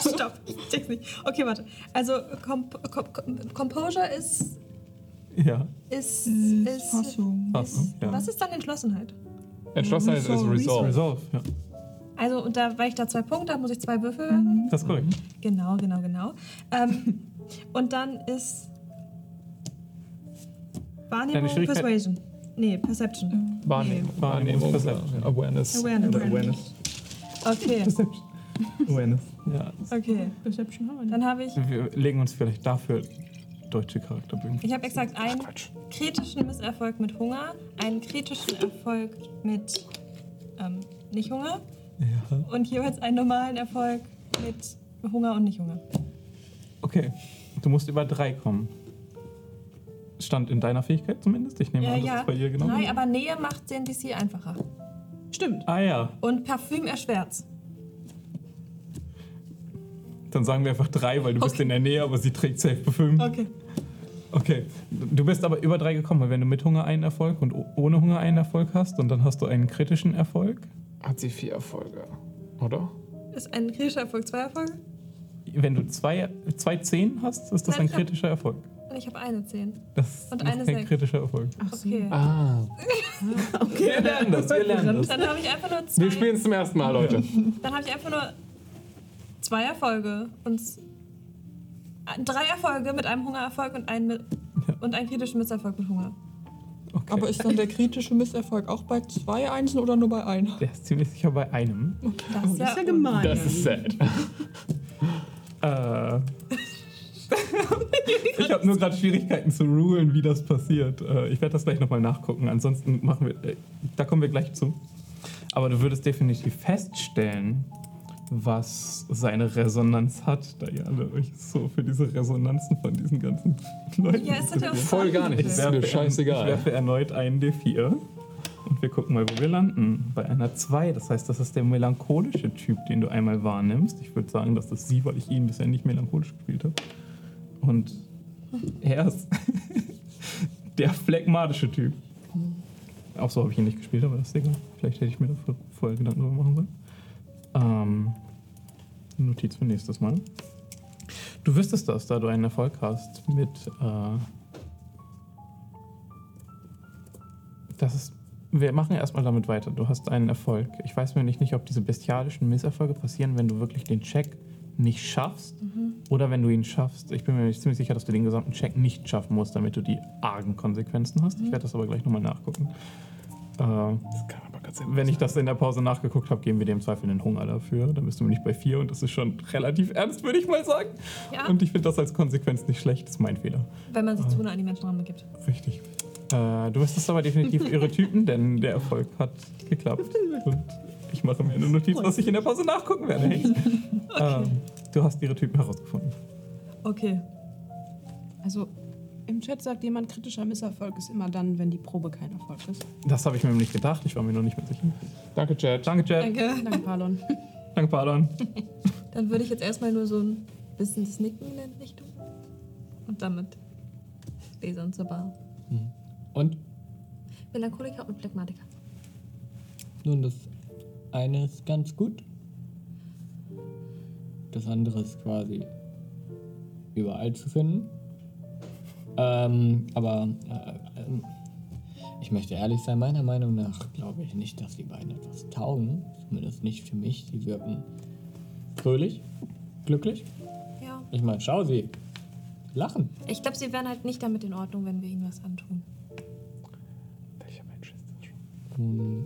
Stopp, ich check's nicht. Okay, warte. Also Comp Com Com Composure ist, Ja. ist, ist, Fassung. Fassung, ja. Was ist dann Entschlossenheit? Entschlossenheit ist Resolve. Resolve, ja. Also, und da, weil ich da zwei Punkte habe, muss ich zwei Würfel Das ist korrekt. Genau, genau, genau. Ähm, und dann ist Wahrnehmung, Deine Schwierigkeit- Persuasion. Nee, Perception. Mhm. Wahrnehmung, Wahrnehmung, Perception. Awareness. Awareness. Awareness. Okay, Awareness. Ja. also okay. Perception haben wir nicht. Dann habe ich, Wir legen uns vielleicht dafür deutsche Charakterbücher. ich habe exakt einen kritischen Misserfolg mit Hunger, einen kritischen Erfolg mit ähm, nicht Hunger Ja. und jeweils einen normalen Erfolg mit Hunger und nicht Hunger. Okay. Du musst über drei kommen. Stand in deiner Fähigkeit zumindest. Ich nehme Ja, an, das Äh, ja. ist bei ihr genau. Drei, aber Nähe macht den DC einfacher. Stimmt. Ah ja. Und Parfüm erschwert's. Dann sagen wir einfach drei, weil du bist in der Nähe, aber sie trägt safe befüllen. Okay. Okay. Du bist aber über drei gekommen, weil wenn du mit Hunger einen Erfolg und o- ohne Hunger einen Erfolg hast und dann hast du einen kritischen Erfolg. Hat sie vier Erfolge, oder? Ist ein kritischer Erfolg zwei Erfolge? Wenn du zwei, zwei Zehn hast, ist das Nein, ein ich hab- kritischer Erfolg. Und ich habe eine Zehn. Das Und ist eine kein Sechs. kritischer Erfolg. Okay. Ah. Wir lernen das, wir lernen das. Dann habe ich einfach nur Wir zwei. spielen es zum ersten Mal, Leute. Dann habe ich einfach nur zwei Erfolge und s- äh, drei Erfolge mit einem Hungererfolg und einem mit und einen kritischen Misserfolg mit Hunger. Okay. Aber ist dann der kritische Misserfolg auch bei zwei Einsen oder nur bei einer? der ist ziemlich sicher bei einem. Das ist Das ist ja ja gemein. Das ist sad. Äh. ich habe nur gerade Schwierigkeiten zu rulen, wie das passiert. Äh, ich werde das gleich nochmal nachgucken. Ansonsten machen wir. Äh, da kommen wir gleich zu. Aber du würdest definitiv feststellen, was seine Resonanz hat, da ihr alle euch so für diese Resonanzen von diesen ganzen Leuten. Ja, es sind ja auch Voll gar nicht. Ich Ist mir werfe, scheißegal. ich werfe erneut einen D4. Und wir gucken mal, wo wir landen. Bei einer 2. Das heißt, das ist der melancholische Typ, den du einmal wahrnimmst. Ich würde sagen, das ist sie, weil ich ihn bisher nicht melancholisch gespielt habe. Und er ist der phlegmatische Typ. Auch so habe ich ihn nicht gespielt, aber das ist egal. Vielleicht hätte ich mir da vor- vorher Gedanken drüber machen sollen. Ähm, Notiz für nächstes Mal. Du wüsstest das, da du einen Erfolg hast mit. Äh, das ist. Wir machen erstmal damit weiter. Du hast einen Erfolg. Ich weiß mir nicht, nicht, ob diese bestialischen Misserfolge passieren, wenn du wirklich den Check nicht schaffst oder wenn du ihn schaffst. Ich bin mir ziemlich sicher, dass du den gesamten Check nicht schaffen musst, damit du die argen Konsequenzen hast. Ich werde das aber gleich nochmal nachgucken. Äh, Das kann aber ganz wenn ich das in der Pause nachgeguckt habe, geben wir dir im Zweifel den Hunger dafür. Dann bist du nämlich bei vier und das ist schon relativ ernst, würde ich mal sagen. Ja. Und ich finde das als Konsequenz nicht schlecht. Das ist mein Fehler. Wenn man sich zu nah an die Menschen ranbegibt. Richtig. Äh, du bist aber definitiv irre Typen, denn der Erfolg hat geklappt. Und ich mache mir eine Notiz, was ich in der Pause nachgucken werde. Hey. Ähm, du hast ihre Typen herausgefunden. Okay. Also im Chat sagt jemand, kritischer Misserfolg ist immer dann, wenn die Probe kein Erfolg ist. Das habe ich mir nämlich gedacht. Ich war mir noch nicht mehr sicher. Danke, Chad. Danke, Jet. Danke, Danke. Danke, Palon. Pardon. Dann würde ich jetzt erstmal nur so ein bisschen das Nicken in der Richtung. Und damit Lesern zur Bar. Und Melancholiker und Phlegmatiker. nun, das eine ist ganz gut. Das andere ist quasi überall zu finden. Ähm, aber äh, ähm, ich möchte ehrlich sein, meiner Meinung nach glaube ich nicht, dass die beiden etwas taugen. Zumindest nicht für mich. Die wirken fröhlich, glücklich. Ja. Ich meine, schau sie. Lachen. Ich glaube, sie wären halt nicht damit in Ordnung, wenn wir ihnen was antun. Welcher Mensch ist das schon? Nun,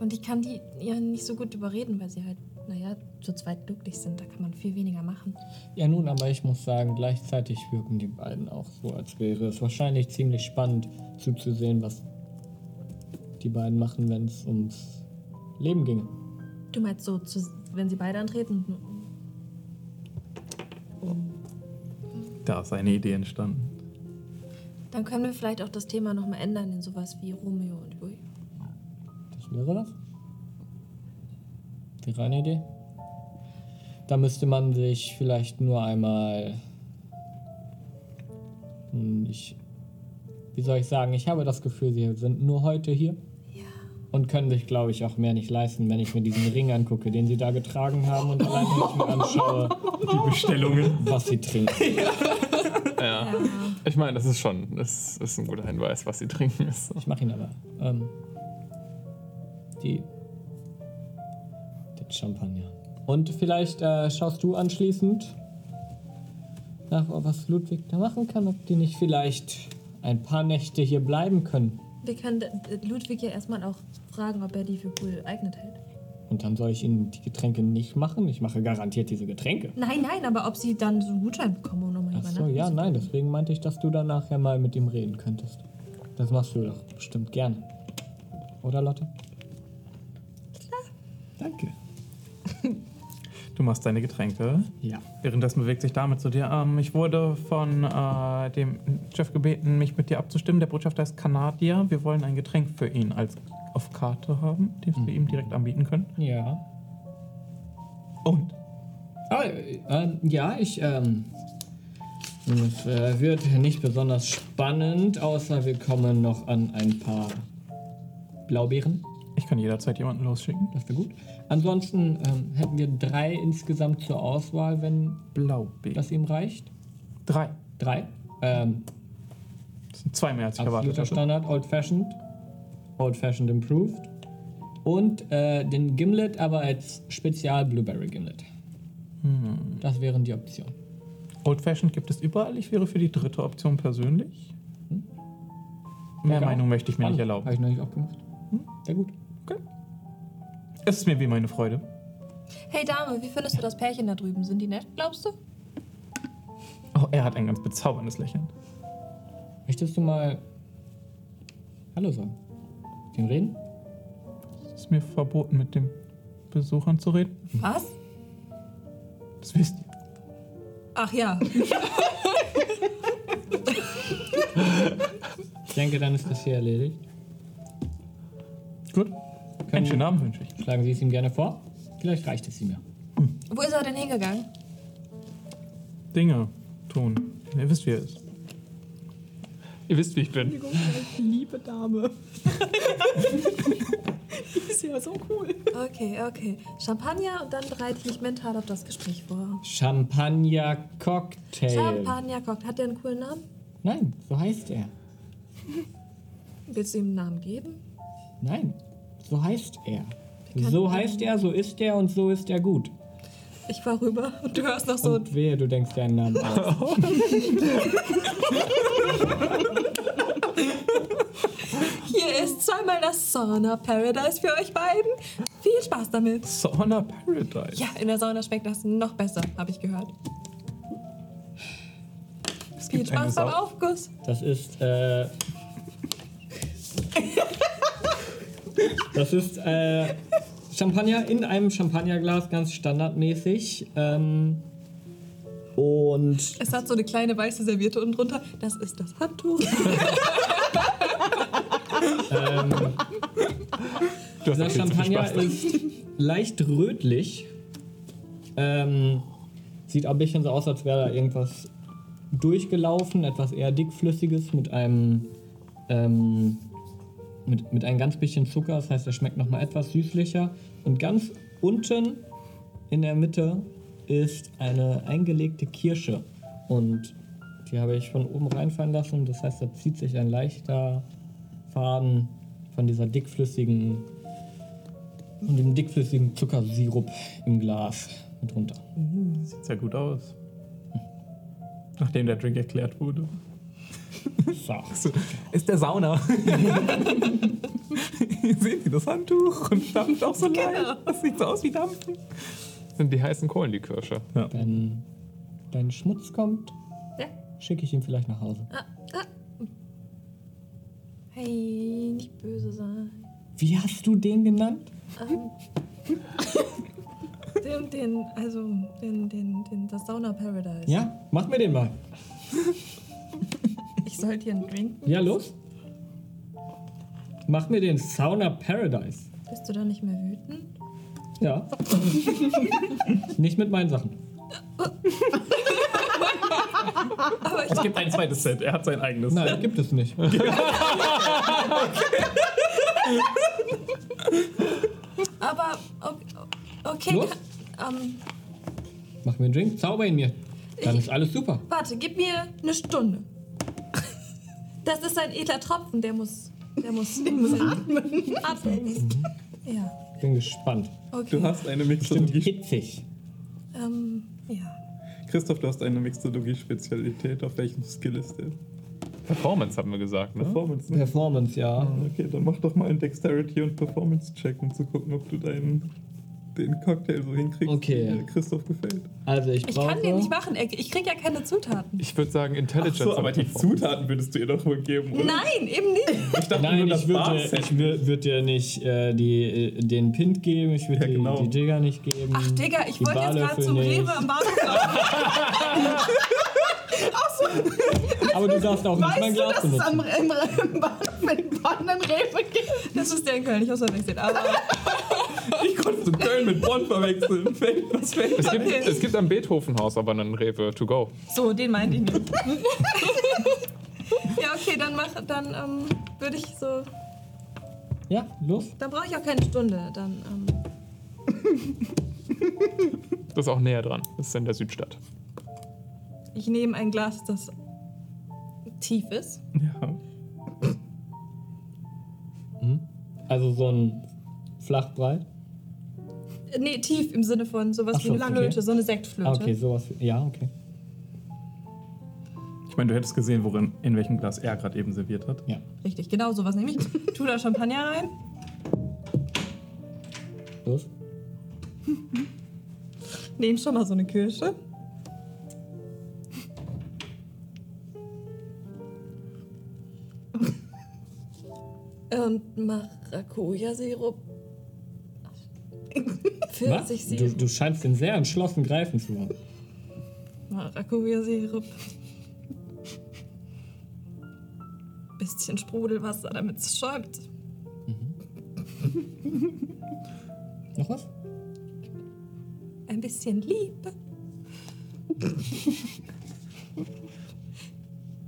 Und ich kann die ja nicht so gut überreden, weil sie halt, naja, zu zweit glücklich sind. Da kann man viel weniger machen. Ja, nun, aber ich muss sagen, gleichzeitig wirken die beiden auch so, als wäre es wahrscheinlich ziemlich spannend zuzusehen, was die beiden machen, wenn es ums Leben ginge. Du meinst so, zu, wenn sie beide antreten? Da ist eine Idee entstanden. Dann können wir vielleicht auch das Thema nochmal ändern in sowas wie Romeo und Julia. Das wäre was? Wäre eine Idee? Da müsste man sich vielleicht nur einmal. Hm, Ich. Wie soll ich sagen? Ich habe das Gefühl, sie sind nur heute hier. Und können sich, glaube ich, auch mehr nicht leisten, wenn ich mir diesen Ring angucke, den sie da getragen haben und allein wenn ich mir anschaue, Die Bestellungen. was sie trinken. Ja. Ich meine, das ist schon, das ist ein guter Hinweis, was sie trinken ist. Ich mache ihn aber. Ähm, die. Den Champagner. Und vielleicht äh, schaust du anschließend nach, ob was Ludwig da machen kann, ob die nicht vielleicht ein paar Nächte hier bleiben können. Wir können äh, Ludwig ja erstmal auch fragen, ob er die für geeignet hält. Und dann soll ich ihnen die Getränke nicht machen. Ich mache garantiert diese Getränke. Nein, nein, aber ob sie dann so einen Gutschein bekommen, um nochmal Ach so, ja, nein, deswegen meinte ich, dass du dann nachher mal mit ihm reden könntest. Das machst du doch bestimmt gerne. Oder, Lotte? Danke. Du machst deine Getränke. Ja. Währenddessen bewegt sich damit zu dir. Ähm, ich wurde von äh, dem Chef gebeten, mich mit dir abzustimmen. Der Botschafter ist Kanadier. Wir wollen ein Getränk für ihn als auf Karte haben, das wir ihm direkt anbieten können. Ja. Und Ah, äh, ähm, ja, ich. Ähm, es äh, wird nicht besonders spannend, außer wir kommen noch an ein paar Blaubeeren. ich kann jederzeit jemanden losschicken. Das wäre gut. Ansonsten ähm, hätten wir drei insgesamt zur Auswahl, wenn Blaubeeren. das ihm reicht. Drei. Drei. Ähm, Das sind zwei mehr, als ich erwartet absoluter hatte. Standard, Old Fashioned. Old Fashioned Improved. Und äh, den Gimlet, aber als Spezial Blueberry Gimlet. Das wären die Optionen. Old Fashioned gibt es überall. Ich wäre für die dritte Option persönlich. Mehr Hm? Egal. Meinung möchte ich mir nicht Spannend. erlauben. Habe ich noch nicht aufgemacht. Hm? Sehr gut. Es ist mir wie meine Freude. Hey Dame, wie findest du das Pärchen da drüben? Sind die nett, glaubst du? Oh, er hat ein ganz bezauberndes Lächeln. Möchtest du mal Hallo sagen? Mit ihm reden? Es ist mir verboten, mit den Besuchern zu reden. Was? Das wisst ihr. Ach ja. Ich denke, dann ist das hier erledigt. Gut. Einen schönen Abend wünsche ich. Schlagen Sie es ihm gerne vor. Vielleicht reicht es ihm ja. Wo ist er denn hingegangen? Dinge tun. Ihr wisst, wie er ist. Ihr wisst, wie ich bin. Liebe Dame. Die ist ja so cool. Okay, okay. Champagner und dann bereite ich mich mental auf das Gespräch vor. Champagner-Cocktail. Champagner Cocktail. Hat der einen coolen Namen? Nein, so heißt er. Willst du ihm einen Namen geben? Nein, so heißt er. kann So man- heißt er, so ist er und so ist er gut. Ich fahr rüber und du hörst noch so. ein- Und wehe, du denkst deinen Namen aus. Hier ist zweimal das Sauna Paradise für euch beiden. Viel Spaß damit. Sauna Paradise. Ja, in der Sauna schmeckt das noch besser, habe ich gehört. Viel eine Spaß beim Sau- Aufguss. Das ist, äh. Das ist, äh. Champagner in einem Champagnerglas, ganz standardmäßig. Ähm, und Es hat so eine kleine weiße Serviette unten drunter. Das ist das Handtuch. dieser Champagner ist leicht rötlich. Ähm, sieht auch ein bisschen so aus, als wäre da irgendwas durchgelaufen, etwas eher dickflüssiges mit einem ähm, mit, mit ein ganz bisschen Zucker. Das heißt, er schmeckt nochmal etwas süßlicher. Und ganz unten in der Mitte ist eine eingelegte Kirsche. Und die habe ich von oben reinfallen lassen. Das heißt, da zieht sich ein leichter Faden von dieser dickflüssigen und dem dickflüssigen Zuckersirup im Glas mit runter. Sieht sehr gut aus. Nachdem der Drink erklärt wurde. So. Ist der Sauna. Hier sehen Sie das Handtuch und dampft auch so leicht. Das sieht so aus wie Dampfen. Sind die heißen Kohlen, die Kirsche. Wenn dein Schmutz kommt, schicke ich ihn vielleicht nach Hause. Ah, Hey, nicht böse sein. Wie hast du den genannt? Ähm, den, den, also, den, den, den, das Sauna Paradise. Ja, mach mir den mal. Ich sollte hier einen Drink. Ja, los. Mach mir den Sauna Paradise. Bist du da nicht mehr wütend? Ja. Nicht mit meinen Sachen. Es gibt ein zweites Set, er hat sein eigenes. Nein, gibt es nicht. Aber, okay. okay Los. ähm, Mach mir einen Drink, zauber ihn mir. Dann ist alles super. warte, gib mir eine Stunde. Das ist ein edler Tropfen, der muss, der muss, der muss atmen. Mhm. atmen. Ja, Bin gespannt. okay. Du hast eine Stimmt, Mixologie. hitzig. Ähm, ja. Christoph, du hast eine Mixologie-Spezialität. Auf welchem Skill ist der? Performance haben wir gesagt, ne? Performance, ne? Performance, ja. Okay, dann mach doch mal einen Dexterity- und Performance-Check, um zu gucken, ob du deinen den Cocktail so hinkriegst, Okay. wie der Christoph gefällt. Also ich Ich brauche... kann den nicht machen, er- ich krieg ja keine Zutaten. Ich würde sagen Intelligence. Zutaten würdest du ihr doch wohl geben, Nein, eben nicht. Ich dachte Nein, nur, das ich würde, Barset. ich wür- würd dir nicht äh, die, äh, den Pint geben, ich würde Ja, genau. die, die Digger nicht geben. Ach, Digga, ich die wollte jetzt gerade Barlöffel zum nicht. Rewe am Bahnhof laufen. Aber du darfst auch nicht mein Weißt du, Glas dass es am benutzen. im, im Bahnhof mit Bonn einen Rewe gibt? Das ist der in Köln, ich hab's verwechselt. Aber Ich konnte Köln mit Bonn verwechseln. Fällt das fällt. Es gibt, es gibt am Beethovenhaus aber einen Rewe to go. so, den meinte ich nicht. ja, okay, dann mach, dann ähm, würde ich so, Ja, los. dann brauche ich auch keine Stunde. Dann, ähm, Das ist auch näher dran. Das ist in der Südstadt. ich nehme ein Glas, das tief ist. Ja. Also so ein Flachbrei. Äh, Nee, tief im Sinne von sowas Ach wie so, eine okay. Flöte, so eine Ah, Sektflöte. okay, sowas. Ja, okay. Ich meine, du hättest gesehen, worin, in welchem Glas er gerade eben serviert hat. Ja. Richtig, genau sowas nehme ich. Tu da Champagner rein. Los. Nehm schon mal so eine Kirsche. Und Maracuja-Sirup. Was? Du, 40-Sirup. du scheinst den sehr entschlossen greifen zu wollen. Maracuja-Sirup. Bisschen Sprudelwasser, damit es schäumt. Noch was? Ein bisschen Liebe.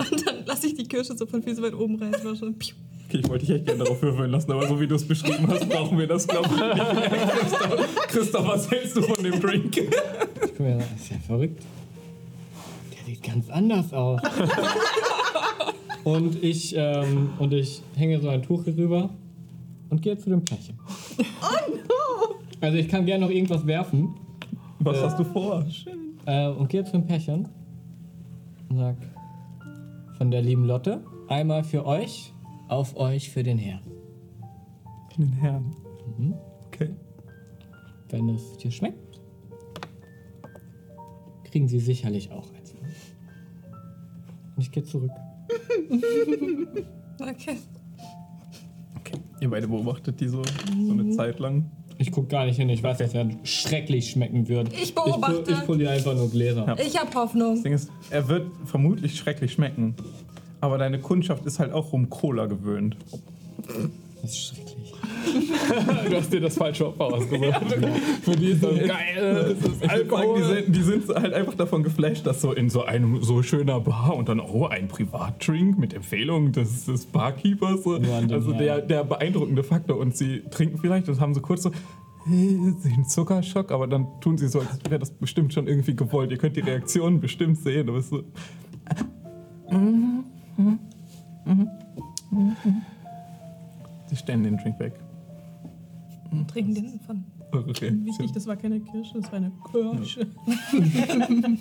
Und dann lasse ich die Kirsche so von viel so weit oben reißen. war schon. piu. Okay, ich wollte dich echt gerne darauf verwöhnen lassen, aber so wie du es beschrieben hast, brauchen wir das, glaube ich, nicht mehr. Christoph, Christoph, was hältst du von dem Drink? Ich guck mir, das ist ja verrückt. Der sieht ganz anders aus. und, ich, ähm, und ich hänge so ein Tuch hier rüber und gehe zu dem Pärchen. Oh no! Also ich kann gerne noch irgendwas werfen Was hast du vor? äh, und gehe zu dem Pärchen und sag von der lieben Lotte, einmal für euch, auf euch für den Herrn. Den Herrn. Mhm. Okay. Wenn es dir schmeckt, kriegen sie sicherlich auch eins. Und ich gehe zurück. Okay. okay. Ihr beide beobachtet die so, so eine Zeit lang. Ich guck gar nicht hin, ich weiß, dass er schrecklich schmecken wird. Ich beobachte. Ich, pu- ich poliere einfach nur Gläser. Ich habe Hoffnung. Das Ding ist, er wird vermutlich schrecklich schmecken. Aber deine Kundschaft ist halt auch rum Cola gewöhnt. Das ist schrecklich. Du hast dir das falsche Opfer ausgesucht. Für die ist das geil. Das Äh, ist Die Alkohol. sind, die sind halt einfach davon geflasht, dass so in so einem so schöner Bar und dann, oh, ein Privatdrink mit Empfehlung des, des Barkeepers. So. Nur an den Also der, Herrn. der beeindruckende Faktor. Und sie trinken vielleicht und haben so kurz so äh, den Zuckerschock, aber dann tun sie so, als wäre das bestimmt schon irgendwie gewollt. Ihr könnt die Reaktionen bestimmt sehen. Aber es ist so, sie stellen den Drink weg. Trinken den von. Eure Reaktion. Wichtig, das war keine Kirsche, das war eine Kirsche.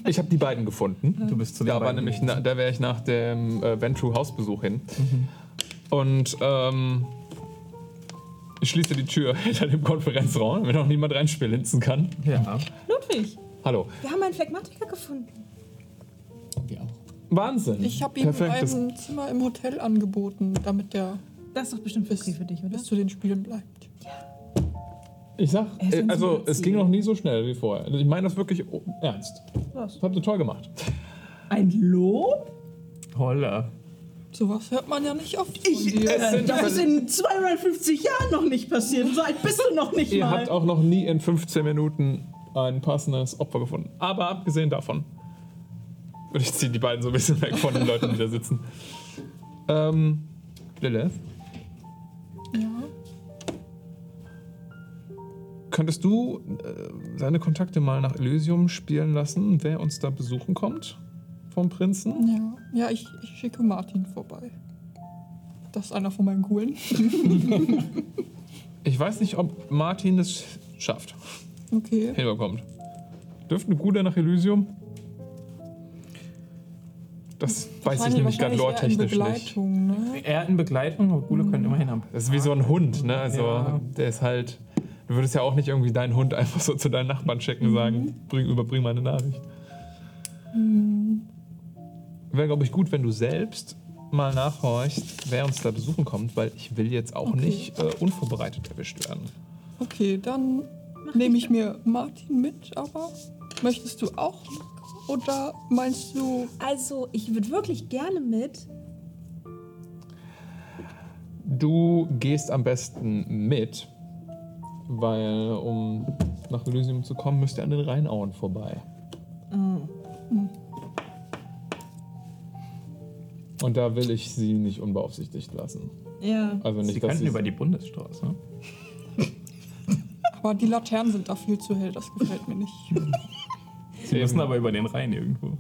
Ich habe die beiden gefunden. Du bist zu den Da war beiden nämlich, gegangen. na, da wäre ich nach dem äh, Ventru Hausbesuch hin. Und ähm, ich schließe die Tür hinter dem Konferenzraum, damit auch niemand reinspilzen kann. Ja. Ludwig, Hallo. wir haben einen Phlegmatiker gefunden. Wir auch. Wahnsinn. Ich habe ihm Perfektes- ein Zimmer im Hotel angeboten, damit er Das ist doch bestimmt bis, okay für dich, oder? bis zu den Spielen bleibt. Ich sag, Er ist äh, ein also es Superziel. ging noch nie so schnell wie vorher. Ich meine das wirklich oh, ernst. Das habt ihr toll gemacht. Ein Lob? Holla. Sowas hört man ja nicht oft von Ich, dir. äh, das ist in 250 Jahren noch nicht passiert. So alt bist du noch nicht Ihr mal. habt auch noch nie in 15 Minuten ein passendes Opfer gefunden. Aber abgesehen davon, und ich ziehe die beiden so ein bisschen weg von den Leuten, die da sitzen. Ähm, Lilith, ja. könntest du äh, seine Kontakte mal nach Elysium spielen lassen, wer uns da besuchen kommt vom Prinzen? Ja, ja ich, ich schicke Martin vorbei. Das ist einer von meinen Coolen. Ich weiß nicht, ob Martin es schafft, Okay. hinüberkommt. Dürften Bruder nach Elysium? Das weiß ich nämlich gerade lore-technisch Wahrscheinlich eher in nicht. Begleitung, ne? Er in Begleitung, aber Gule können immerhin am Das ist wie so ein Hund, ne? Also, Ja. der ist halt. Du würdest ja auch nicht irgendwie deinen Hund einfach so zu deinen Nachbarn schicken und Mhm. sagen, bring, überbring mal eine Nachricht. Mhm. Wäre, glaube ich, gut, wenn du selbst mal nachhorchst, wer uns da besuchen kommt, weil ich will jetzt auch nicht äh, unvorbereitet erwischt werden. Okay, dann nehme ich mir Martin mit, aber möchtest du auch? Oder meinst du, Also, ich würde wirklich gerne mit. Du gehst am besten mit, weil um nach Elysium zu kommen, müsst ihr an den Rheinauen vorbei. Mm, Und da will ich sie nicht unbeaufsichtigt lassen. Ja. Also nicht, Sie dass könnten sie- über die Bundesstraße. aber die Laternen sind da viel zu hell, das gefällt mir nicht. Sie müssen aber über den Rhein irgendwo.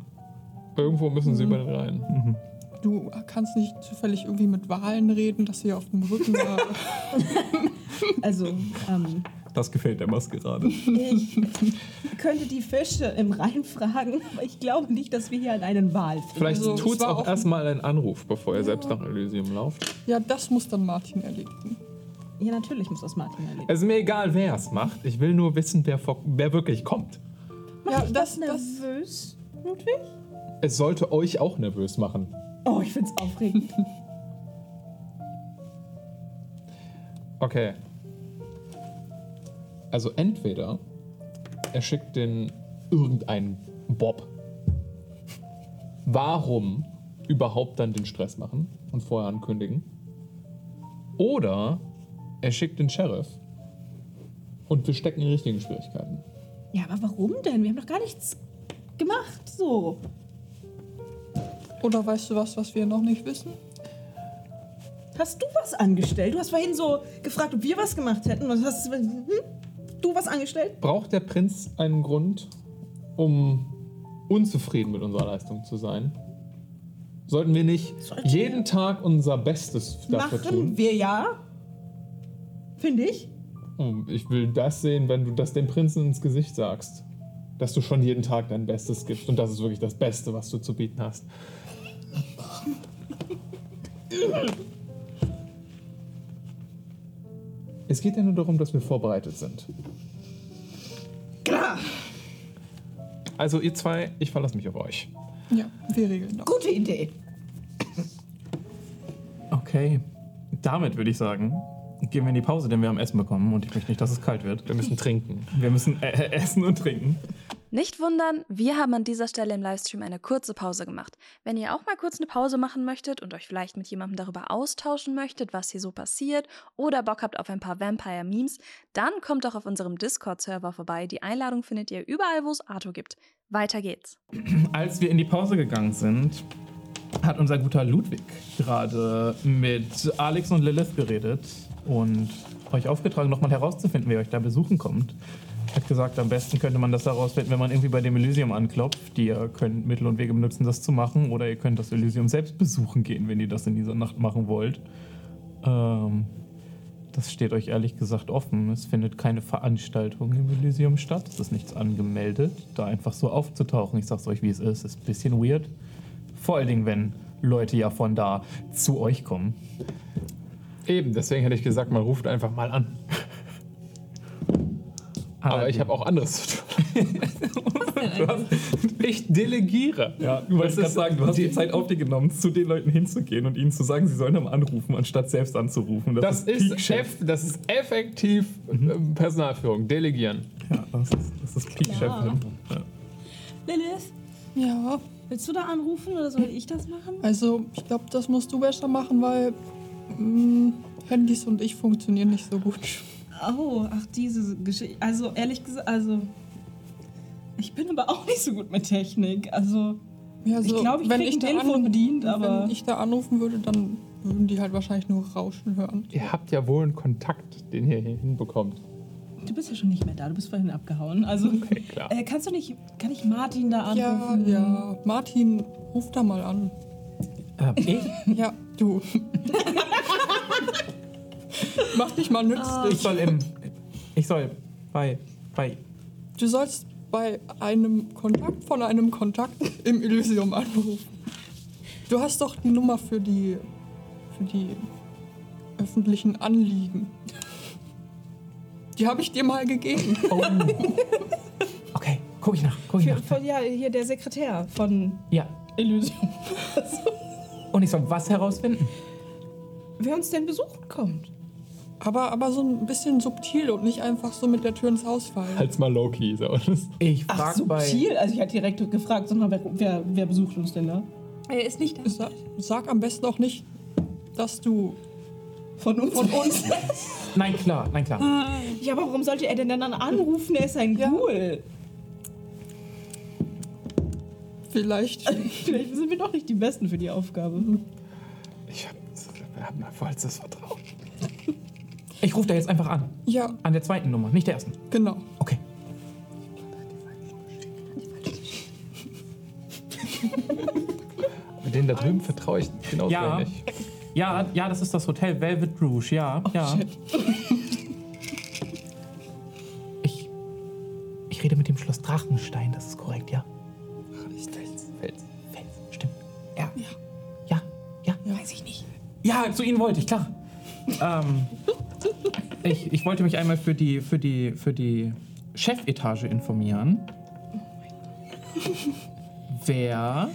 Irgendwo müssen sie Mm. über den Mm. Rhein. Du kannst nicht zufällig irgendwie mit Wahlen reden, dass sie auf dem Rücken haben. Also, ähm, Das gefällt der Maskerade. ich könnte die Fische im Rhein fragen, aber ich glaube nicht, dass wir hier an einen Wal finden. Vielleicht Also, es tut's war auch auch- erstmal einen Anruf, bevor ihr selbst nach Elysium lauft. Ja, das muss dann Martin erledigen. Ja, natürlich muss das Martin erleben. Es ist mir egal, wer es macht. Ich will nur wissen, wer, vor, wer wirklich kommt. Ja, Macht dich das, das, nervös, Ludwig? Es sollte euch auch nervös machen. Oh, ich find's aufregend. Okay. Also entweder er schickt den irgendeinen Bob. Warum überhaupt dann den Stress machen und vorher ankündigen? Oder er schickt den Sheriff und wir stecken in richtigen Schwierigkeiten. Ja, aber warum denn? Wir haben doch gar nichts gemacht, so. oder weißt du was, was wir noch nicht wissen? Hast du was angestellt? Du hast vorhin so gefragt, ob wir was gemacht hätten. Und hast hm? du was angestellt? Braucht der Prinz einen Grund, um unzufrieden mit unserer Leistung zu sein? Sollten wir nicht Sollten jeden Tag unser Bestes dafür Machen tun? wir ja. Finde ich. Oh, Ich will das sehen, wenn du das dem Prinzen ins Gesicht sagst. Dass du schon jeden Tag dein Bestes gibst und das ist wirklich das Beste, was du zu bieten hast. Es geht ja nur darum, dass wir vorbereitet sind. Klar. Also ihr zwei, ich verlasse mich auf euch. Ja, wir regeln das. Gute Idee. Okay. Damit würde ich sagen, gehen wir in die Pause, denn wir haben Essen bekommen und ich möchte nicht, dass es kalt wird. Wir müssen trinken. Wir müssen ä- ä- essen und trinken. Nicht wundern, wir haben an dieser Stelle im Livestream eine kurze Pause gemacht. Wenn ihr auch mal kurz eine Pause machen möchtet und euch vielleicht mit jemandem darüber austauschen möchtet, was hier so passiert oder Bock habt auf ein paar Vampire-Memes, dann kommt doch auf unserem Discord-Server vorbei. Die Einladung findet ihr überall, wo es Arto gibt. Weiter geht's. Als wir in die Pause gegangen sind, hat unser guter Ludwig gerade mit Alex und Lilith geredet und euch aufgetragen, nochmal herauszufinden, wer euch da besuchen kommt. Hat gesagt, am besten könnte man das herausfinden, wenn man irgendwie bei dem Elysium anklopft. Die ihr könnt Mittel und Wege benutzen, das zu machen. Oder ihr könnt das Elysium selbst besuchen gehen, wenn ihr das in dieser Nacht machen wollt. Ähm, das steht euch ehrlich gesagt offen. Es findet keine Veranstaltung im Elysium statt. Es ist nichts angemeldet. Da einfach so aufzutauchen, ich sag's euch, wie es ist, ist ein bisschen weird. Vor allen Dingen, wenn Leute ja von da zu euch kommen. Eben, deswegen hätte ich gesagt, man ruft einfach mal an. Ah, Aber ich habe auch anderes zu tun. Ich delegiere. Ja, du wolltest gerade sagen, du hast die Zeit auf dir genommen, zu den Leuten hinzugehen und ihnen zu sagen, sie sollen am anrufen, anstatt selbst anzurufen. Das ist, Peak-Chef. eff, das ist effektiv ähm, Personalführung, delegieren. Ja, das ist, das ist Peak-Chef. ne? Ja. Lilith, Ja, willst du da anrufen oder soll ich das machen? also ich glaube, das musst du besser machen, weil mh, Handys und ich funktionieren nicht so gut. Oh, ach, diese Geschichte. Also, ehrlich gesagt, also. Ich bin aber auch nicht so gut mit Technik. Also, Ja, Ich glaub, ich wenn krieg ich ein da Telefon anru- bedient, aber- Wenn ich da anrufen würde, dann würden die halt wahrscheinlich nur Rauschen hören. Ihr habt ja wohl einen Kontakt, den ihr hier hinbekommt. du bist ja schon nicht mehr da. Du bist vorhin abgehauen. Also, Okay, klar. äh, kannst du nicht. Kann ich Martin da Ja, anrufen? ja. Martin, ruf da mal an. ich? Ja, du. Mach dich mal Ich nützlich. soll im. Ich soll bei. bei. Du sollst bei einem Kontakt von einem Kontakt im Elysium anrufen. Du hast doch die Nummer für die, für die öffentlichen Anliegen. Die habe ich dir mal gegeben. Okay, guck ich nach, guck ich Für, nach. von, ja, hier der Sekretär von Ja. Illusion. Und ich soll was herausfinden? Wer uns denn besuchen kommt. Aber, aber so ein bisschen subtil und nicht einfach so mit der Tür ins Haus fallen. Halt's mal low-key, so. Das- Ich frag bei. Also, ich hatte direkt gefragt, sondern wer, wer, wer besucht uns denn da? Er ist nicht da. Sa sag am besten auch nicht, dass du Von uns? Von uns? Nein, klar, nein, klar. ja, aber warum sollte er denn dann anrufen? Er ist ein Ghoul. vielleicht. Vielleicht sind wir doch nicht die Besten für die Aufgabe. Ich hab, wir haben ein vollstes Vertrauen. Ich rufe da jetzt einfach an. Ja, An der zweiten Nummer, nicht der ersten. genau. Okay. Mit denen da drüben vertraue ich genauso Ja. wenig. Ja, ja, das ist das Hotel Velvet Rouge, ja, ja. ich, ich rede mit dem Schloss Drachenstein, das ist korrekt, ja. Fels. Fels, stimmt. Ja. Ja, ja. Weiß ich nicht. Ja, zu Ihnen wollte ich, klar. ähm, ich, ich wollte mich einmal für die, für die, für die Chefetage informieren. Wer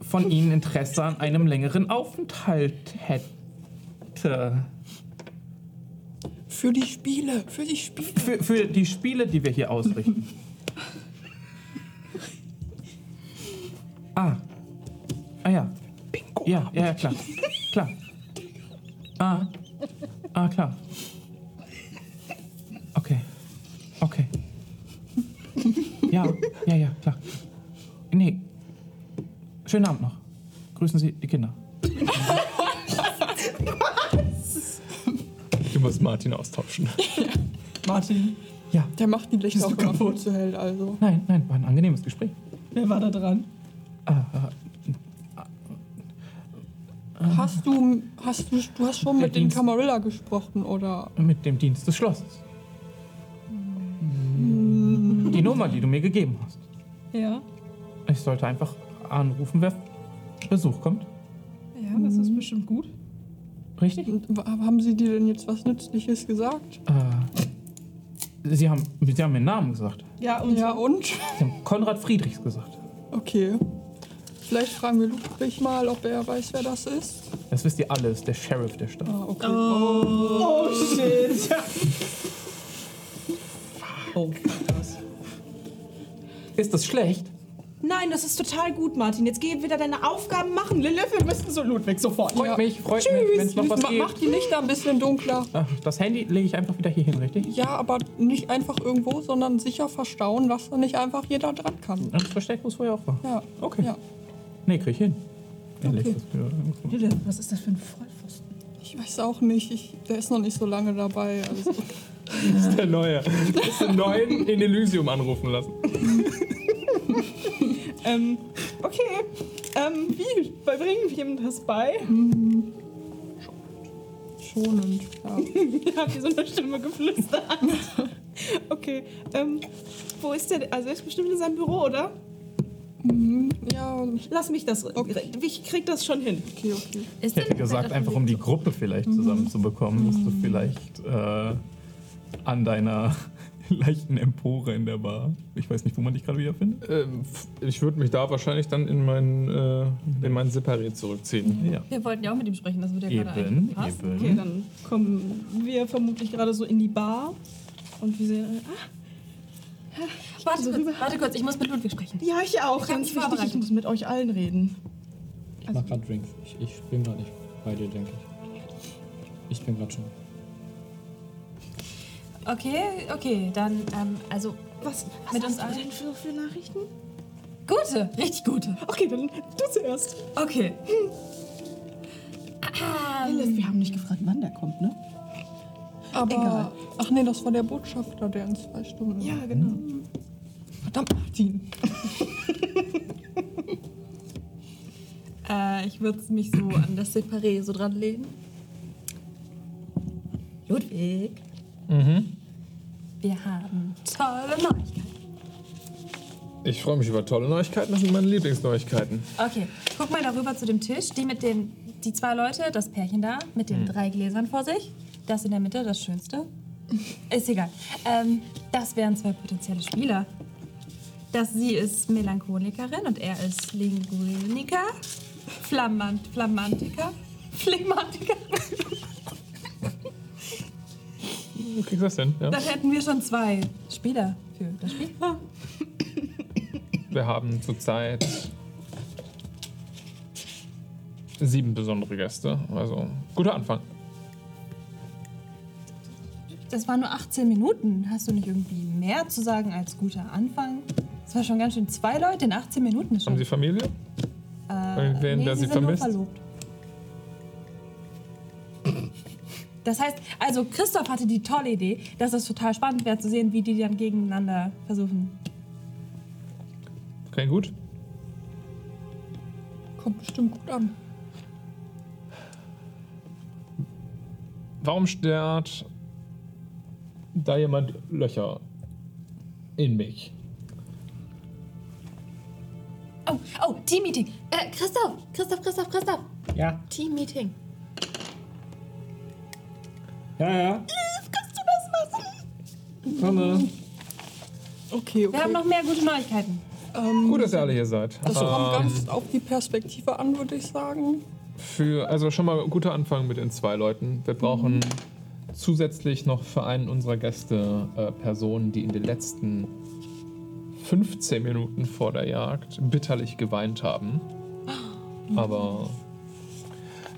von Ihnen Interesse an einem längeren Aufenthalt hätte? Für die Spiele, für die Spiele. Für, für die Spiele, die wir hier ausrichten. ah. Ah ja. Bingo. Ja, ja, ja, klar. Klar. Ah. Ah, klar. Okay. Okay. Ja, ja, ja, klar. Nee. Schönen Abend noch. Grüßen Sie die Kinder. übers Martin austauschen. Martin, Ja, Der macht die Lichter Bist auch du immer kaputt? viel zu hell, also. nein, nein, war ein angenehmes Gespräch. wer war da dran? Hast du, hast du, du hast schon Der mit den Dienst- Camarilla gesprochen, oder? Mit dem Dienst des Schlosses. Die Nummer, die du mir gegeben hast. Ja. Ich sollte einfach anrufen, wer Besuch kommt. Ja, das ist bestimmt gut. Richtig? Und wa- Haben sie dir denn jetzt was Nützliches gesagt? Äh, sie, haben, sie haben mir Namen gesagt. Ja, und Ja, und? Sie haben Konrad Friedrichs gesagt. Okay. Vielleicht fragen wir Ludwig mal, ob er weiß, wer das ist. Das wisst ihr alles, der Sheriff der Stadt. Ah, okay. Oh shit! Oh, fuck das. Ist das schlecht? Nein, das ist total gut, Martin. Jetzt geh wieder deine Aufgaben machen. Lilith, wir müssen so Ludwig sofort. Freut Ja. mich, freut mich, wenn es noch was Ma gibt. mach die Lichter ein bisschen dunkler. Ah, Das Handy lege ich einfach wieder hier hin, richtig? Ja, aber nicht einfach irgendwo, sondern sicher verstauen, dass da nicht einfach jeder dran kann. Das Versteck, wo es vorher auch war. Ja. Okay. Ja. Nee, krieg ich hin. Dann leg ich Okay. das wieder irgendwo. Lille, was ist das für ein Vollpfosten? Ich weiß auch nicht. Ich, der ist noch nicht so lange dabei. Also. Der Neue. Hast den Neuen in Elysium anrufen lassen. Ähm, okay. Ähm, wie? Bei- Bringen wir ihm das bei? Schonend. Ja. Habt ihr so eine Stimme geflüstert? okay. Ähm, wo ist der? Also, er ist bestimmt in seinem Büro, oder? ja, Lass mich das. Ich krieg das schon hin. okay, okay. Ist Ich hätte gesagt, einfach um die Gruppe vielleicht zusammenzubekommen, dass du vielleicht äh, an deiner leichten Empore in der Bar, ich weiß nicht, wo man dich gerade wiederfindet. Ähm, f- ich würde mich da wahrscheinlich dann in mein, äh, in mein Separé zurückziehen. Ja. Wir wollten ja auch mit ihm sprechen, das wird ja gerade Eben, eigentlich passen. eben. Okay, dann kommen wir vermutlich gerade so in die Bar und wir sehen. Ah, Warte, kurz, warte kurz, ich muss mit Ludwig sprechen. ja, ich auch. Ich hab mich ganz wichtig. vorbereitet. Ich muss mit euch allen reden. Ich Also- mach gerade Drinks. Ich, ich bin gerade nicht bei dir, denke ich. Ich bin gerade schon. Okay, okay, dann, ähm, also Was, was Mit hast uns du allen? denn für, für Nachrichten? gute, richtig gute. Okay, dann du zuerst. Ähm, Okay. Lilith, wir haben nicht gefragt, wann der kommt, ne? Aber. Ach nee, das war der Botschafter, der in zwei Stunden. Ja, genau. Verdammt, Martin. Äh, ich würde mich so an das Separé so dran lehnen. Ludwig, Mhm. wir haben tolle Neuigkeiten. Ich freue mich über tolle Neuigkeiten. Das sind meine Lieblingsneuigkeiten. Okay, guck mal darüber zu dem Tisch. Die mit den, die zwei Leute, das Pärchen da, mit den drei Gläsern vor sich. Das in der Mitte, das Schönste. Ist egal. Ähm, das wären zwei potenzielle Spieler. Das sie ist Melancholikerin und er ist Linguiniker. Flammant, Flammantiker. Phlegmatiker. Du kriegst das hin. Ja. Da hätten wir schon zwei Spieler für das Spiel. Wir haben zurzeit sieben besondere Gäste. Also guter Anfang. Das waren nur 18 Minuten. Hast du nicht irgendwie mehr zu sagen als guter Anfang? Das war schon ganz schön zwei Leute in 18 Minuten ist schon. Haben Sie Familie? äh, irgendwen, der sie sie sind nur vermisst? verlobt. Das heißt, also Christoph hatte die tolle Idee, dass es total spannend wäre zu sehen, wie die dann gegeneinander versuchen. Klingt gut. Kommt bestimmt gut an. Warum starrt da jemand Löcher in mich? Oh, oh, Team-Meeting. Äh, Christoph, Christoph, Christoph, Christoph. Ja. Team-Meeting. Ja, ja. Kannst du das machen? Komme. Okay, okay. Wir haben noch mehr gute Neuigkeiten. Gut, dass ihr alle hier seid. das kommt Ähm, ganz auf die Perspektive an, würde ich sagen. für, also schon mal guter Anfang mit den zwei Leuten. Wir brauchen zusätzlich noch für einen unserer Gäste äh, Personen, die in den letzten 15 Minuten vor der Jagd bitterlich geweint haben. Aber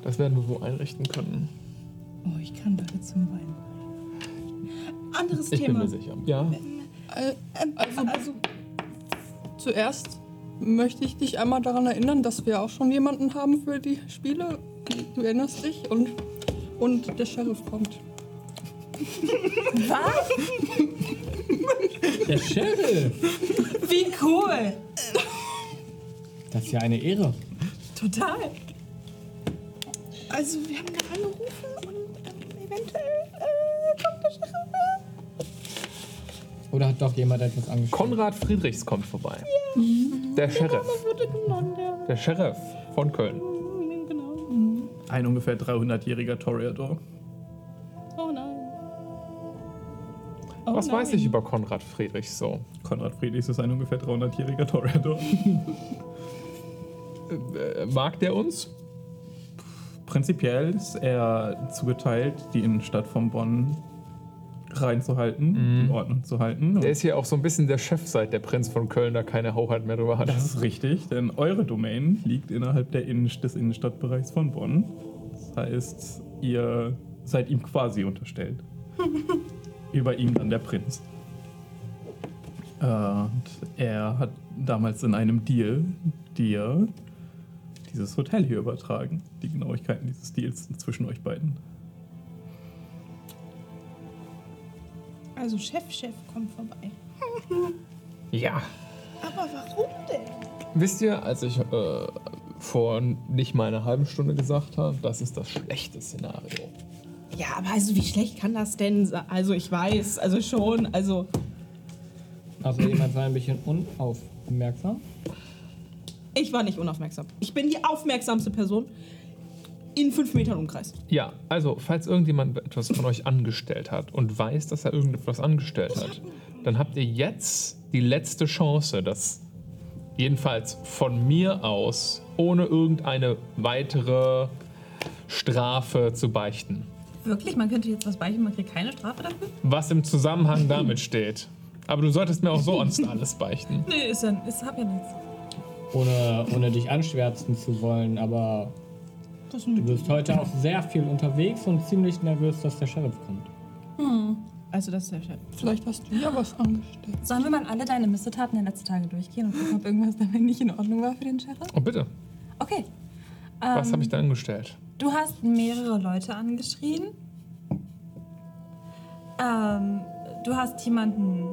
das werden wir wo einrichten können. Oh, ich kann da jetzt zum Weinen. Anderes Ich bin Thema. mir sicher. Ja, Al- Also, zuerst möchte ich dich einmal daran erinnern, dass wir auch schon jemanden haben für die Spiele. Du erinnerst dich und, und der Sheriff kommt. Der Sheriff! Wie cool! Das ist ja eine Ehre. Total. Also, wir haben da angerufen und ähm, eventuell äh, kommt der Sheriff. Oder hat doch jemand etwas angeschaut? Konrad Friedrichs kommt vorbei. Der Sheriff. Der Sheriff von Köln. Ein ungefähr 300-jähriger Toreador. Oh nein. Was weiß ich über Konrad Friedrichs so? Konrad Friedrichs ist ein ungefähr 300-jähriger Toreador. Äh, Mag der uns? Prinzipiell ist er zugeteilt, die Innenstadt von Bonn reinzuhalten, in Ordnung zu halten. Und Der ist hier auch so ein bisschen der Chef, seit der Prinz von Köln da keine Hoheit mehr drüber hat. das ist richtig, denn eure Domain liegt innerhalb der Innen des Innenstadtbereichs von Bonn. Das heißt, ihr seid ihm quasi unterstellt. Über ihm dann der Prinz. Äh, Und er hat damals in einem Deal dir dieses Hotel hier übertragen. Die Genauigkeiten dieses Deals sind zwischen euch beiden. Also, Chef-Chef kommt vorbei. ja. Aber warum denn? Wisst ihr, als ich äh, vor nicht mal einer halben Stunde gesagt habe, das ist das schlechte Szenario. Ja, aber also, wie schlecht kann das denn sein? Also, ich weiß, also schon, also. Also jemand war ein bisschen unaufmerksam. Ich war nicht unaufmerksam. Ich bin die aufmerksamste Person in fünf Metern Umkreis. Ja, also, falls irgendjemand etwas von euch angestellt hat und weiß, dass er irgendetwas angestellt hat, dann habt ihr jetzt die letzte Chance, das jedenfalls von mir aus ohne irgendeine weitere Strafe zu beichten. Wirklich? Man könnte jetzt was beichten, man kriegt keine Strafe dafür? Was im Zusammenhang damit steht. Aber du solltest mir auch sonst alles beichten. Nee, ist ja, ist, hab ja nichts. Ohne, ohne dich anschwärzen zu wollen, aber du bist heute auch sehr viel unterwegs und ziemlich nervös, dass der Sheriff kommt. Also, das ist der Chef. Vielleicht hast du ja was angestellt. Sollen wir mal alle deine Missetaten der letzten Tage durchgehen und gucken, ob irgendwas dabei nicht in Ordnung war für den Sheriff? Oh, bitte, Okay. was Ähm, habe ich da angestellt? Du hast mehrere Leute angeschrien. Ähm, du hast jemanden.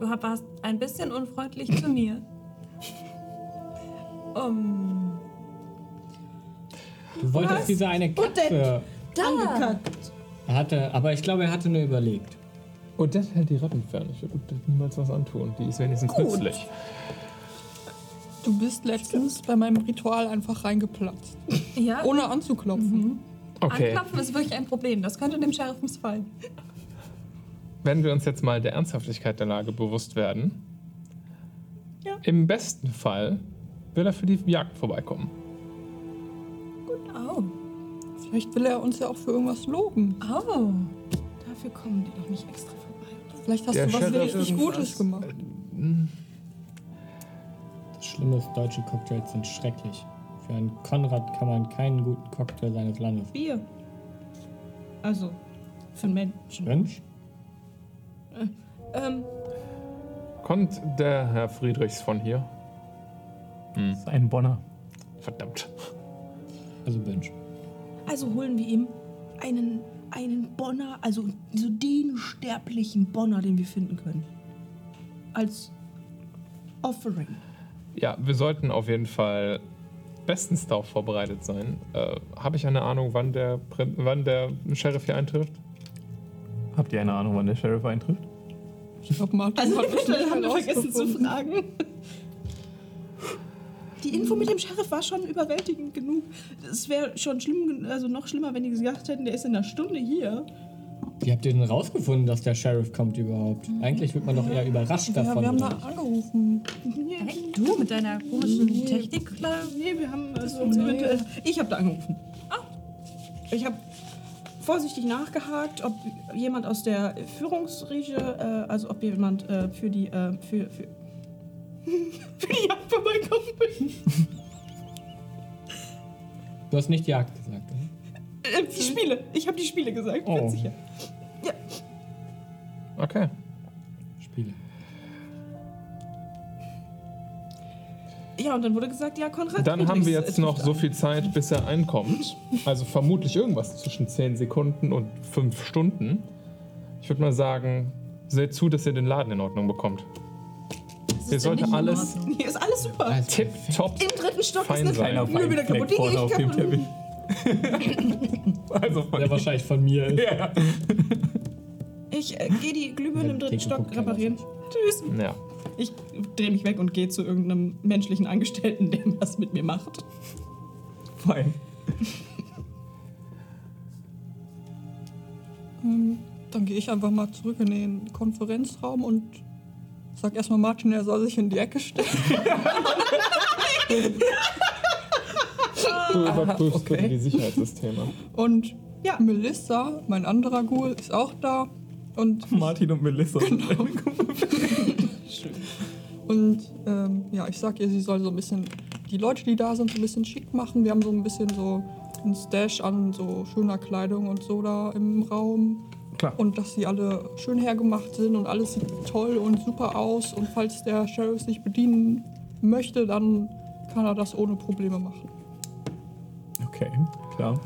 Du hab- warst ein bisschen unfreundlich zu mir. Um, Du wolltest diese eine Katze. da. Er hatte, aber ich glaube, er hatte nur überlegt. Odette hält die Ratten fern. Ich würde Odette niemals was antun. Die ist wenigstens nützlich. Du bist letztens bei meinem Ritual einfach reingeplatzt. Ja, Ohne anzuklopfen. Oh, Okay, anklopfen ist wirklich ein Problem. Das könnte dem Sheriff missfallen. wenn wir uns jetzt mal der Ernsthaftigkeit der Lage bewusst werden. Im besten Fall will er für die Jagd vorbeikommen. Oh, Vielleicht will er uns ja auch für irgendwas loben. oh. Dafür kommen die doch nicht extra vorbei. Vielleicht hast Der du was Sheriff richtig irgendwas- Gutes gemacht. Das Schlimme ist, deutsche Cocktails sind schrecklich. Für einen Konrad kann man keinen guten Cocktail seines Landes. Bier. Also, für einen Menschen. Mensch? Ähm, Kommt der Herr Friedrichs von hier? Das ist ein Bonner. Verdammt. Also Mensch. also holen wir ihm einen, einen Bonner, also so den sterblichen Bonner, den wir finden können. Als Offering. Ja, wir sollten auf jeden Fall bestens darauf vorbereitet sein. Äh, Habe ich eine Ahnung, wann der, Prin- wann der Sheriff hier eintrifft? Habt ihr eine Ahnung, wann der Sheriff eintrifft? Ich glaube, Martin Also, hat das nicht herausgefunden. fragen. Die Info mit dem Sheriff war schon überwältigend genug. Es wäre schon schlimm, gen- also noch schlimmer, wenn die gesagt hätten, der ist in einer Stunde hier. Wie habt ihr denn rausgefunden, dass der Sheriff kommt überhaupt? Eigentlich wird man doch eher überrascht Hm. Ja, davon. wir haben da oder? angerufen. Hey, du mit deiner komischen Technik. Klar, nee, wir haben also eventuell. Ich habe da angerufen. Ich habe vorsichtig nachgehakt, ob jemand aus der Führungsriege, äh, also ob jemand äh, für die äh, für, für, für die Jagd vorbeikommen will. du hast nicht Jagd gesagt, oder? Äh, die Spiele. Ich habe die Spiele gesagt. Ich Oh. bin sicher. Okay. Spiele. Ja, und dann wurde gesagt, ja, Konrad. Dann haben wir Friedrichs jetzt äh, noch trifft so an. viel Zeit, bis er einkommt. Also vermutlich irgendwas zwischen 10 Sekunden und 5 Stunden. Ich würde mal sagen, seht zu, dass ihr den Laden in Ordnung bekommt. Ihr sollt alles Hier ist alles super. Also, tipptopp Im dritten Stock Also, fein ist eine sein. Mühle wieder kaputt. Die vorne ich auf dem kaputt. Teppich. also von Der wahrscheinlich von mir ist. Ich äh, gehe die Glühbirne Der im dritten Theke Stock guckt keiner reparieren. auf Tschüss. Ja. Ich drehe mich weg und gehe zu irgendeinem menschlichen Angestellten, der was mit mir macht. fein. Ähm, dann gehe ich einfach mal zurück in den Konferenzraum und sag erstmal Martin, er soll sich in die Ecke stellen. Du überprüfst bitte die Sicherheitssysteme. Und Ja. Melissa, mein anderer Ghoul, ist auch da. Und, Martin und Melissa. Genau. und ähm, ja, ich sag ihr, sie soll so ein bisschen die Leute, die da sind, so ein bisschen schick machen. Wir haben so ein bisschen so ein Stash an so schöner Kleidung und so da im Raum. Klar. Und dass sie alle schön hergemacht sind und alles sieht toll und super aus. Und falls der Sheriff sich bedienen möchte, dann kann er das ohne Probleme machen. Okay, klar.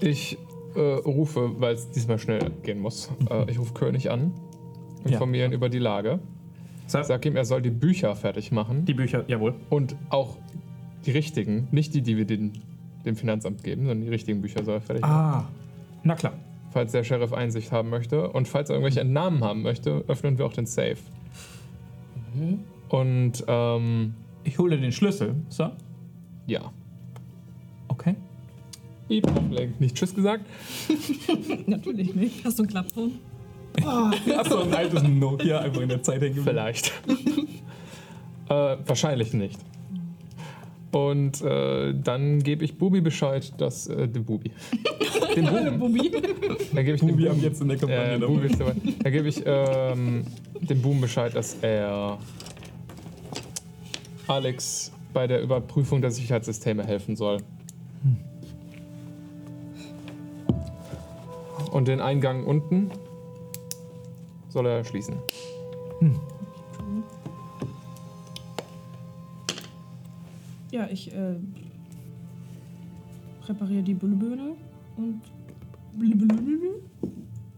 Ich äh, rufe, weil es diesmal schnell gehen muss. Äh, ich rufe König an, Ja. informieren über die Lage. Sag, Sag ihm, er soll die Bücher fertig machen die Bücher, jawohl. und auch die richtigen, nicht die, die wir den, dem Finanzamt geben, sondern die richtigen Bücher soll er fertig machen. Ah, na klar. Falls der Sheriff Einsicht haben möchte und falls er irgendwelche Entnahmen haben möchte, öffnen wir auch den Safe. Und ähm, Ich hole den Schlüssel, Sir. ja, Okay. Piep, Ablenk. nicht Tschüss gesagt. Natürlich nicht. Hast du einen Klappton? Achso, ein altes Nokia einfach in der Zeit hängen geblieben. Vielleicht. äh, wahrscheinlich nicht. Und äh, dann gebe ich Bubi Bescheid, dass. Äh, dem Bubi. Dem Buben. Bubi. Dann gebe ich dem Wir Buben, haben jetzt in der Kampagne äh, Bubi ist dabei. Dann gebe ich ähm, dem Buben Bescheid, dass er Alex bei der Überprüfung der Sicherheitssysteme helfen soll. Und den Eingang unten soll er schließen. Ja, ich äh, repariere die Glühbirne und.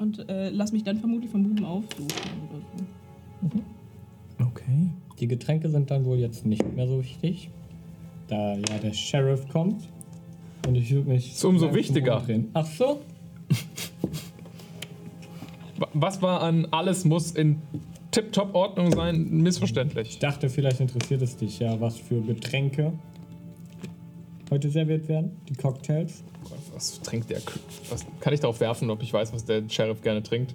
Und äh, lass mich dann vermutlich vom Buben aufsuchen oder so. Okay. Die Getränke sind dann wohl jetzt nicht mehr so wichtig, da ja der Sheriff kommt. Und ich würde mich. Ist umso langsam wichtiger. umdrehen. Ach so? Wa- Was war an alles muss in tipptopp Ordnung sein missverständlich? Ich dachte, vielleicht interessiert es dich ja, was für Getränke heute serviert werden. Die Cocktails. Was trinkt der? K- Was, kann ich darauf werfen, ob ich weiß, was der Sheriff gerne trinkt?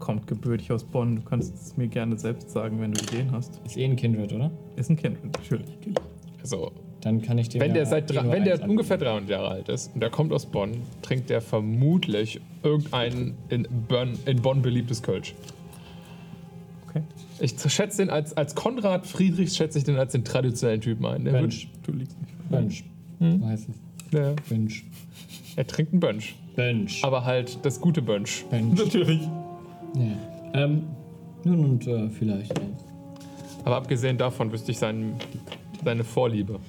Kommt gebürtig aus Bonn. Du kannst es mir gerne selbst sagen, wenn du Ideen hast. Ist eh ein Kindred, oder? Ist ein Kind, natürlich. Also, Dann kann ich dir. wenn der, seit drei, wenn der ungefähr drei. 300 Jahre alt ist und er kommt aus Bonn, trinkt der vermutlich irgendein in, Bonn- in Bonn beliebtes Kölsch. Okay. Ich schätze den als, als Konrad Friedrichs, schätze ich den als den traditionellen Typen ein. Der, Bönsch. Du liegst nicht. Bönsch. Hm? So heißt es. der, Bönsch. er trinkt einen Bönsch. Bönsch. Aber halt das gute Bönsch. Bönsch. Natürlich. Ja. Ähm, nun und äh, vielleicht auch. Aber abgesehen davon wüsste ich seinen, seine Vorliebe.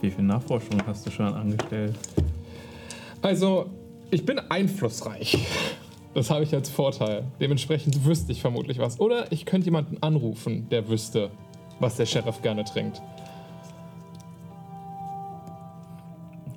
Wie viel Nachforschung hast du schon angestellt? Also, ich bin einflussreich. Das habe ich als Vorteil. Dementsprechend wüsste ich vermutlich was. Oder ich könnte jemanden anrufen, der wüsste, was der Sheriff gerne trinkt.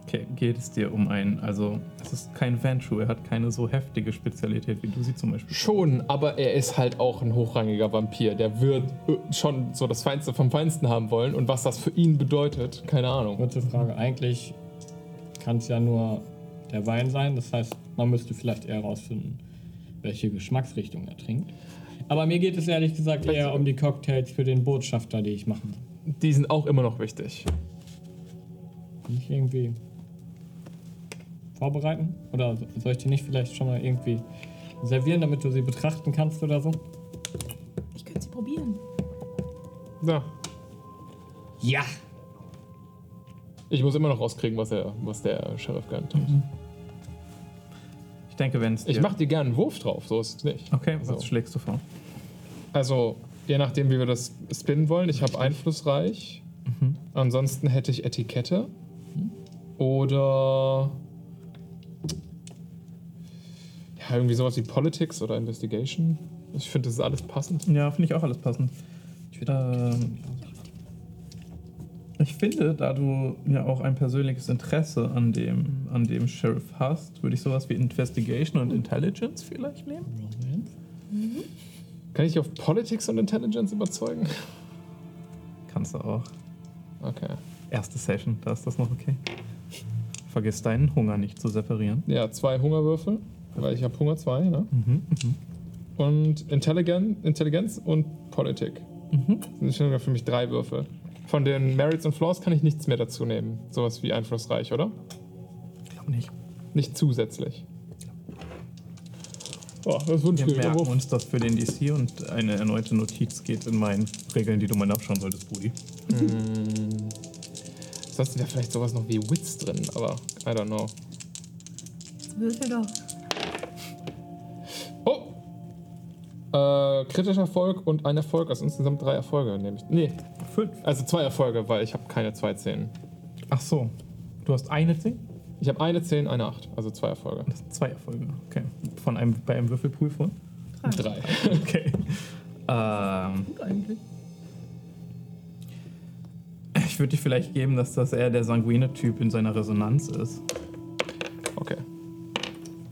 Okay, geht es dir um einen, also es ist kein Vanshu, er hat keine so heftige Spezialität wie du sie zum Beispiel. Schon, aber er ist halt auch ein hochrangiger Vampir. Der wird äh, schon so das Feinste vom Feinsten haben wollen. Und was das für ihn bedeutet, keine Ahnung. Kurze Frage. Eigentlich kann es ja nur der Wein sein. Das heißt, man müsste vielleicht eher herausfinden, welche Geschmacksrichtung er trinkt. Aber mir geht es ehrlich gesagt eher um die Cocktails für den Botschafter, die ich machen will. Die sind auch immer noch wichtig. Kann ich irgendwie vorbereiten? Oder so- soll ich die nicht vielleicht schon mal irgendwie servieren, damit du sie betrachten kannst oder so? Ich könnte sie probieren. So. Ja! Ich muss immer noch rauskriegen, was, er, was der Sheriff gerne trinkt. Mhm. Ich denke, wenn es dir... Ich mache dir gerne einen Wurf drauf, so ist es nicht. Okay, was So. schlägst du vor? Also, je nachdem, wie wir das spinnen wollen. Ich habe einflussreich. Ansonsten hätte ich Etikette. Oder. Ja, irgendwie sowas wie Politics oder Investigation. Ich finde, das ist alles passend. Ja, finde ich auch alles passend. Ähm, ich finde, da du ja auch ein persönliches Interesse an dem, an dem Sheriff hast, würde ich sowas wie Investigation und Intelligence vielleicht nehmen. Kann ich dich auf Politics und Intelligence überzeugen? Kannst du auch. Okay. Erste Session, da ist das noch okay. Vergiss deinen Hunger nicht zu separieren. Ja, zwei Hungerwürfel, weil ich habe Hunger zwei, ne? Mhm, Und Intelligen Intelligenz und Politik. Mhm. Das sind sogar für mich drei Würfel. Von den Merits und Flaws kann ich nichts mehr dazu nehmen. Sowas wie einflussreich, oder? Ich glaube nicht. Nicht zusätzlich. Oh, das ist ein Wir schwieriger merken Wurf. uns das für den DC und eine erneute Notiz geht in meinen Regeln, die du mal nachschauen solltest, Brudi. Sonst wäre vielleicht sowas noch wie Wits drin, aber I don't know. Würfel doch. Oh! Äh, kritischer Erfolg und ein Erfolg, also insgesamt drei Erfolge nehme ich. Nee, Fünf. also zwei Erfolge, weil ich habe keine zwei Zehn. Ach so. Du hast eine 10? Ich habe eine Zehn, eine Acht, also zwei Erfolge. Das sind zwei Erfolge. Okay. Von einem, bei einem Würfelpool von? Drei. Okay. Ähm, Gut eigentlich. ich würde dir vielleicht geben, dass das eher der sanguine Typ in seiner Resonanz ist. Okay.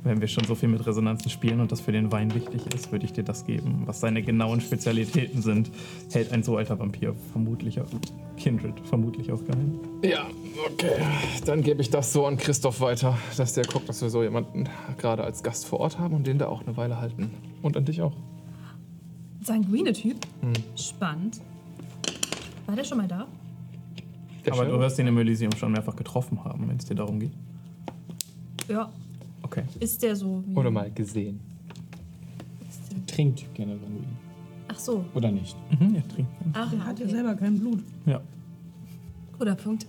Wenn wir schon so viel mit Resonanzen spielen und das für den Wein wichtig ist, würde ich dir das geben. Was seine genauen Spezialitäten sind, hält ein so alter Vampir vermutlich auch. Kindred, vermutlich auch geheim. Ja, okay. Dann gebe ich das so an Christoph weiter, dass der guckt, dass wir so jemanden gerade als Gast vor Ort haben und den da auch eine Weile halten. Und an dich auch. Sanguine Typ. Hm. Spannend. War der schon mal da? Der Aber Sheriff? du wirst ihn im Elysium schon mehrfach getroffen haben, wenn es dir darum geht. Ja. Okay. Ist der so? Wie Oder mal gesehen. Ist der? Trinkt gerne Sanguin. Ach so. Oder nicht? Mhm, ja, trinken. Ach, Der hat ja okay. selber kein Blut. Ja. Guter Punkt.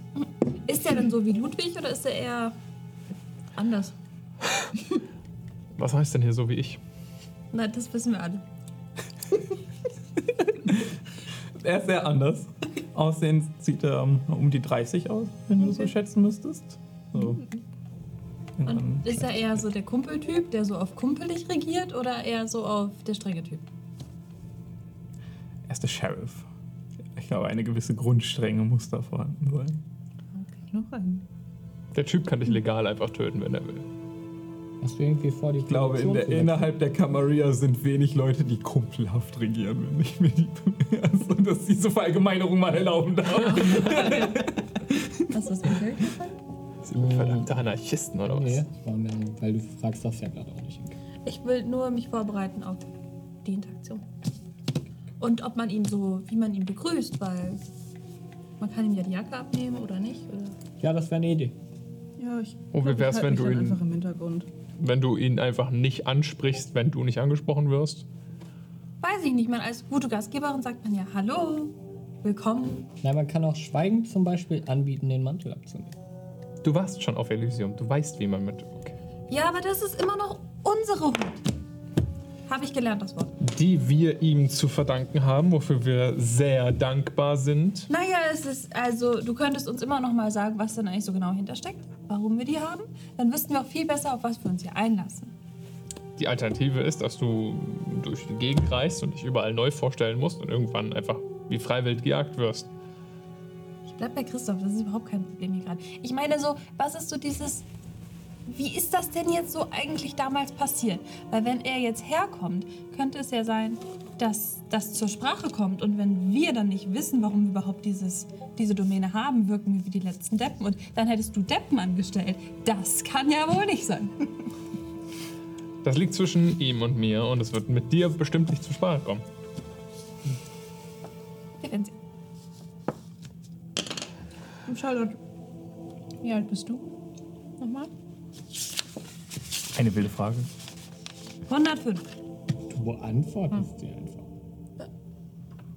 Ist der denn so wie Ludwig oder ist der eher anders? Was heißt denn hier so wie ich? Na, das wissen wir alle. Er ist sehr anders. Aussehen sieht er ähm, um die 30 aus, wenn du so schätzen müsstest. So. In einem- Mhm. Und ist er eher so der Kumpeltyp, der so auf kumpelig regiert oder eher so auf der strenge Typ? Er ist der Sheriff. Ich glaube, eine gewisse Grundstrenge muss da vorhanden sein. Noch ein. Der Typ kann dich legal einfach töten, wenn er will. Hast du irgendwie vor, die Ich glaube, in der, innerhalb der Camarilla sind wenig Leute, die kumpelhaft regieren, wenn ich mir die. Also, dass diese Verallgemeinerung mal erlauben darf. Hast du das gehört? Sind wir verdammte Anarchisten oder was? Nee, wollen wir nicht, weil du fragst das ja gerade auch nicht. hin. Ich will nur mich vorbereiten auf die Interaktion. Und ob man ihn so, wie man ihn begrüßt, weil man kann ihm ja die Jacke abnehmen oder nicht. Oder Ja, das wäre eine Idee. Ja, ich. Oh, wie glaub, ich wär's, halt wenn mich du dann ihn- einfach im Hintergrund. Wenn du ihn einfach nicht ansprichst, wenn du nicht angesprochen wirst. weiß ich nicht. Man als gute Gastgeberin sagt man ja Hallo, willkommen. Nein, man kann auch schweigend zum Beispiel anbieten, den Mantel abzunehmen. Du warst schon auf Elysium, du weißt, wie man mit. Okay. Ja, aber das ist immer noch unsere Hut. Habe ich gelernt, das Wort. Die wir ihm zu verdanken haben, wofür wir sehr dankbar sind. Naja, es ist, also du könntest uns immer noch mal sagen, was denn eigentlich so genau hintersteckt, warum wir die haben. Dann wüssten wir auch viel besser, auf was wir uns hier einlassen. Die Alternative ist, dass du durch die Gegend reist und dich überall neu vorstellen musst und irgendwann einfach wie freiwillig gejagt wirst. Ich bleib bei Christoph, das ist überhaupt kein Problem hier gerade. Ich meine so, was ist so dieses, wie ist das denn jetzt so eigentlich damals passiert? Weil wenn er jetzt herkommt, könnte es ja sein, dass das zur Sprache kommt. Und wenn wir dann nicht wissen, warum wir überhaupt dieses, diese Domäne haben, wirken wir wie die letzten Deppen. Und dann hättest du Deppen angestellt. Das kann ja wohl nicht sein. Das liegt zwischen ihm und mir und es wird mit dir bestimmt nicht zur Sprache kommen. Wir werden sehen. Und Charlotte, wie alt bist du? Nochmal? Eine wilde Frage. 105. Du beantwortest sie einfach.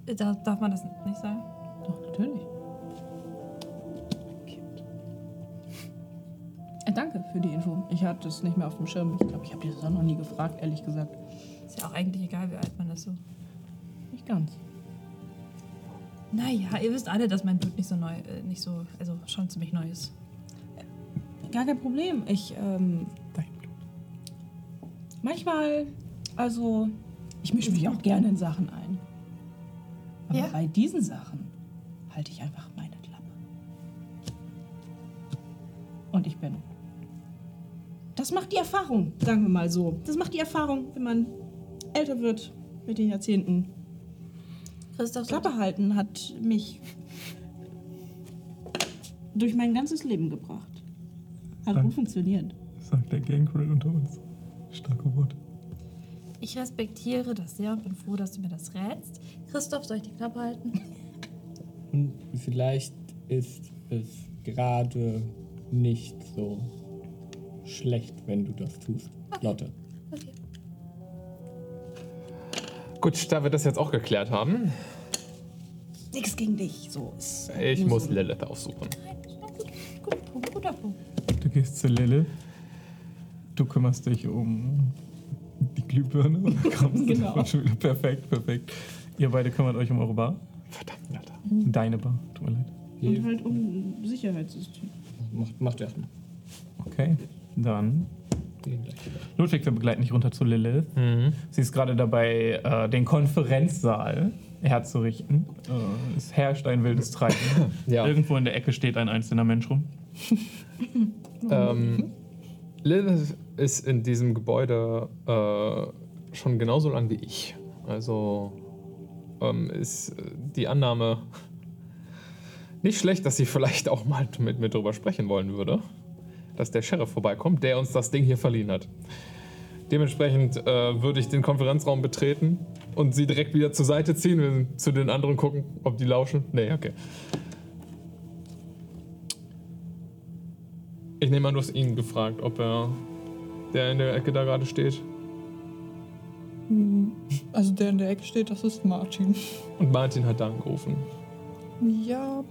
Äh, Da darf man das nicht sagen. Doch, natürlich. Äh, Danke für die Info. Ich hatte es nicht mehr auf dem Schirm. Ich glaube, ich habe dir das auch noch nie gefragt, ehrlich gesagt. Ist ja auch eigentlich egal, wie alt man ist so. Nicht ganz. Naja, ihr wisst alle, dass mein Blut nicht so neu, äh, nicht so, also schon ziemlich neu ist. Gar kein Problem. Ich, ähm. Manchmal, also, ich mische mich auch gerne in Sachen ein. Aber Ja. bei diesen Sachen halte ich einfach meine Klappe. Und ich bin. Das macht die Erfahrung, sagen wir mal so. Das macht die Erfahrung, wenn man älter wird mit den Jahrzehnten. Christoph, Klappe halten hat mich durch mein ganzes Leben gebracht. Hat Dann- gut funktioniert. Sagt der Gangrel unter uns. Starke Worte. ich respektiere das sehr und bin froh, dass du mir das rätst. Christoph, soll ich die Klappe halten? Und vielleicht ist es gerade nicht so schlecht, wenn du das tust, Lotte. Okay. Gut, da wir das jetzt auch geklärt haben, Nix gegen dich, so ist. ich muss Lilith aufsuchen. Gut, Punkt, guter Punkt. Du gehst zu Lille. Du kümmerst dich um die Glühbirne und kommst genau. schon wieder perfekt, perfekt. Ihr beide kümmert euch um eure Bar. Verdammt, Alter. Deine Bar, tut mir leid. Hier, Und halt um Sicherheitssystem. macht, macht erstmal. Okay, dann. Den gleich wieder. Ludwig, wir begleiten dich runter zu Lilith. Sie ist gerade dabei, äh, den Konferenzsaal herzurichten. Äh, es herrscht ein wildes Treiben. Ja. Irgendwo in der Ecke steht ein einzelner Mensch rum. Ähm, Lilith ist in diesem Gebäude äh, schon genauso lang wie ich. Also ähm, ist äh, die Annahme nicht schlecht, dass sie vielleicht auch mal mit mir drüber sprechen wollen würde, dass der Sheriff vorbeikommt, der uns das Ding hier verliehen hat. Dementsprechend äh, würde ich den Konferenzraum betreten und sie direkt wieder zur Seite ziehen, wenn- zu den anderen gucken, ob die lauschen. Nee, okay. Ich nehme an, du hast ihn gefragt, ob er der in der Ecke da gerade steht. Also der in der Ecke steht, das ist Martin. Und Martin hat da angerufen. Ja,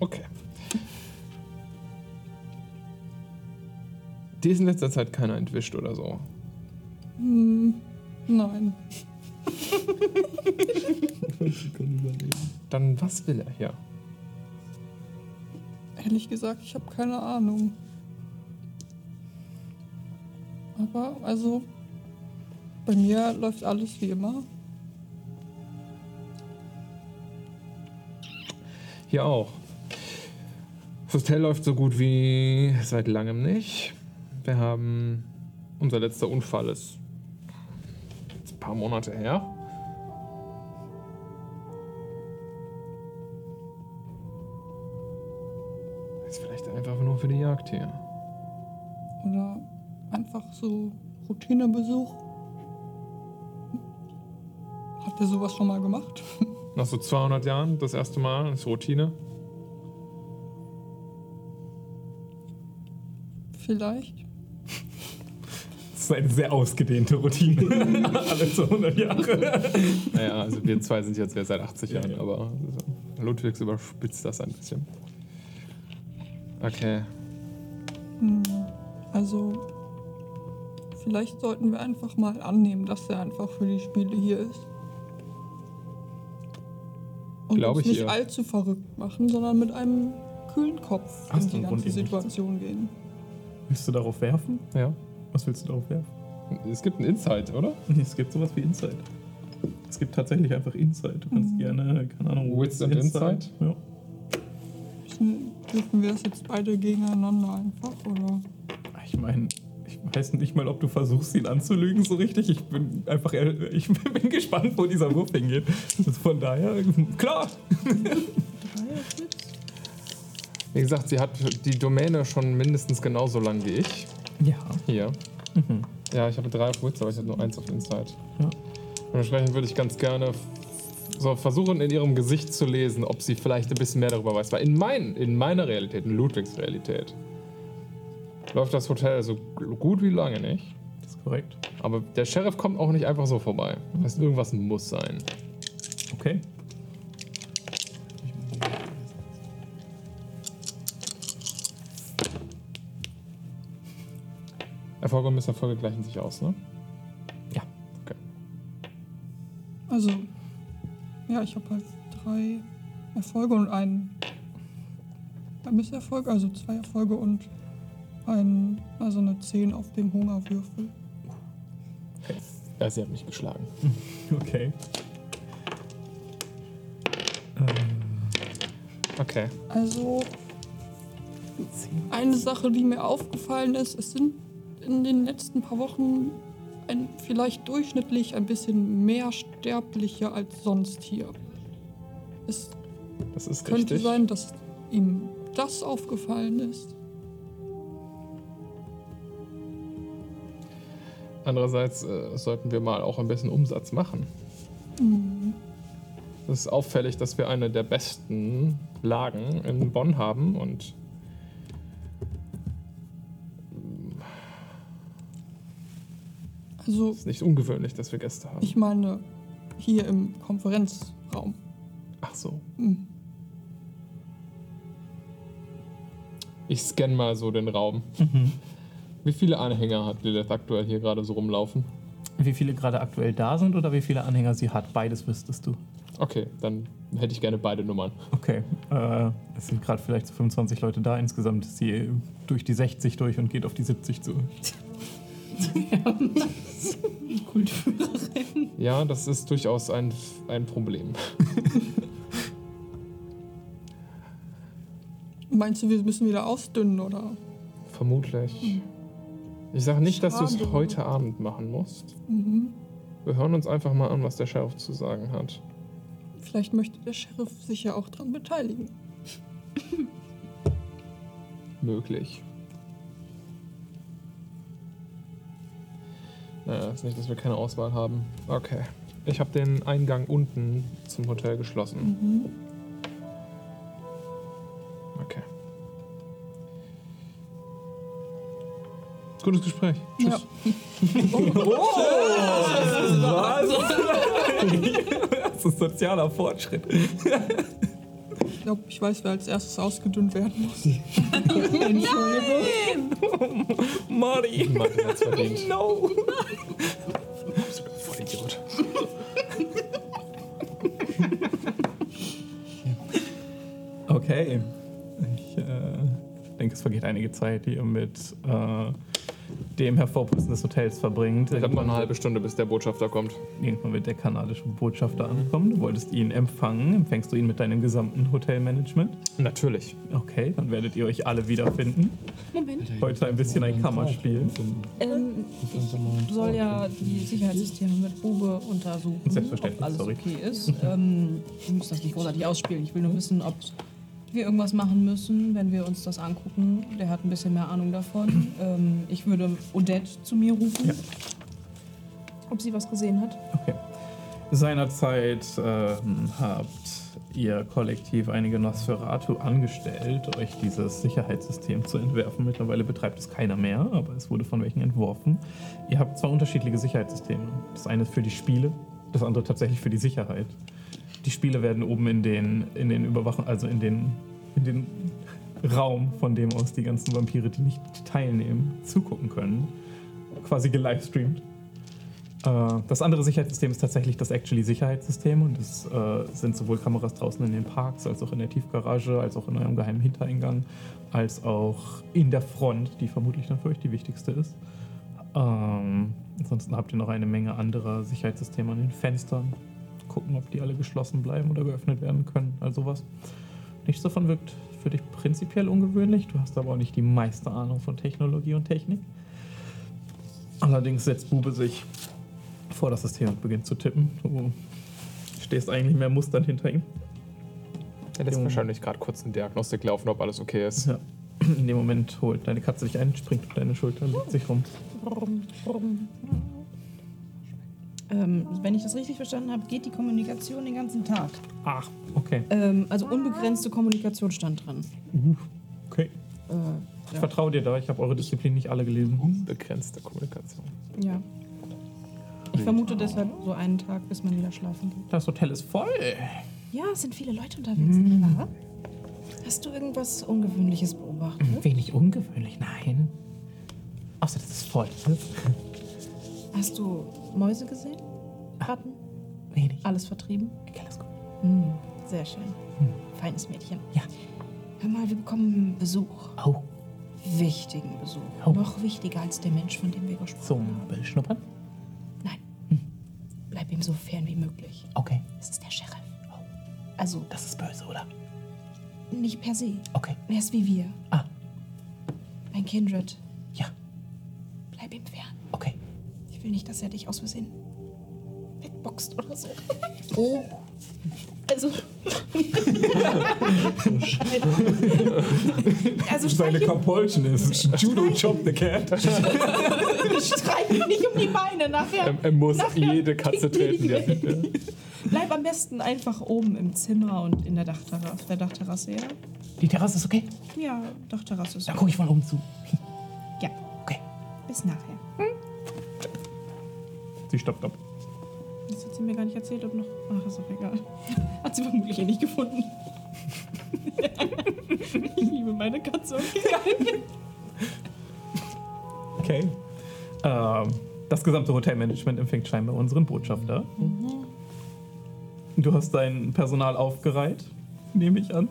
Okay. Dir ist in letzter Zeit keiner entwischt oder so. hm, nein. Dann was will er hier? Ehrlich gesagt, ich habe keine Ahnung. Aber, also, bei mir läuft alles wie immer. Hier auch. Das Hotel läuft so gut wie seit langem nicht. Wir haben. Unser letzter Unfall ist. jetzt ein paar Monate her. Ist vielleicht einfach nur für die Jagd hier. Oder einfach so Routinebesuch. Habt ihr sowas schon mal gemacht? Nach so 200 Jahren das erste Mal, das ist Routine. Vielleicht. Das ist eine sehr ausgedehnte Routine. Alle 200 Jahre. Naja, also wir zwei sind jetzt ja seit 80 Ja, Jahren, ja. aber Ludwigs überspitzt das ein bisschen. Okay. Hm, Also, vielleicht sollten wir einfach mal annehmen, dass er einfach für die Spiele hier ist. Und Glaub uns ich nicht ihr. allzu verrückt machen, sondern mit einem kühlen Kopf Hast du in einen Grund, die ganze ihn nicht zu- Situation gehen. Willst du darauf werfen? Ja. Was willst du darauf werfen? Es gibt einen Insight, oder? Es gibt sowas wie Insight. Es gibt tatsächlich einfach Insight. Du kannst gerne, keine Ahnung, Wits and Insight. Insight? Ja. Müssen- Dürfen wir das jetzt beide gegeneinander einfach, oder? Ich meine, ich weiß nicht mal, ob du versuchst, ihn anzulügen so richtig. Ich bin einfach, ich bin gespannt, wo dieser Wurf hingeht. Also von daher, klar. Wie gesagt, sie hat die Domäne schon mindestens genauso lang wie ich. Ja. Mhm. Hier. Ja, ich habe drei auf Wits, aber ich habe nur eins auf Insight. Ja. Dementsprechend würde ich ganz gerne f- so versuchen, in ihrem Gesicht zu lesen, ob sie vielleicht ein bisschen mehr darüber weiß. Weil in, mein, in meiner Realität, in Ludwigs Realität, läuft das Hotel so gut wie lange nicht. Das ist korrekt. Aber der Sheriff kommt auch nicht einfach so vorbei. Das heißt, irgendwas muss sein. Okay. Erfolge und Misserfolge gleichen sich aus, ne? Ja. Okay. Also, ja, ich habe halt drei Erfolge und einen ein Misserfolg, also zwei Erfolge und ein, also eine 10 auf dem Hungerwürfel. Ja, sie hat mich geschlagen. Okay. Ähm. Okay. Also, eine Sache, die mir aufgefallen ist, es sind in den letzten paar Wochen ein, vielleicht durchschnittlich ein bisschen mehr Sterbliche als sonst hier. Es Das ist könnte richtig. sein, dass ihm das aufgefallen ist. Andererseits äh, sollten wir mal auch ein bisschen Umsatz machen. Mhm. Es ist auffällig, dass wir eine der besten Lagen in Bonn haben und Also, es ist nicht ungewöhnlich, dass wir Gäste haben. ich meine, hier im Konferenzraum. Ach so. Mhm. Ich scanne mal so den Raum. Mhm. Wie viele Anhänger hat Lilith aktuell hier gerade so rumlaufen? Wie viele gerade aktuell da sind oder wie viele Anhänger sie hat? Beides wüsstest du. Okay, dann hätte ich gerne beide Nummern. Okay. Äh, es sind gerade vielleicht so 25 Leute da. Insgesamt ist sie durch die 60 durch und geht auf die 70 zu. Ja, das ist durchaus ein, ein Problem. Meinst du, wir müssen wieder ausdünnen, oder? Vermutlich. Ich sage nicht, dass du es heute Abend machen musst. Wir hören uns einfach mal an, was der Sheriff zu sagen hat. Vielleicht möchte der Sheriff sich ja auch dran beteiligen. Möglich. Naja, ist nicht, dass wir keine Auswahl haben. Okay. Ich habe den Eingang unten zum Hotel geschlossen. Okay. Gutes Gespräch. Tschüss. Ja. Das ist sozialer Fortschritt. Ich glaube, ich weiß, wer als erstes ausgedünnt werden muss. Mari! Martin hat's verdient. No! Voll Idiot. Okay. Ich äh, denke, es vergeht einige Zeit, die ihr mit äh, dem Hervorputzen des Hotels verbringt. Ich habe noch eine halbe Stunde, bis der Botschafter kommt. Irgendwann wird der kanadische Botschafter ankommen. Du wolltest ihn empfangen. Empfängst du ihn mit deinem gesamten Hotelmanagement? Natürlich. Okay, dann werdet ihr euch alle wiederfinden. Moment. Heute ein bisschen ein Kammerspiel. Ähm, ich soll ja die Sicherheitssysteme mit Bube untersuchen. Selbstverständlich, ob alles sorry. okay ist. Ähm, ich muss das nicht großartig ausspielen. Ich will nur wissen, ob wir irgendwas machen müssen, wenn wir uns das angucken. Der hat ein bisschen mehr Ahnung davon. Ähm, ich würde Odette zu mir rufen. Ja. Ob sie was gesehen hat. Okay. Seinerzeit ähm, habt ihr kollektiv einige Nosferatu angestellt, euch dieses Sicherheitssystem zu entwerfen. Mittlerweile betreibt es keiner mehr, aber es wurde von welchen entworfen. Ihr habt zwei unterschiedliche Sicherheitssysteme. Das eine ist für die Spiele, das andere tatsächlich für die Sicherheit. Die Spiele werden oben in den, in den Überwachung, also in den, in den Raum, von dem aus die ganzen Vampire, die nicht teilnehmen, zugucken können. Quasi gelivestreamt. Äh, Das andere Sicherheitssystem ist tatsächlich das Actually-Sicherheitssystem und es äh, sind sowohl Kameras draußen in den Parks, als auch in der Tiefgarage, als auch in eurem geheimen Hintereingang, als auch in der Front, die vermutlich dann für euch die wichtigste ist. Ähm, ansonsten habt ihr noch eine Menge anderer Sicherheitssysteme an den Fenstern. Gucken, ob die alle geschlossen bleiben oder geöffnet werden können, all sowas. Nichts davon wirkt für dich prinzipiell ungewöhnlich. Du hast aber auch nicht die meiste Ahnung von Technologie und Technik. Allerdings setzt Bube sich vor das System und beginnt zu tippen. Du stehst eigentlich mehr Mustern hinter ihm. Er lässt wahrscheinlich gerade kurz eine Diagnostik laufen, ob alles okay ist. Ja. In dem Moment holt deine Katze dich ein, springt auf deine Schulter und legt sich rum. Ähm, wenn ich das richtig verstanden habe, geht die Kommunikation den ganzen Tag. Ach, Ah, okay. Ähm, also unbegrenzte Kommunikation stand drin. Okay. Äh, Ich vertraue dir da, ich habe eure Disziplin nicht alle gelesen. Begrenzte Kommunikation. ja. Ich vermute deshalb so einen Tag, bis man wieder schlafen geht. Das Hotel ist voll. Ja, es sind viele Leute unterwegs, klar. Hast du irgendwas Ungewöhnliches beobachtet? Wenig ungewöhnlich, nein. Außer, dass es voll ist. Hast du Mäuse gesehen? Ratten? Wenig. Alles vertrieben? Alles gut. Mhm. Mm, sehr schön. Feines Mädchen. Ja. Hör mal, wir bekommen Besuch. Oh, Wichtigen Besuch. Oh. Noch wichtiger als der Mensch, von dem wir gesprochen zum haben. Beschnuppern? Nein. Hm. Bleib ihm so fern wie möglich. Okay. Es ist der Sheriff. Also Das ist böse, oder? nicht per se. Okay. Er ist wie wir. Ah. Ein Kindred. Ja. Bleib ihm fern. Okay. Ich will nicht, dass er dich aus Versehen wegboxt oder so. Also. also streich ihm, Compulsion ist. Judo chop the cat. streich ihm nicht um die Beine nachher. Ähm. Ähm, Er, er muss Nachher jede Katze kickt die treten. dich Die er Bleib am besten einfach oben im Zimmer und in der Dachterrasse. Auf der Dachterrasse, ja? Die Terrasse ist okay? Ja, Dachterrasse ist. Dann gucke ich von oben zu. Ja, Okay. bis nachher. Hm? Sie stoppt ab. Das hat sie mir gar nicht erzählt, ob noch. Ach, ist auch egal. Hat sie vermutlich eh nicht gefunden. ich liebe meine Katze. Okay. Okay. Ähm, das gesamte Hotelmanagement empfängt scheinbar unseren Botschafter. Du hast dein Personal aufgereiht, nehme ich an.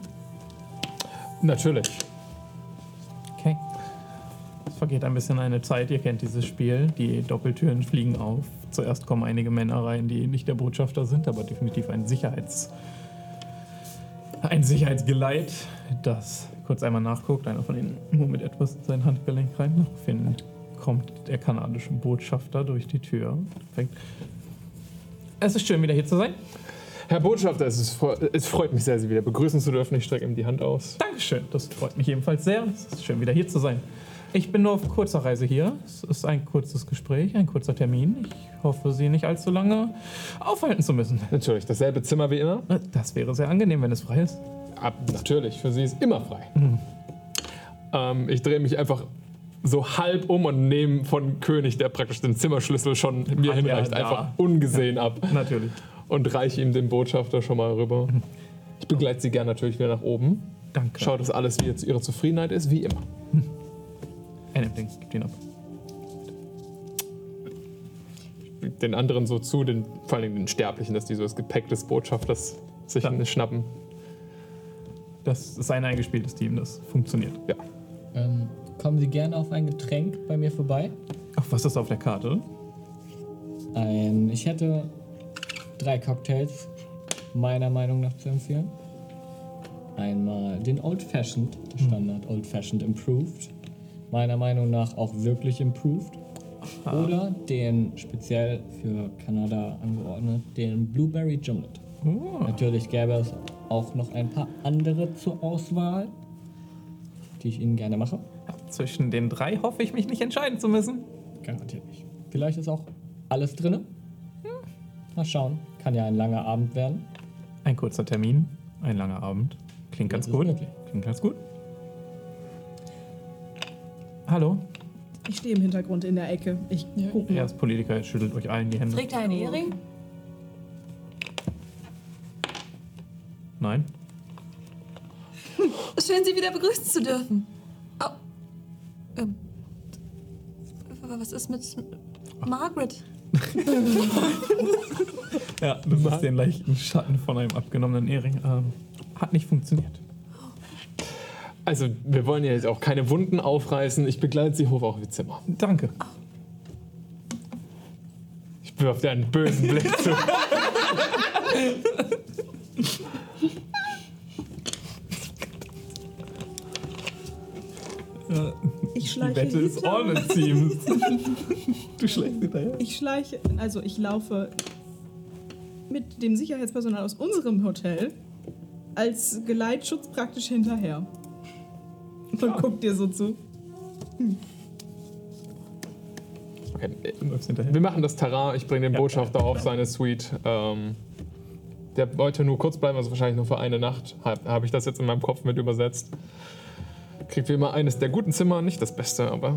Natürlich. Okay. Es vergeht ein bisschen eine Zeit, ihr kennt dieses Spiel. Die Doppeltüren fliegen auf. Zuerst kommen einige Männer rein, die nicht der Botschafter sind, aber definitiv ein Sicherheits. ein Sicherheitsgeleit, das kurz einmal nachguckt. Einer von ihnen nur mit etwas in sein Handgelenk rein. Daraufhin kommt der kanadische Botschafter durch die Tür. Fängt. Es ist schön, wieder hier zu sein. Herr Botschafter, es, ist, fre- es freut mich sehr, Sie wieder begrüßen zu dürfen. Ich strecke ihm die Hand aus. Dankeschön, das freut mich jedenfalls sehr. Es ist schön, wieder hier zu sein. Ich bin nur auf kurzer Reise hier. Es ist ein kurzes Gespräch, ein kurzer Termin. Ich hoffe, Sie nicht allzu lange aufhalten zu müssen. Natürlich, dasselbe Zimmer wie immer. Das wäre sehr angenehm, wenn es frei ist. Ab, natürlich, für Sie ist immer frei. Mhm. Ähm, ich drehe mich einfach so halb um und nehme von König, der praktisch den Zimmerschlüssel schon mir Hat er hinreicht, da. einfach ungesehen ab Natürlich. und reiche ihm den Botschafter schon mal rüber. Mhm. Ich begleite Sie gern natürlich wieder nach oben. Danke. Schaut, dass alles wieder zu Ihrer Zufriedenheit ist, wie immer. Er nimmt den, gibt ihn ab. Den anderen so zu, den, vor allem den Sterblichen, dass die so das Gepäck des Botschafters sich Ja. schnappen. Das ist ein eingespieltes Team, das funktioniert. Ja. Ähm, kommen Sie gerne auf ein Getränk bei mir vorbei? Ach, was ist auf der Karte? Ein, ich hätte drei Cocktails meiner Meinung nach zu empfehlen. Einmal den Old Fashioned, der Standard Old Fashioned Improved, meiner Meinung nach auch wirklich improved. Oder den speziell für Kanada angeordnet, den Blueberry Gimlet. Oh. Natürlich gäbe es auch noch ein paar andere zur Auswahl, die ich Ihnen gerne mache. Zwischen den drei hoffe ich, mich nicht entscheiden zu müssen. Garantiert nicht. Vielleicht ist auch alles drin. Hm. Mal schauen. Kann ja ein langer Abend werden. Ein kurzer Termin, ein langer Abend. Klingt ganz Das ist gut. möglich. Klingt ganz gut. Hallo, Ich stehe im Hintergrund in der Ecke. Ich gucke. er ist Politiker, er schüttelt euch allen die Hände. Trägt er einen Ehering? Nein. Schön, Sie wieder begrüßen zu dürfen. Oh. Ähm. Was ist mit Margaret? Ja, du hast den leichten Schatten von einem abgenommenen Ehering. Ähm, hat nicht funktioniert. Also, wir wollen ja jetzt auch keine Wunden aufreißen. Ich begleite Sie hoch auf Ihr Zimmer. Danke. Ich wirf dir einen bösen Blick zu. Ich Die schleiche Wette ist hinter. on, it seems. Du schlägst hinterher. Ich schleiche, also ich laufe mit dem Sicherheitspersonal aus unserem Hotel als Geleitschutz praktisch hinterher. Und guck dir so zu. Okay, Du läufst hinterher. wir machen das Terrain. Ich bringe den Ja. Botschafter auf seine Suite. Ähm, der wollte nur kurz bleiben, also wahrscheinlich nur für eine Nacht. Habe hab ich das jetzt in meinem Kopf mit übersetzt. Kriegt wie immer eines der guten Zimmer. Nicht das Beste, aber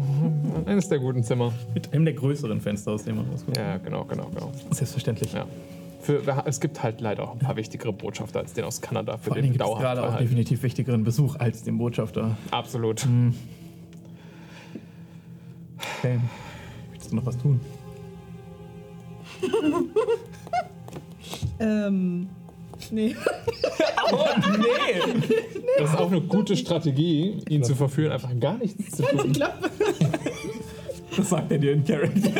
eines der guten Zimmer. Mit einem der größeren Fenster, aus dem man rauskommt. Ja, genau, genau, genau. Selbstverständlich. Ja. Für, es gibt halt leider auch ein paar wichtigere Botschafter als den aus Kanada, für Vor allen den Dingen gibt wir es dauerhaft gerade auch verhalten. definitiv wichtigeren Besuch als den Botschafter. Absolut. Okay. Willst du noch was tun? Ähm. Nee. Das ist auch eine gute Strategie, ihn zu verführen, einfach gar nichts zu tun. Das sagt er dir in Character.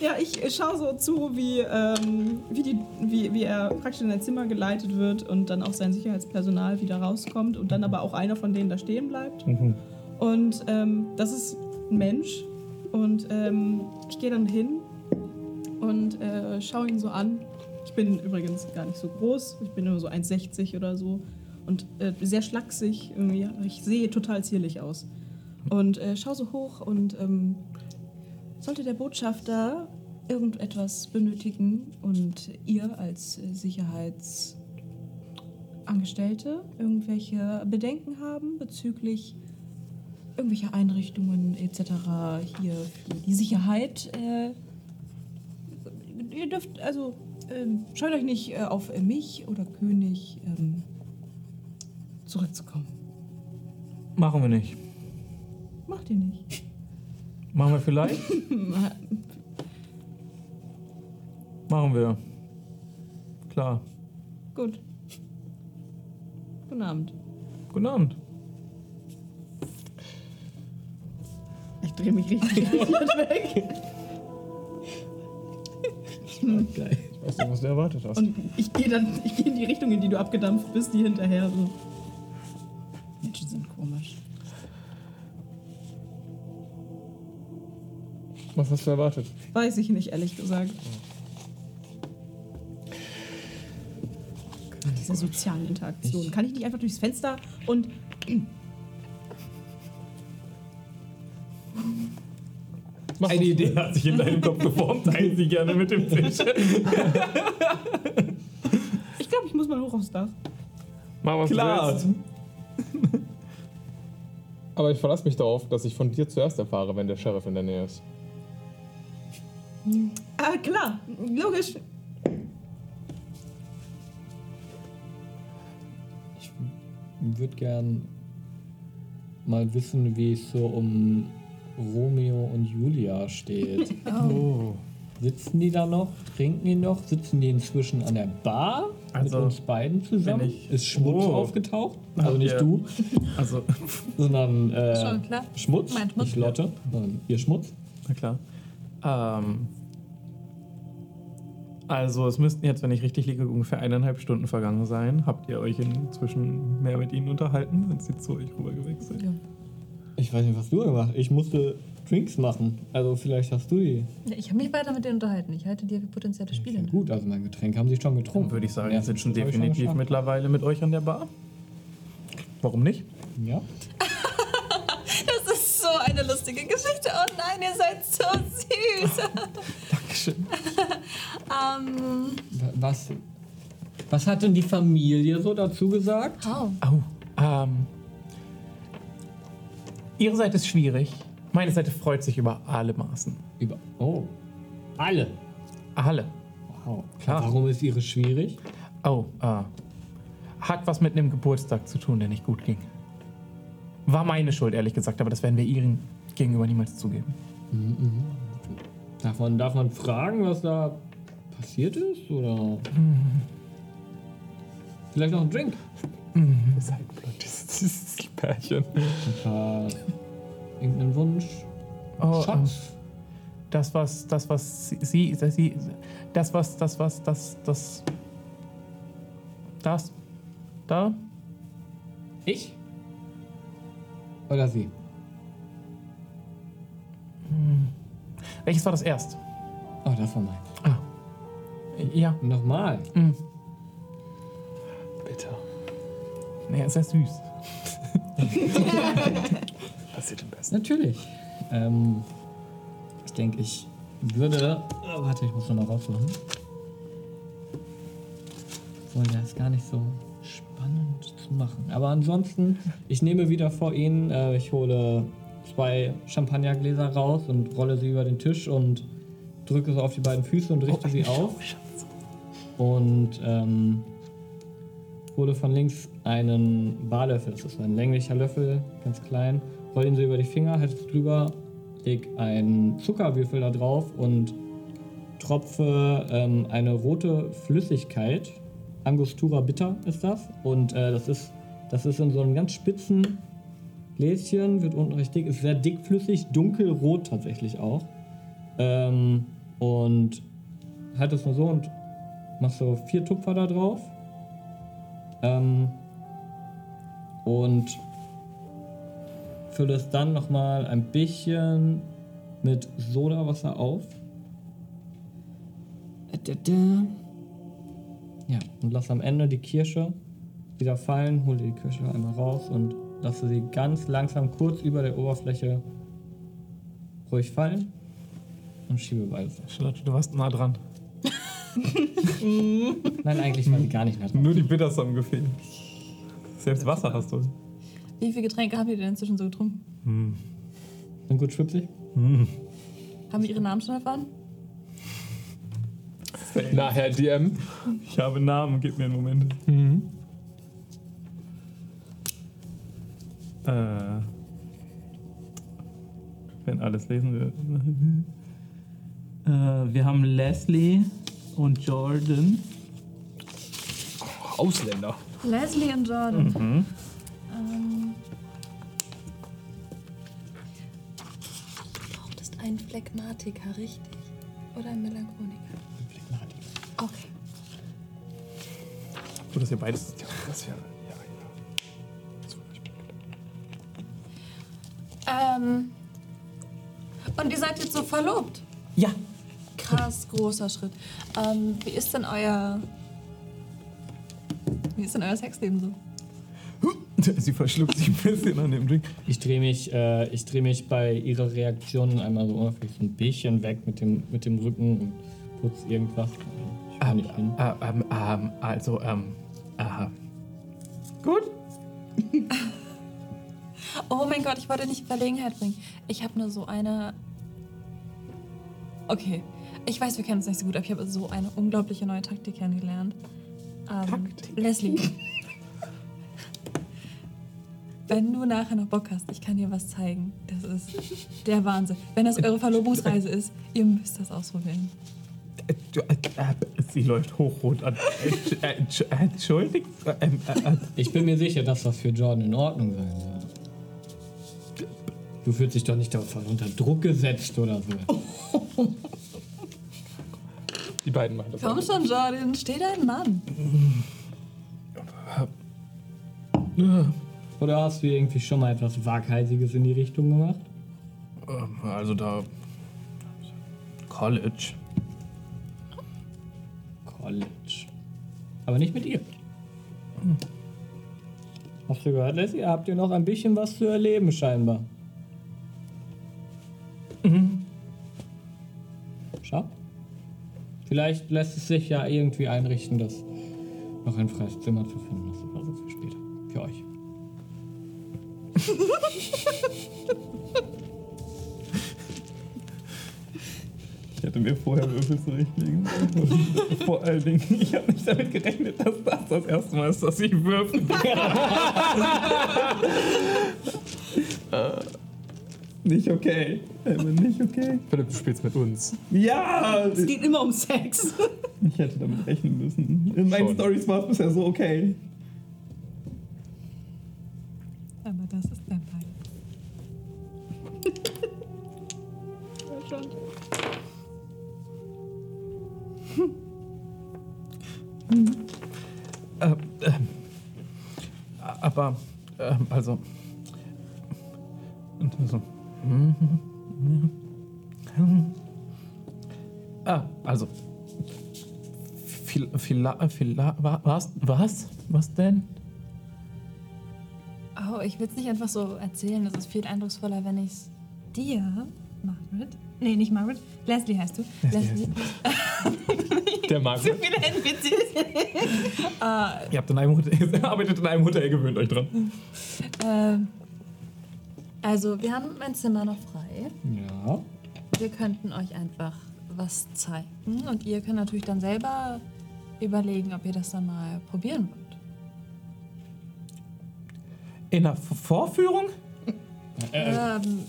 Ja, ich schaue so zu, wie, ähm, wie, die, wie, wie er praktisch in ein Zimmer geleitet wird und dann auch sein Sicherheitspersonal wieder rauskommt und dann aber auch einer von denen da stehen bleibt. Und ähm, das ist ein Mensch. Und ähm, ich gehe dann hin und äh, schaue ihn so an. Ich bin übrigens gar nicht so groß. Ich bin nur so 1,60 oder so. Und äh, sehr schlaksig. Irgendwie. Aber Ich sehe total zierlich aus. Und äh, schaue so hoch und ähm, sollte der Botschafter irgendetwas benötigen und ihr als äh, Sicherheitsangestellte irgendwelche Bedenken haben bezüglich irgendwelcher Einrichtungen etc. hier für die Sicherheit. Äh, ihr dürft, also ähm, scheut euch nicht äh, auf äh, mich oder König ähm, zurückzukommen. Machen wir nicht. Macht ihr nicht. Machen wir vielleicht? Machen wir. Klar. Gut. Guten Abend. Guten Abend. Ich drehe mich richtig irritiert weg. Geil. Ich weiß nicht, was du erwartet hast. Und ich gehe dann ich geh in die Richtung, in die du abgedampft bist, die hinterher so. Menschen sind komisch. Was hast du erwartet? Weiß ich nicht, ehrlich gesagt. Diese sozialen Interaktionen. Kann ich nicht einfach durchs Fenster und. Mach Eine Idee hat sich in deinem Kopf geformt, teilen sie gerne mit dem Tisch. Ich glaube, ich muss mal hoch aufs Dach. Mach was du Klar. willst. Aber ich verlasse mich darauf, dass ich von dir zuerst erfahre, wenn der Sheriff in der Nähe ist. Ah, klar, logisch. Ich würde gern mal wissen, wie es so um Romeo und Julia steht. Oh. Sitzen die da noch? Trinken die noch? Sitzen die inzwischen an der Bar Also, mit uns beiden zusammen? wenn ich- Ist Schmutz Oh. aufgetaucht? Also nicht ihr- du, Also, sondern äh, Schon klar. Schmutz, Mein Schmutz. nicht Lotte, sondern ihr Schmutz. na klar. Ähm, also, es müssten jetzt, wenn ich richtig liege, ungefähr eineinhalb Stunden vergangen sein. Habt ihr euch inzwischen mehr mit ihnen unterhalten? Sind sie zu euch rüber gewechselt? Ich weiß nicht, was du gemacht hast. Ich musste Drinks machen. Also vielleicht hast du die. Ja, ich habe mich weiter mit denen unterhalten. Ich halte dir für potenzielle Spieler. Ja, gut, also mein Getränk haben sie schon getrunken. Dann würde ich sagen, Ja, die sitzen das hab ich schon definitiv geschafft. mittlerweile mit euch an der Bar. Warum nicht? Ja. Das ist so eine lustige Geschichte. Oh nein, ihr seid so süß. Dankeschön. ähm, Wa- Was, was hat denn die Familie so dazu gesagt? oh. Au. Ähm, ihre Seite ist schwierig. Meine Seite freut sich über alle Maßen. Über. Oh. Alle. Alle. Wow. Klar. Warum ist ihre schwierig? Oh, äh, hat was mit einem Geburtstag zu tun, der nicht gut ging. War meine Schuld, ehrlich gesagt, aber das werden wir ihren gegenüber niemals zugeben. Darf man, darf man fragen, was da passiert ist? Oder. Vielleicht noch einen Drink? Dieses Pärchen. Ein paar. Irgendeinen Wunsch? Oh, ähm, Schatz? das, was, das, was sie- sie, das, sie, das, was, das, was, das, das, das, da, Ich? Oder sie? welches war das erst? Oh, das war mein. Ja, Nochmal. Bitter. naja, sehr süß. Passiert am besten. Natürlich. Ähm, ich denke, ich würde. Oh, warte, ich muss nochmal rausmachen. Obwohl, das ist gar nicht so spannend zu machen. Aber ansonsten, ich nehme wieder vor Ihnen, äh, ich hole zwei Champagnergläser raus und rolle sie über den Tisch und drücke sie auf die beiden Füße und richte sie auf. Und ähm, hole von links einen Barlöffel. Das ist ein länglicher Löffel, ganz klein. Roll ihn so über die Finger, halte es drüber, leg einen Zuckerwürfel da drauf und tropfe ähm, eine rote Flüssigkeit. Angostura Bitter ist das. Und äh, das, ist, das ist in so einem ganz spitzen Gläschen, wird unten recht dick, ist sehr dickflüssig, dunkelrot tatsächlich auch. Ähm, und halt das nur so und mach so vier Tupfer da drauf. Ähm, und fülle es dann nochmal ein bisschen mit Sodawasser auf. Ja, und lass am Ende die Kirsche wieder fallen, hole die Kirsche einmal raus und lasse sie ganz langsam kurz über der Oberfläche ruhig fallen und schiebe beides. auf. Charlotte, du warst nah dran. Nein, eigentlich war sie gar nicht nah dran. Nur die Bitters haben gefehlt. Selbst Wasser hast du. Wie viele Getränke habt ihr denn inzwischen so getrunken? Sind gut schwipsig? Haben wir ihre Namen schon erfahren? Na, Herr DM. Ich habe Namen, gib mir einen Moment. Äh, wenn alles lesen wir. Äh, wir haben Leslie und Jordan. Ausländer. Leslie und Jordan. Ähm, brauchtest einen Phlegmatiker, richtig? Oder einen Melancholiker? Okay. Gut, dass ihr beides. Das ja, ja, ja. Zum Beispiel. Ähm, und ihr seid jetzt so verlobt? Ja. Krass, großer Schritt. Ähm, wie ist denn euer. Wie ist denn euer Sexleben so? Sie verschluckt sich ein bisschen an dem Ding. Ich drehe mich, äh, ich dreh mich bei ihrer Reaktion einmal so unauffällig ein bisschen weg mit dem, mit dem Rücken und putz irgendwas. Ich kann nicht hin. Ah, ähm, ähm, also, ähm, aha. Gut. Oh mein Gott, ich wollte nicht in Verlegenheit bringen. Ich habe nur so eine. Okay. Ich weiß, wir kennen uns nicht so gut, aber ich habe so eine unglaubliche neue Taktik kennengelernt. Ähm, Leslie. Wenn du nachher noch Bock hast, ich kann dir was zeigen. Das ist der Wahnsinn. Wenn das eure Verlobungsreise ist, ihr müsst das ausprobieren. Äh, du- äh, äh, Sie läuft hochrot an. Äh, äh, Entsch- äh, Entschuldigt? Äh, ähm, äh, äh, Ich bin mir sicher, dass das für Jordan in Ordnung sein wird. Du fühlst dich doch nicht davon unter Druck gesetzt oder so. Die beiden machen das. Komm schon, Jordan, steh dein Mann. Oder hast du irgendwie schon mal etwas Waghalsiges in die Richtung gemacht? ähm, Also da. College. College. Aber nicht mit ihr. Hast du gehört, Leslie? Habt ihr noch ein bisschen was zu erleben, scheinbar? Mhm. Schau. Vielleicht lässt es sich ja irgendwie einrichten, dass noch ein freies Zimmer zu finden ist oder so für später. Für euch. Ich hätte mir vorher Würfel zurechtlegen sollen. Vor allen Dingen, ich habe nicht damit gerechnet, dass das das erste Mal ist, dass ich würfel. Äh, nicht okay. Emma, nicht okay. Philipp, du spielst mit uns. Ja! Es geht immer um Sex. Ich hätte damit rechnen müssen. In meinen Schon. Stories war es bisher so okay. Aber das ist Vampire. Ähm, ähm, aber, ähm, also. Und so. mhm, mhm, mhm. Ah, also. Viel, viel, viel, wa- was, was? Was denn? Oh, ich will es nicht einfach so erzählen. Das ist viel eindrucksvoller, wenn ich es dir, Margaret. Nee, nicht Margaret. Leslie heißt du. Leslie. Der Margaret. Viele NPCs. äh, Ihr habt in einem Hotel, ihr arbeitet in einem Hotel, gewöhnt euch dran. ähm, also, wir haben mein Zimmer noch frei. Ja. Wir könnten euch einfach was zeigen. Und ihr könnt natürlich dann selber überlegen, ob ihr das dann mal probieren wollt. In der V- Vorführung? Äh, Ähm,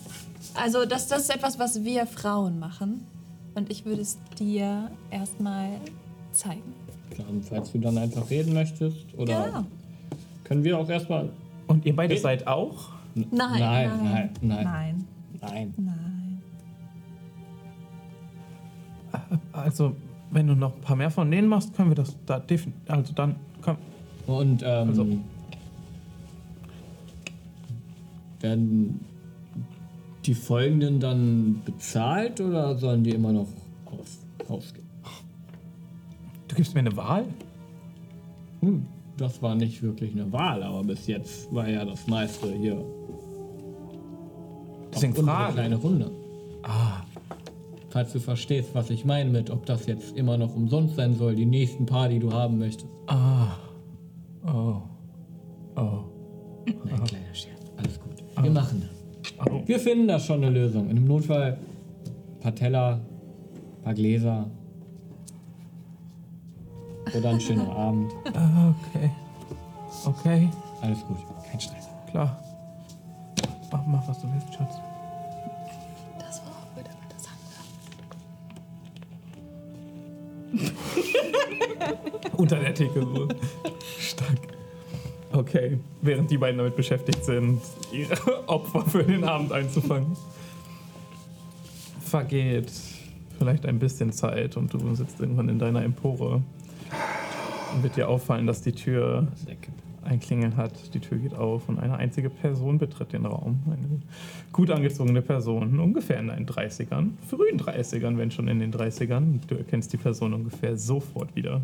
also das, das ist etwas, was wir Frauen machen. Und ich würde es dir erstmal zeigen. Genau. Klar, und falls du dann einfach reden möchtest, oder Ja. können wir auch erstmal. Und ihr beide Hey. seid auch? N- Nein, nein, nein, nein, nein, Nein. nein. Nein. Also, wenn du noch ein paar mehr von denen machst, können wir das da definitiv. Also dann, komm. Und ähm, Also- werden die folgenden dann bezahlt oder sollen die immer noch aus, rausgehen? Du gibst mir eine Wahl? Hm, das war nicht wirklich eine Wahl, aber bis jetzt war ja das meiste hier. Deswegen auf unsere Frage. Ah. kleine Runde. Falls du verstehst, was ich meine mit, ob das jetzt immer noch umsonst sein soll, die nächsten paar, die du haben möchtest. Ah. Oh. Oh. Ah. Nein, kleiner Scherz. Alles gut. Wir machen das. Wir finden da schon eine Lösung. In einem Notfall ein paar Teller, ein paar Gläser. Oder ein schöner Abend. Okay. Okay, Alles gut. Kein Stress. klar. Mach, mach was du willst, Schatz. Das war auch wieder interessant. Unter der Theke so. Stark. Okay, während die beiden damit beschäftigt sind, ihre Opfer für den Abend einzufangen. Vergeht vielleicht ein bisschen Zeit und du sitzt irgendwann in deiner Empore. Und wird dir auffallen, dass die Tür ein Klingeln hat. Die Tür geht auf und eine einzige Person betritt den Raum. Eine gut angezogene Person, ungefähr in den 30ern, frühen 30ern, wenn schon in den 30ern. Du erkennst die Person ungefähr sofort wieder.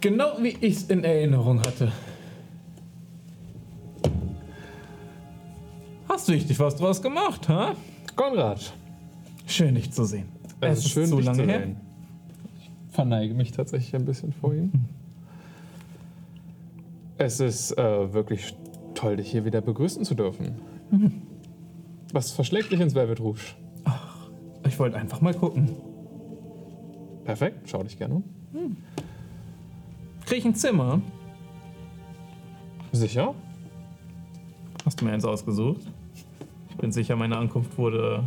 Genau wie ich es in Erinnerung hatte. Hast du richtig was draus gemacht, ha? Konrad, Schön, dich zu sehen. es ist Also schön, so dich lange zu her. sehen. Ich verneige mich tatsächlich ein bisschen vor ihm. Es ist äh, wirklich toll, dich hier wieder begrüßen zu dürfen. Was verschlägt dich ins Velvet Rouge? Ich wollte einfach mal gucken. Perfekt, schau dich gerne um. Krieg ich ein Zimmer? Sicher? Hast du mir eins ausgesucht? Ich bin sicher, meine Ankunft wurde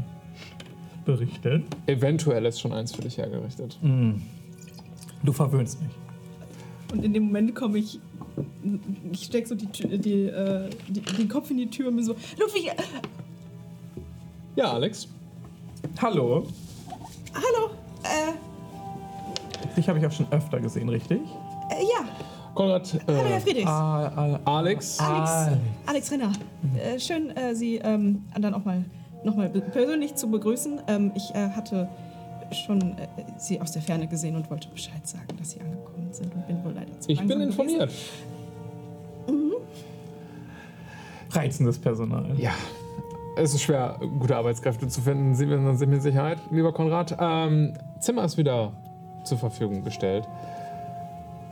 berichtet. Eventuell ist schon eins für dich hergerichtet. Du verwöhnst mich. Und in dem Moment komme ich. Ich stecke so die, Tür- die, äh, die, den Kopf in die Tür und bin so: Ludwig, äh, Ja, Alex. Hallo. hallo! Äh, Dich habe ich auch schon öfter gesehen, richtig? äh, ja, Konrad, hallo, Herr äh, Friedrichs. Ah, ah, Alex. Alex, Alex Renner. Äh, schön, äh, Sie ähm, dann auch mal nochmal persönlich zu begrüßen. Ähm, ich äh, hatte schon äh, Sie aus der Ferne gesehen und wollte Bescheid sagen, dass Sie angekommen sind und bin wohl leider zu Ich bin langsam informiert. reizendes Personal. Ja, es ist schwer, gute Arbeitskräfte zu finden, sind wir uns mit Sicherheit, lieber Konrad. Ähm, Zimmer ist wieder zur Verfügung gestellt.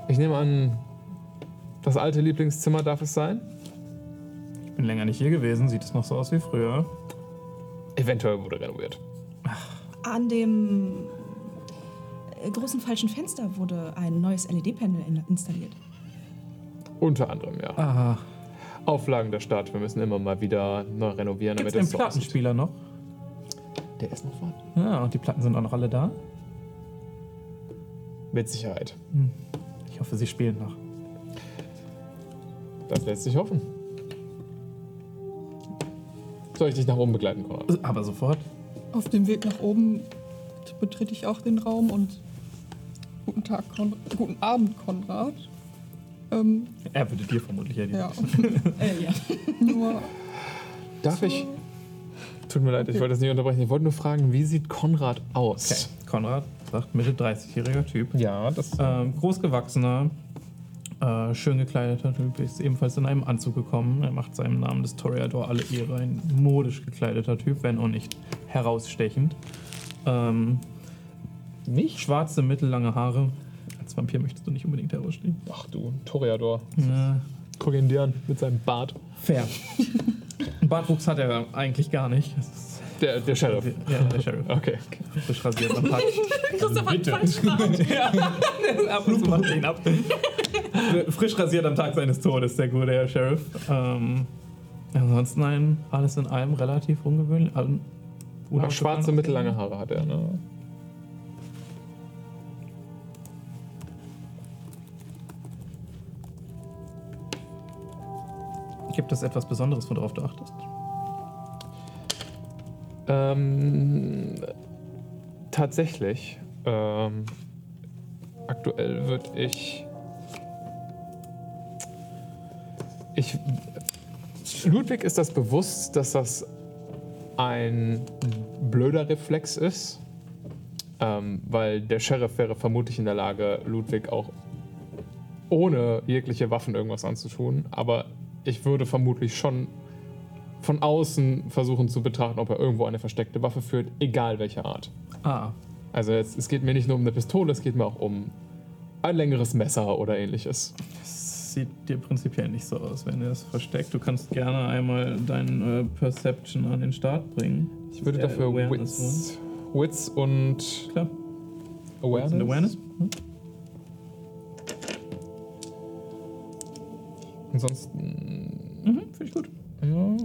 Ich nehme an, das alte Lieblingszimmer darf es sein? Ich bin länger nicht hier gewesen, sieht es noch so aus wie früher. Eventuell wurde renoviert. An dem äh, großen falschen Fenster wurde ein neues LED-Panel in installiert. Unter anderem, ja. Ah, Auflagen der Stadt, wir müssen immer mal wieder neu renovieren, gibt es den damit es so aussieht. Plattenspieler noch? Der ist noch vorhanden. Ja, und die Platten sind auch noch alle da? Mit Sicherheit. Ich hoffe, sie spielen noch. Das lässt sich hoffen. Soll ich dich nach oben begleiten, Konrad? Aber sofort. Auf dem Weg nach oben betrete ich auch den Raum und guten Tag, Kon guten Abend, Konrad. Ähm, Er würde dir vermutlich erliegen. ja, Äh, ja. nur Darf ich? Tut mir leid, ich wollte das nicht unterbrechen. Ich wollte nur fragen, wie sieht Konrad aus? Okay. Konrad sagt Mitte 30-jähriger Typ. Ja, das. Ähm, großgewachsener, äh, schön gekleideter Typ ist ebenfalls in einem Anzug gekommen. Er macht seinem Namen des Toreador alle Ehre. Ein modisch gekleideter Typ, wenn auch nicht herausstechend. Ähm, nicht? Schwarze, mittellange Haare. Als Vampir möchtest du nicht unbedingt herausstehen. Ach du, Toreador. Ja, Guck ihn dir an mit seinem Bart. fair. Einen Bartwuchs hat er eigentlich gar nicht. Das ist- Der, der Sheriff. Ja, der Sheriff. Okay. Frisch rasiert am Tag. ja, ab und zu macht er ihn ab. Frisch rasiert am Tag seines Todes, der gute Herr Sheriff. Ähm, ansonsten ein, alles in allem relativ ungewöhnlich, ähm, Oder schwarze, mittellange Haare hat er, ne? Gibt es etwas Besonderes, worauf du achtest? Ähm, tatsächlich. Ähm, aktuell würde ich. Ich. Ludwig ist das bewusst, dass das ein blöder Reflex ist. Ähm, weil der Sheriff wäre vermutlich in der Lage, Ludwig auch ohne jegliche Waffen irgendwas anzutun. Aber ich würde vermutlich schon von außen versuchen zu betrachten, ob er irgendwo eine versteckte Waffe führt, egal welche Art. Ah, Also jetzt, es geht mir nicht nur um eine Pistole, es geht mir auch um ein längeres Messer oder ähnliches. das sieht dir prinzipiell nicht so aus, wenn er es versteckt. Du kannst gerne einmal deinen äh, Perception an den Start bringen. Ich würde Der dafür Awareness, Wits, Wits und Klar. Awareness. Und Awareness? Ansonsten, Mhm, finde ich gut. ja.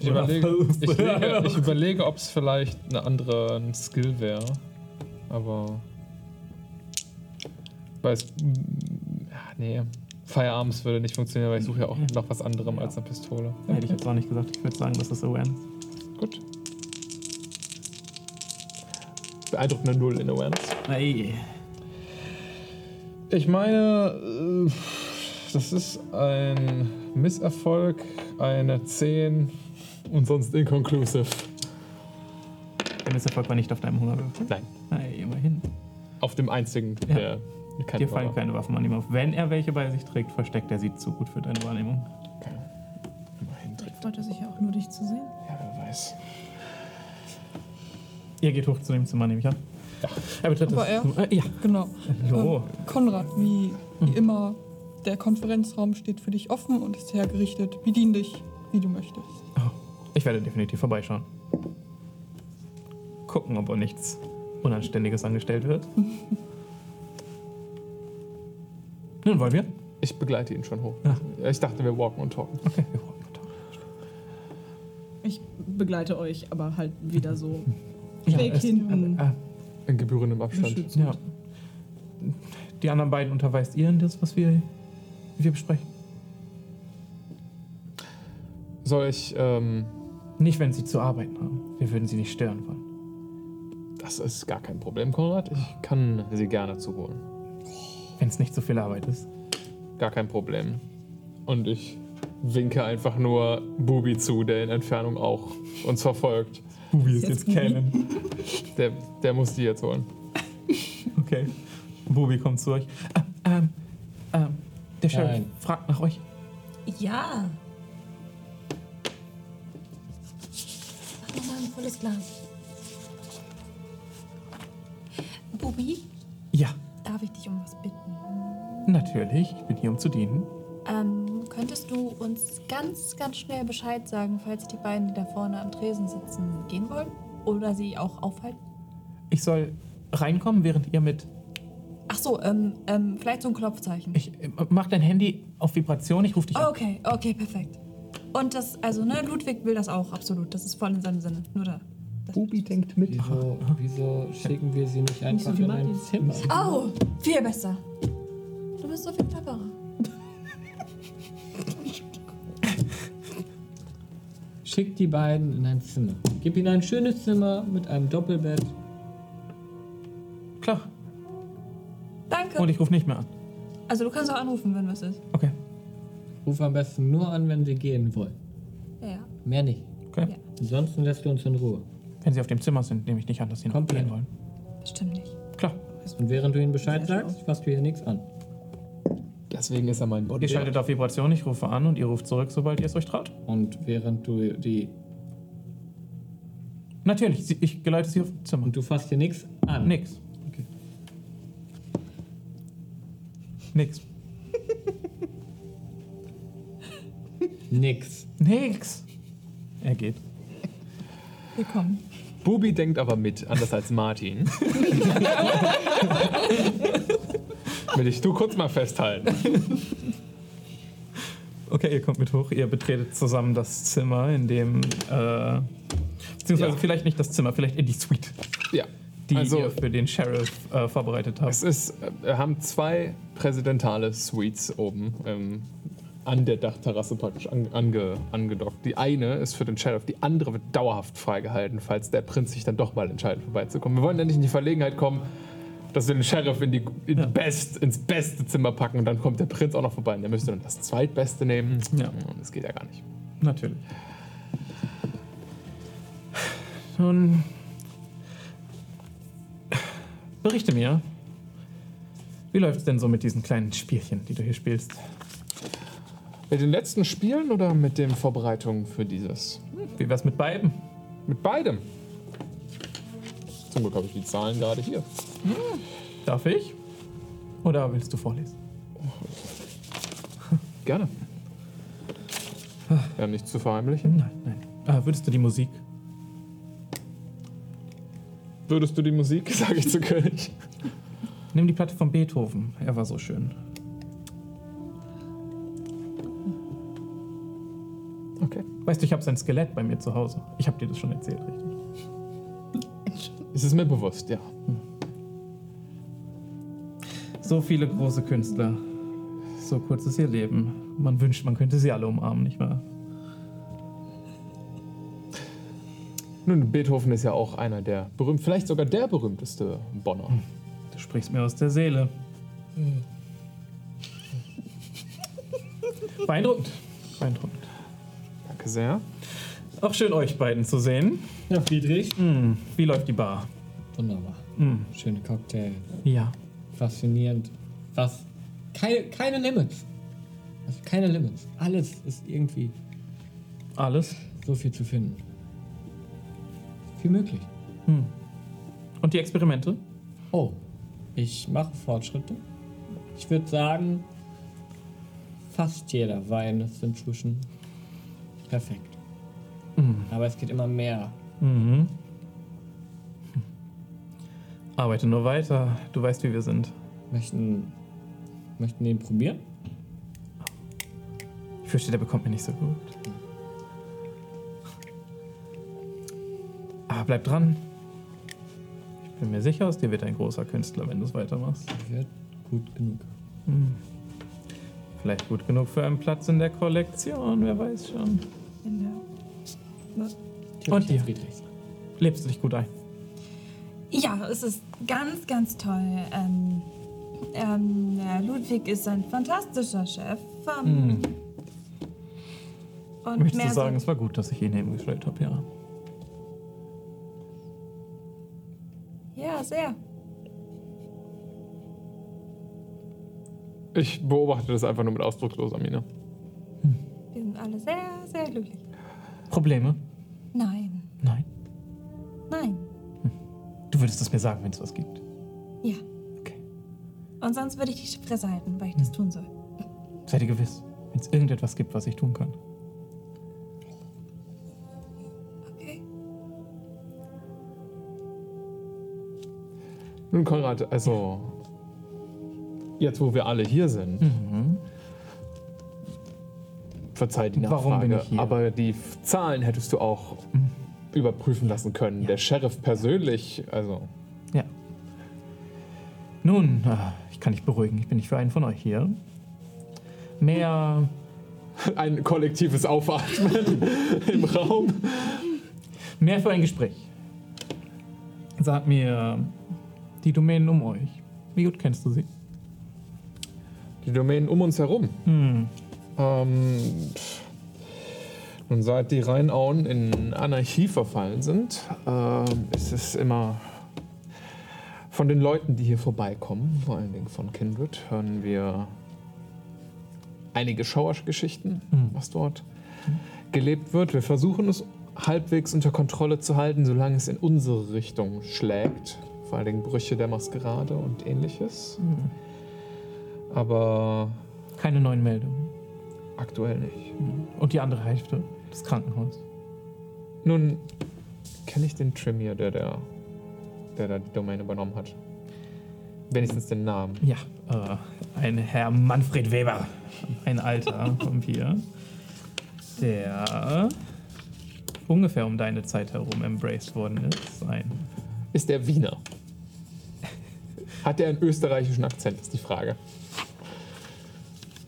Ich Oder überlege, both. ich überlege, ich überlege ob es vielleicht eine andere ein Skill wäre. Aber. Weiß. mm, Ja, nee. Firearms würde nicht funktionieren, weil ich suche ja auch nach was anderem als eine Pistole. Hätte ich jetzt auch nicht gesagt. Ich würde sagen, das ist Awareness. Gut. Beeindruckende Null in Awareness. eh. Ey. Ich meine, äh, das ist ein Misserfolg, eine 10 und sonst inconclusive. Der Misserfolg war nicht auf deinem Hungerwürfel. Nein. Ey, immerhin. Auf dem einzigen, Ja. der keine Dir fallen Wahl hat. keine Waffen an ihm auf. Wenn er welche bei sich trägt, versteckt er sie zu gut für deine Wahrnehmung. Immerhin drin. Freut er sich ja auch nur, dich zu sehen. Ja, wer weiß. Ihr geht hoch zu dem Zimmer, nehme ich an. Er betritt Aber das er- Zimmer. Äh, ja. Genau. Hallo. Hm. Konrad, wie, wie immer, der Konferenzraum steht für dich offen und ist hergerichtet. Bedien dich, wie du möchtest. Ich werde definitiv vorbeischauen. Gucken, ob auch nichts Unanständiges angestellt wird. Nun wollen wir. Ich begleite ihn schon hoch. Ah. Ich dachte, wir walken und talken. Okay, wir wollen weiter. Ich begleite euch, aber halt wieder so. Ja, Schräg es- hinten. äh, äh, In gebührendem Abstand. ja. Die anderen beiden unterweist ihr in das, was wir, wir besprechen. Soll ich, ähm, Nicht, wenn sie zu arbeiten haben. Wir würden sie nicht stören wollen. das ist gar kein Problem, Konrad. Ich kann sie gerne zuholen. Wenn es nicht so viel Arbeit ist. Gar kein Problem. Und ich winke einfach nur Bubi zu, der in Entfernung auch uns verfolgt. Bubi ist jetzt Canon. Der, der muss die jetzt holen. Okay. Bubi kommt zu euch. Ah, ähm, ähm, der Sheriff Nein. fragt nach euch. Ja. Mach nochmal ein volles Glas. Bubi, Ja, darf ich dich um was bitten? natürlich. Ich bin hier, um zu dienen. Ähm, könntest du uns ganz, ganz schnell Bescheid sagen, falls die beiden, die da vorne am Tresen sitzen, gehen wollen? Oder sie auch aufhalten? Ich soll reinkommen, während ihr mit. Ach so, ähm, ähm, vielleicht so ein Klopfzeichen. Ich äh, mach dein Handy auf Vibration, ich rufe dich an. Okay, okay, perfekt. Und das, also, ne, Ludwig will das auch, absolut. Das ist voll in seinem Sinne. Nur da. Bubi denkt mit. Wieso, wieso schicken wir sie nicht einfach so wie in ein Martin. Zimmer? Au, Oh, viel besser. Du bist so viel cleverer. Schick die beiden in ein Zimmer. Gib ihnen ein schönes Zimmer mit einem Doppelbett. Klar. Danke. Und ich rufe nicht mehr an. also, du kannst auch anrufen, wenn was ist. Okay. Ruf am besten nur an, wenn wir gehen wollen. Ja, ja. Mehr nicht. okay. Ja. Ansonsten lässt du uns in Ruhe. Wenn sie auf dem Zimmer sind, nehme ich nicht an, dass sie noch Komplett. gehen wollen. Bestimmt nicht. Klar. Und während du ihnen Bescheid sagst, fasst du hier nichts an. Deswegen ist er mein Ihr Bodyguard. schaltet auf Vibration, ich rufe an und ihr ruft zurück, sobald ihr es euch traut. Und während du die. Natürlich, sie, ich geleite sie auf dem Zimmer. Und du fasst hier nichts an. Nix. Okay. Nix. Nix. Nix. Er geht. Willkommen. Bubi denkt aber mit, anders als Martin. Will ich du kurz mal festhalten. Okay, ihr kommt mit hoch. Ihr betretet zusammen das Zimmer, in dem äh, Beziehungsweise vielleicht nicht das Zimmer, vielleicht in die Suite, Ja. die Also- ihr für den Sheriff äh, vorbereitet habt. Es ist, äh, wir haben zwei präsidentale Suites oben ähm, an der Dachterrasse praktisch an, ange, angedockt. Die eine ist für den Sheriff, die andere wird dauerhaft freigehalten, falls der Prinz sich dann doch mal entscheidet, vorbeizukommen. Wir wollen ja nicht in die Verlegenheit kommen, dass wir den Sheriff in die, in best, ins beste Zimmer packen und dann kommt der Prinz auch noch vorbei. Und der müsste dann das zweitbeste nehmen. Ja. Das geht ja gar nicht. Natürlich. Nun. Berichte mir. Wie läuft's denn so mit diesen kleinen Spielchen, die du hier spielst? Mit den letzten Spielen oder mit den Vorbereitungen für dieses? Wie wär's mit beiden? Mit beidem. Zum Glück habe ich die Zahlen gerade hier. Darf ich? Oder willst du vorlesen? Gerne. Ja, nicht zu verheimlichen. Nein, nein. Ah, würdest du die Musik? Würdest du die Musik, sage ich zu König. Nimm die Platte von Beethoven. Er war so schön. Okay. Weißt du, ich habe sein Skelett bei mir zu Hause. Ich habe dir das schon erzählt, richtig? Es ist mir bewusst, ja. So viele große Künstler. So kurz ist ihr Leben. Man wünscht, man könnte sie alle umarmen, nicht wahr? Nun, Beethoven ist ja auch einer der berühmt, vielleicht sogar der berühmteste Bonner. Du sprichst mir aus der Seele. Hm. Beeindruckend. Beeindruckend. Danke sehr. Auch schön, euch beiden zu sehen. Ja, Friedrich. Hm, wie läuft die Bar? Wunderbar. Hm, Schöne Cocktail. ja. Faszinierend. Was? Keine, keine Limits. Also keine Limits. Alles ist irgendwie Alles. so viel zu finden. Viel möglich. Und die Experimente? Oh, ich mache Fortschritte. Ich würde sagen, fast jeder Wein ist inzwischen perfekt. Aber es geht immer mehr. Mhm. Arbeite nur weiter. Du weißt, wie wir sind. Möchten, möchten den probieren? Ich fürchte, der bekommt mir nicht so gut. Aber Ah, bleib dran. Ich bin mir sicher, aus dir wird ein großer Künstler, wenn du es weitermachst. Wird gut genug. Vielleicht gut genug für einen Platz in der Kollektion, wer weiß schon. Und dir? Friedrichs. Lebst du dich gut ein? Ja, es ist ganz, ganz toll. Ähm, ähm, äh, Ludwig ist ein fantastischer Chef. Ähm, Und Hm. Möchtest du mehr so- sagen, es war gut, dass ich ihn hingestellt habe, ja. Ja, sehr. Ich beobachte das einfach nur mit ausdrucksloser Miene. Wir sind alle sehr, sehr glücklich. Probleme? Nein, Nein. nein. Du würdest es mir sagen, wenn es was gibt. Ja. Okay. Hm. Und sonst würde ich die Fresse halten, weil ich das tun soll. Sei dir gewiss, wenn es irgendetwas gibt, was ich tun kann. Okay. Nun, Konrad, also. Jetzt, wo wir alle hier sind. Verzeih die Nachfrage. Warum bin ich hier? Aber die F- Zahlen hättest du auch überprüfen lassen können. Der Sheriff persönlich, also. Ja. Nun, äh, ich kann dich beruhigen, ich bin nicht für einen von euch hier. Mehr Ein kollektives Aufatmen im Raum. Mehr für ein Gespräch. Sag mir äh, die Domänen um euch. Wie gut kennst du sie? Die Domänen um uns herum. Ähm, pff. nun, seit die Rheinauen in Anarchie verfallen sind, ähm, ist es immer von den Leuten, die hier vorbeikommen, vor allen Dingen von Kindred, hören wir einige Schauergeschichten, was dort gelebt wird. Wir versuchen es halbwegs unter Kontrolle zu halten, solange es in unsere Richtung schlägt. Vor allen Dingen Brüche der Maskerade und ähnliches. Aber Keine neuen Meldungen. Aktuell nicht. Und die andere Hälfte, das Krankenhaus. Nun kenne ich den Trimier, der, der, der da die Domain übernommen hat. Wenigstens den Namen. Ja, äh, ein Herr Manfred Weber, ein alter Vampir, der ungefähr um deine Zeit herum embraced worden ist. Ein Ist der Wiener? Hat er einen österreichischen Akzent, ist die Frage.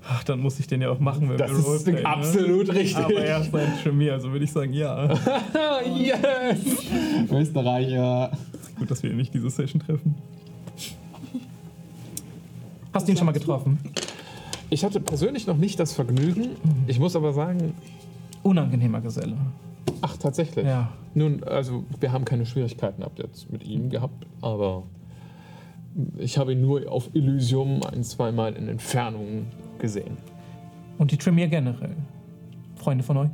Ach, dann muss ich den ja auch machen, wenn Das wir ist Roleplay, ne? absolut richtig. Ah, Aber er ist ein Chemie, also würde ich sagen, ja. yes! Österreicher. Gut, dass wir ihn nicht diese Session treffen. Hast du ihn schon mal getroffen? Ich hatte persönlich noch nicht das Vergnügen. Ich muss aber sagen, Unangenehmer Geselle. ach, tatsächlich. Ja. Nun, also wir haben keine Schwierigkeiten ab jetzt mit ihm gehabt, aber ich habe ihn nur auf Elysium ein, zweimal in Entfernung gesehen. Und die Tremere generell. Freunde von euch?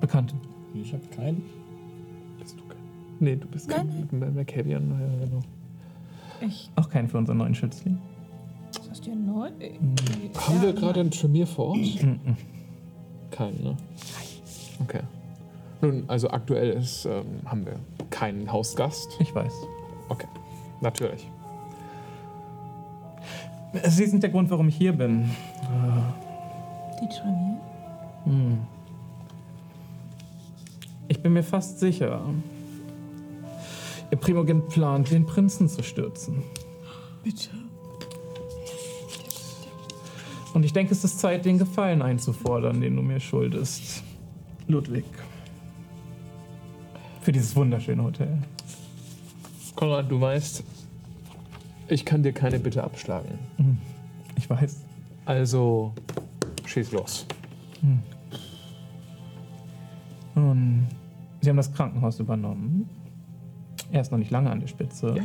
Bekannte. Ich habe keinen. Bist du kein. Nee, du bist kein Macabian. Ja, genau. Auch keinen für unseren neuen Schützling. also- Was hast du denn neu? Haben wir gerade einen Tremir vor Ort? keinen, ne? Okay. Nun, also aktuell ist, ähm, haben wir keinen Hausgast. Ich weiß. Okay, natürlich. Sie sind der Grund, warum ich hier bin. Die Tramier? Hm. Ich bin mir fast sicher. Ihr Primogen plant, den Prinzen zu stürzen. Bitte. Und ich denke, es ist Zeit, den Gefallen einzufordern, den du mir schuldest. Ludwig. Für dieses wunderschöne Hotel. Konrad, du weißt, ich kann dir keine Bitte abschlagen. Ich weiß. Also, schieß los. Nun, Sie haben das Krankenhaus übernommen. Er ist noch nicht lange an der Spitze. Ja. Der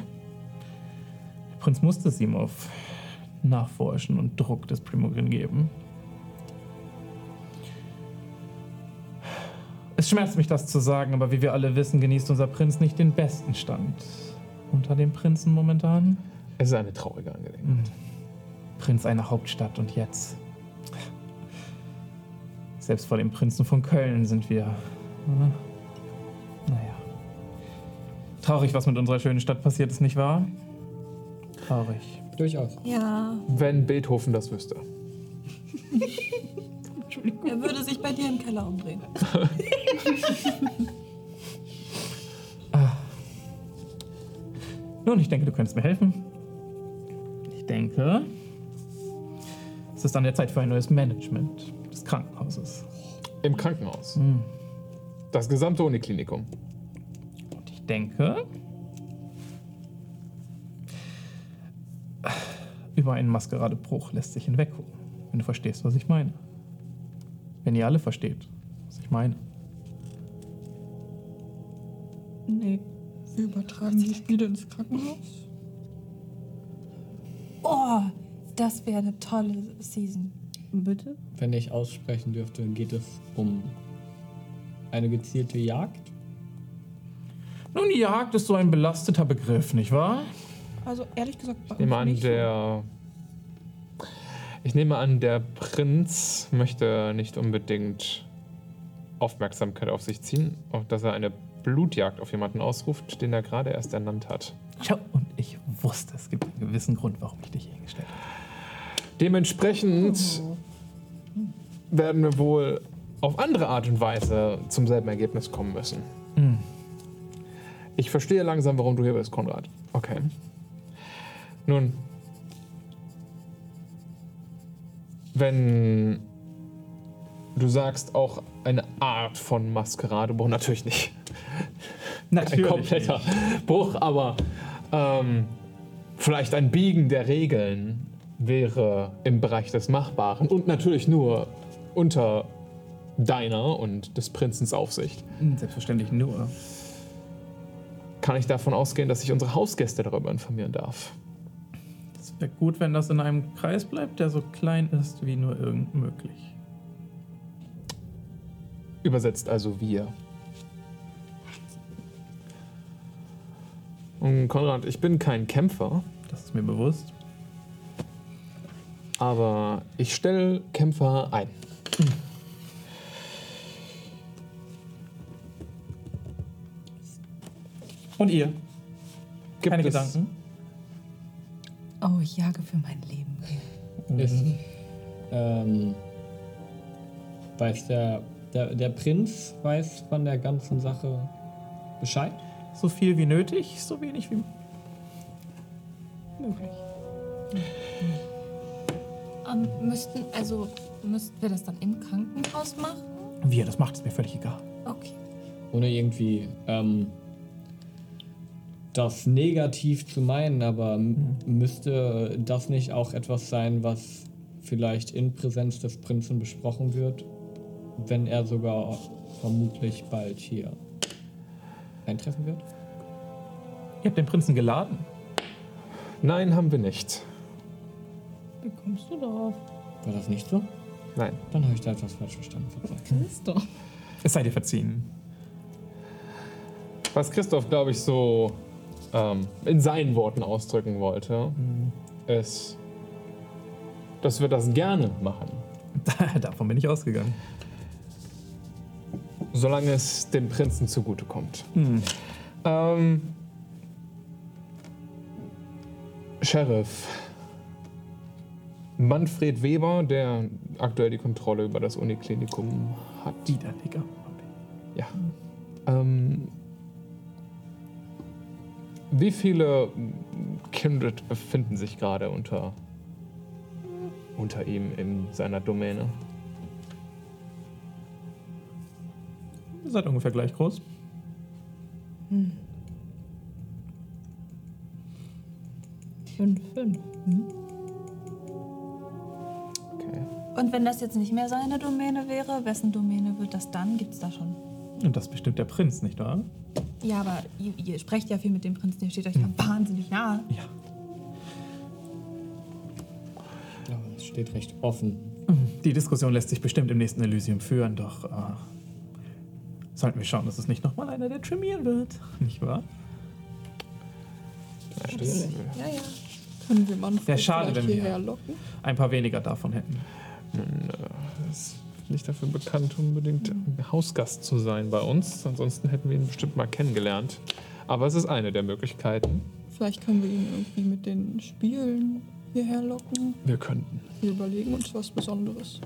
Prinz musste Simov nachforschen und Druck des Primogen geben. Es schmerzt mich, das zu sagen, aber wie wir alle wissen, genießt unser Prinz nicht den besten Stand. Unter den Prinzen momentan? Es ist eine traurige Angelegenheit. Prinz einer Hauptstadt und jetzt. Selbst vor dem Prinzen von Köln sind wir. äh, Naja. Traurig, was mit unserer schönen Stadt passiert ist, nicht wahr? Traurig. Durchaus. Ja, Wenn Beethoven das wüsste. er würde sich bei dir im Keller umdrehen. Nun, ich denke, du könntest mir helfen. Ich denke, es ist an der Zeit für ein neues Management des Krankenhauses. Im Krankenhaus. Das gesamte Uniklinikum. Und ich denke, über einen Maskeradebruch lässt sich hinweggucken, wenn du verstehst, was ich meine. Wenn ihr alle versteht, was ich meine. Nee. Wir übertragen die Spiele ins Krankenhaus. Oh, das wäre eine tolle Season. Bitte? Wenn ich aussprechen dürfte, geht es um eine gezielte Jagd. Nun, die Jagd ist so ein belasteter Begriff, nicht wahr? Also ehrlich gesagt, bei Ich nehme uns an, nicht. der. Ich nehme an, der Prinz möchte nicht unbedingt Aufmerksamkeit auf sich ziehen, auch dass er eine Blutjagd auf jemanden ausruft, den er gerade erst ernannt hat. Tja, und ich wusste, es gibt einen gewissen Grund, warum ich dich hier hingestellt habe. Dementsprechend werden wir wohl auf andere Art und Weise zum selben Ergebnis kommen müssen. Ich verstehe langsam, warum du hier bist, Konrad. Okay. Nun, wenn du sagst auch eine Art von Maskerade, boah, natürlich nicht. Ein kompletter Bruch, aber ähm, vielleicht ein Biegen der Regeln wäre im Bereich des Machbaren und natürlich nur unter deiner und des Prinzens Aufsicht. Hm, Selbstverständlich nur. Kann ich davon ausgehen, dass ich unsere Hausgäste darüber informieren darf? Es wäre gut, wenn das in einem Kreis bleibt, der so klein ist wie nur irgend möglich. Übersetzt also wir. Und Konrad, ich bin kein Kämpfer, Das ist mir bewusst. aber ich stelle Kämpfer ein. Und ihr? Gibt Keine es- Gedanken? Oh, ich jage für mein Leben. Ist, ähm, weiß der Der, der Prinz weiß von der ganzen Sache Bescheid. So viel wie nötig, so wenig wie. Ähm, müssten, also müssten wir das dann im Krankenhaus machen? Wie er das macht, ist mir völlig egal. Okay. Ohne irgendwie ähm, das negativ zu meinen, aber m- müsste das nicht auch etwas sein, was vielleicht in Präsenz des Prinzen besprochen wird, wenn er sogar vermutlich bald hier eintreffen wird? Ihr habt den Prinzen geladen. Nein, haben wir nicht. Wie kommst du darauf? War das nicht so? Nein. Dann habe ich da etwas falsch verstanden. verzeiht. Christoph. Es sei dir verziehen. Was Christoph, glaube ich, so ähm, in seinen Worten ausdrücken wollte, ist, dass wir das gerne machen, Davon bin ich ausgegangen. solange es dem Prinzen zugutekommt. Ähm, Sheriff Manfred Weber, der aktuell die Kontrolle über das Uniklinikum hat, Widerlicher. Ja. Ähm, wie viele Kindred befinden sich gerade unter, unter ihm in seiner Domäne? Ihr seid ungefähr gleich groß. Hm. Fünf, fünf. hm? Okay. Und wenn das jetzt nicht mehr seine Domäne wäre, wessen Domäne wird das dann? Gibt es da schon? Und das bestimmt der Prinz, nicht wahr? Ja, aber ihr, ihr sprecht ja viel mit dem Prinzen, ihr steht euch ja Hm. wahnsinnig nahe. Ja. Aber es steht recht offen, Die Diskussion lässt sich bestimmt im nächsten Elysium führen, doch äh, sollten wir schauen, dass es nicht nochmal einer der Tremieren wird. Nicht wahr? Können wir Manfred Wär schade, wenn vielleicht wir- hierher locken? Ein paar weniger davon hätten. Ist nicht dafür bekannt, unbedingt Hausgast zu sein bei uns. Ansonsten hätten wir ihn bestimmt mal kennengelernt. Aber es ist eine der Möglichkeiten. Vielleicht können wir ihn irgendwie mit den Spielen hierher locken. Wir könnten. Wir überlegen uns was Besonderes.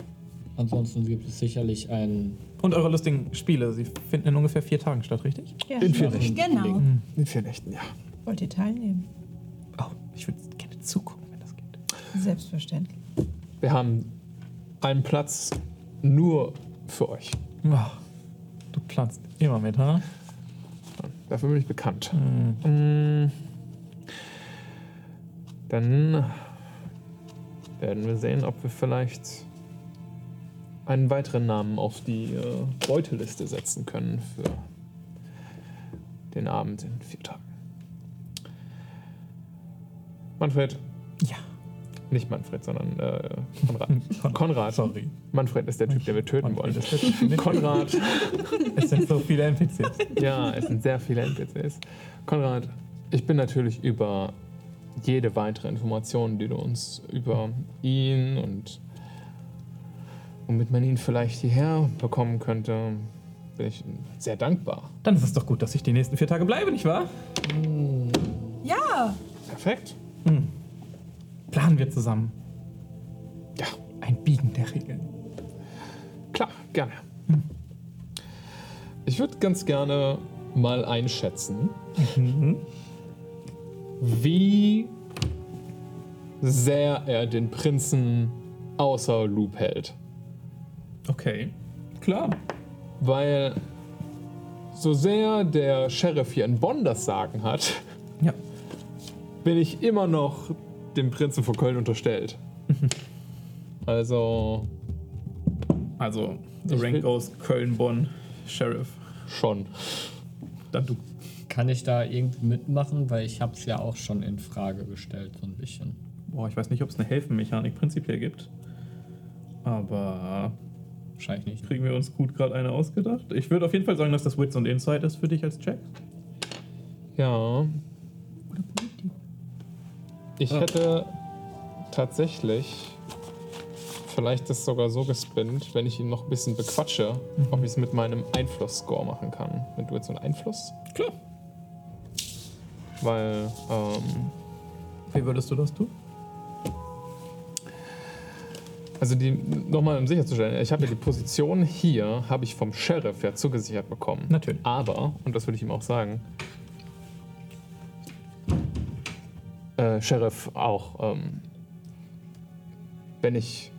Ansonsten gibt es sicherlich einen. Und eure lustigen Spiele, sie finden in ungefähr vier Tagen statt, richtig? In vier Nächten. Genau. In vier Nächten, ja. Wollt ihr teilnehmen? Oh, ich würde gerne zugucken, wenn das geht. Selbstverständlich. Wir haben einen Platz nur für euch. Ach, Ah, du planst immer mit, ha? Dafür bin ich bekannt. Mm. Dann werden wir sehen, ob wir vielleicht einen weiteren Namen auf die äh, Beuteliste setzen können für den Abend in vier Tagen. Manfred, Ja. nicht Manfred, sondern äh, Konrad. Konrad. Sorry. Manfred ist der Typ, den wir töten wollen. Es sind- Konrad. es sind so viele NPCs. Ja, es sind sehr viele NPCs. Konrad, ich bin natürlich über jede weitere Information, die du uns über ihn und womit man ihn vielleicht hierher bekommen könnte, bin ich sehr dankbar. Dann ist es doch gut, dass ich die nächsten vier Tage bleibe, nicht wahr? Ja, Perfekt. Planen wir zusammen. Ja, Ein Biegen der Regeln. klar, gerne. Ich würde ganz gerne mal einschätzen, wie sehr er den Prinzen außer Loop hält. Okay. Klar. Weil so sehr der Sheriff hier in Bonn das Sagen hat, Ja. bin ich immer noch dem Prinzen von Köln unterstellt. Also Also, the Ich will- rank goes Köln, Bonn, Sheriff. schon. Dann du. Kann ich da irgendwie mitmachen? Weil ich habe es ja auch schon in Frage gestellt, so ein bisschen. Boah, ich weiß nicht, ob es eine Helfenmechanik prinzipiell gibt. Aber Wahrscheinlich nicht. kriegen wir uns gut gerade eine ausgedacht? Ich würde auf jeden Fall sagen, dass das Wits und Insight ist für dich als Check. Ja. Ich hätte tatsächlich vielleicht das sogar so gespinnt, wenn ich ihn noch ein bisschen bequatsche, ob ich es mit meinem Einfluss-Score machen kann. Mit Witz und Einfluss. Klar. Weil ähm, Wie würdest du das tun? Also die, nochmal um sicherzustellen, ich habe ja die Position hier, habe ich vom Sheriff ja zugesichert bekommen. Natürlich. Aber, und das würde ich ihm auch sagen, äh, Sheriff auch, ähm, wenn ich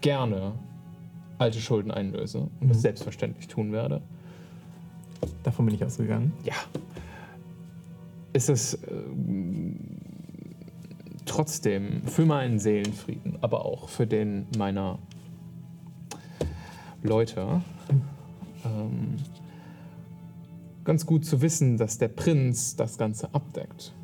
gerne alte Schulden einlöse und das selbstverständlich tun werde, Davon bin ich ausgegangen. ja, ist es äh, ähm, trotzdem für meinen Seelenfrieden, aber auch für den meiner Leute ähm, ganz gut zu wissen, dass der Prinz das Ganze abdeckt.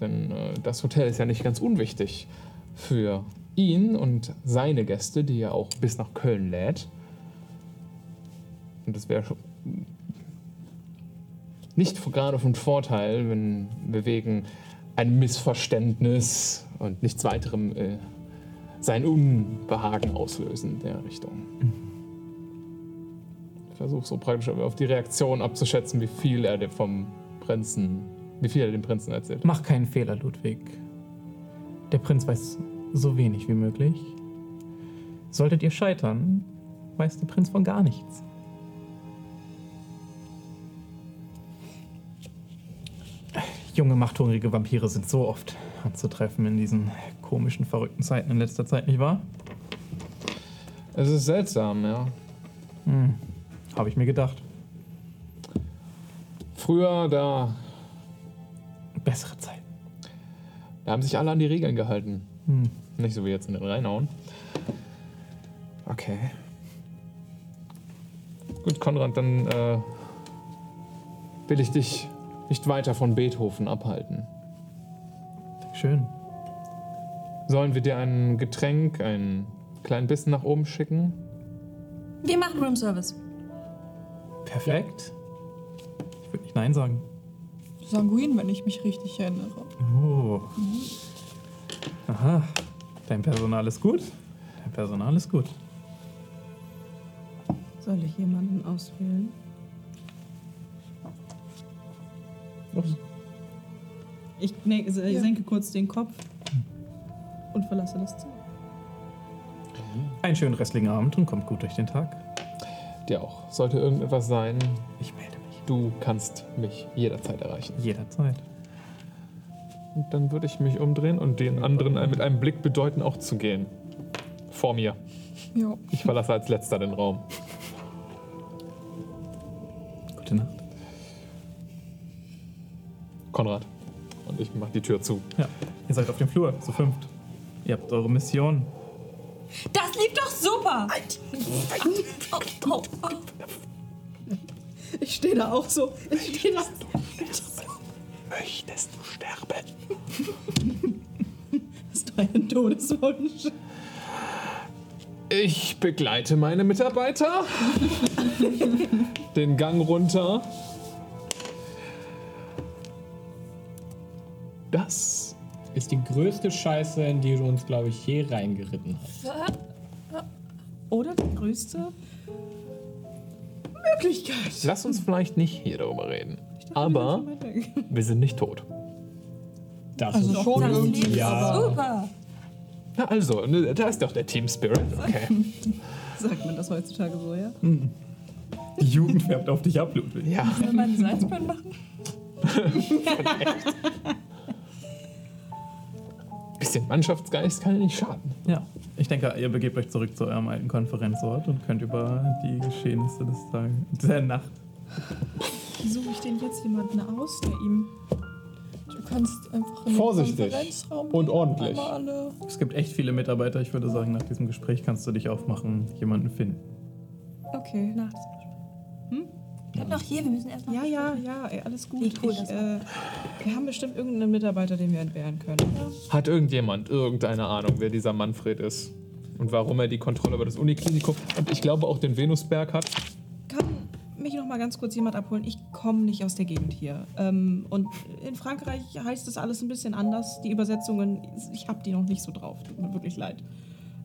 Denn äh, das Hotel ist ja nicht ganz unwichtig für ihn und seine Gäste, die er auch bis nach Köln lädt. Und das wäre schon nicht gerade von Vorteil, wenn wir wegen einem Missverständnis und nichts weiterem äh, sein Unbehagen auslösen in der Richtung. Ich versuche so praktisch auf die Reaktion abzuschätzen, wie viel er dem vom Prinzen, wie viel er dem Prinzen erzählt. Mach keinen Fehler, Ludwig. Der Prinz weiß so wenig wie möglich. Solltet ihr scheitern, weiß der Prinz von gar nichts. Junge, machthungrige Vampire sind so oft anzutreffen in diesen komischen, verrückten Zeiten in letzter Zeit, nicht wahr? Es ist seltsam, ja. Habe ich mir gedacht. Früher, da, Bessere Zeiten. da haben sich alle an die Regeln gehalten. Hm. Nicht so wie jetzt in den Rheinhauen. Okay. Gut, Konrad, dann äh, will ich dich nicht weiter von Beethoven abhalten. Schön. Sollen wir dir ein Getränk, einen kleinen Bissen nach oben schicken? Wir machen Room Service. Perfekt. Ich würde nicht Nein sagen. Sanguin, wenn ich mich richtig erinnere. Oh. Aha. Dein Personal ist gut. Dein Personal ist gut. Soll ich jemanden auswählen? Ich ne, se- senke kurz den Kopf und verlasse das Zimmer. Einen schönen restlichen Abend und kommt gut durch den Tag. Dir auch. Sollte irgendetwas sein, Ich melde mich. du kannst mich jederzeit erreichen. Jederzeit. Und dann würde ich mich umdrehen und den anderen ein- mit einem Blick bedeuten, auch zu gehen. Vor mir. Ja. Ich verlasse als letzter den Raum. Gute Nacht. Konrad. Und ich mache die Tür zu. Ja. Ihr seid auf dem Flur, zu fünft. Ihr habt eure Mission. Das lief doch super! Oh, oh, oh. Ich stehe da auch so. Ich stehe da. Möchtest du sterben? Das ist dein Todeswunsch. Ich begleite meine Mitarbeiter den Gang runter. Das Ist die größte Scheiße, in die du uns, glaube ich, je reingeritten hast. Oder die größte Möglichkeit. lass uns vielleicht nicht hier darüber reden. Aber wir sind nicht tot. Das Also ist schon gut. Das lief Ja. super! Na also, ne, da ist doch der Team Spirit. Okay. Sagt man das heutzutage so, ja? Die Jugend färbt auf dich ab, Ludwig. Ja. Soll man einen Salzburn machen? Bisschen Mannschaftsgeist kann ja nicht schaden. Ja. Ich denke, ihr begebt euch zurück zu eurem alten Konferenzort und könnt über die Geschehnisse des Tages, der Nacht. Suche ich denn jetzt jemanden aus, der ihm. Du kannst einfach in den Vorsichtig. Konferenzraum Und ordentlich. einmal alle. Es gibt echt viele Mitarbeiter. Ich würde sagen, nach diesem Gespräch kannst du dich aufmachen, jemanden finden. Okay. Nachts. Wir haben noch hier, wir müssen erst noch. Ja, ja, ja, ey, alles gut. Wie cool ich, das äh, wir haben bestimmt irgendeinen Mitarbeiter, den wir entbehren können. Hat irgendjemand irgendeine Ahnung, wer dieser Manfred ist? Und warum er die Kontrolle über das Uniklinikum und ich glaube auch den Venusberg hat? Kann mich noch mal ganz kurz jemand abholen? Ich komme nicht aus der Gegend hier. Ähm, und in Frankreich heißt das alles ein bisschen anders. Die Übersetzungen, ich habe die noch nicht so drauf. Tut mir wirklich leid.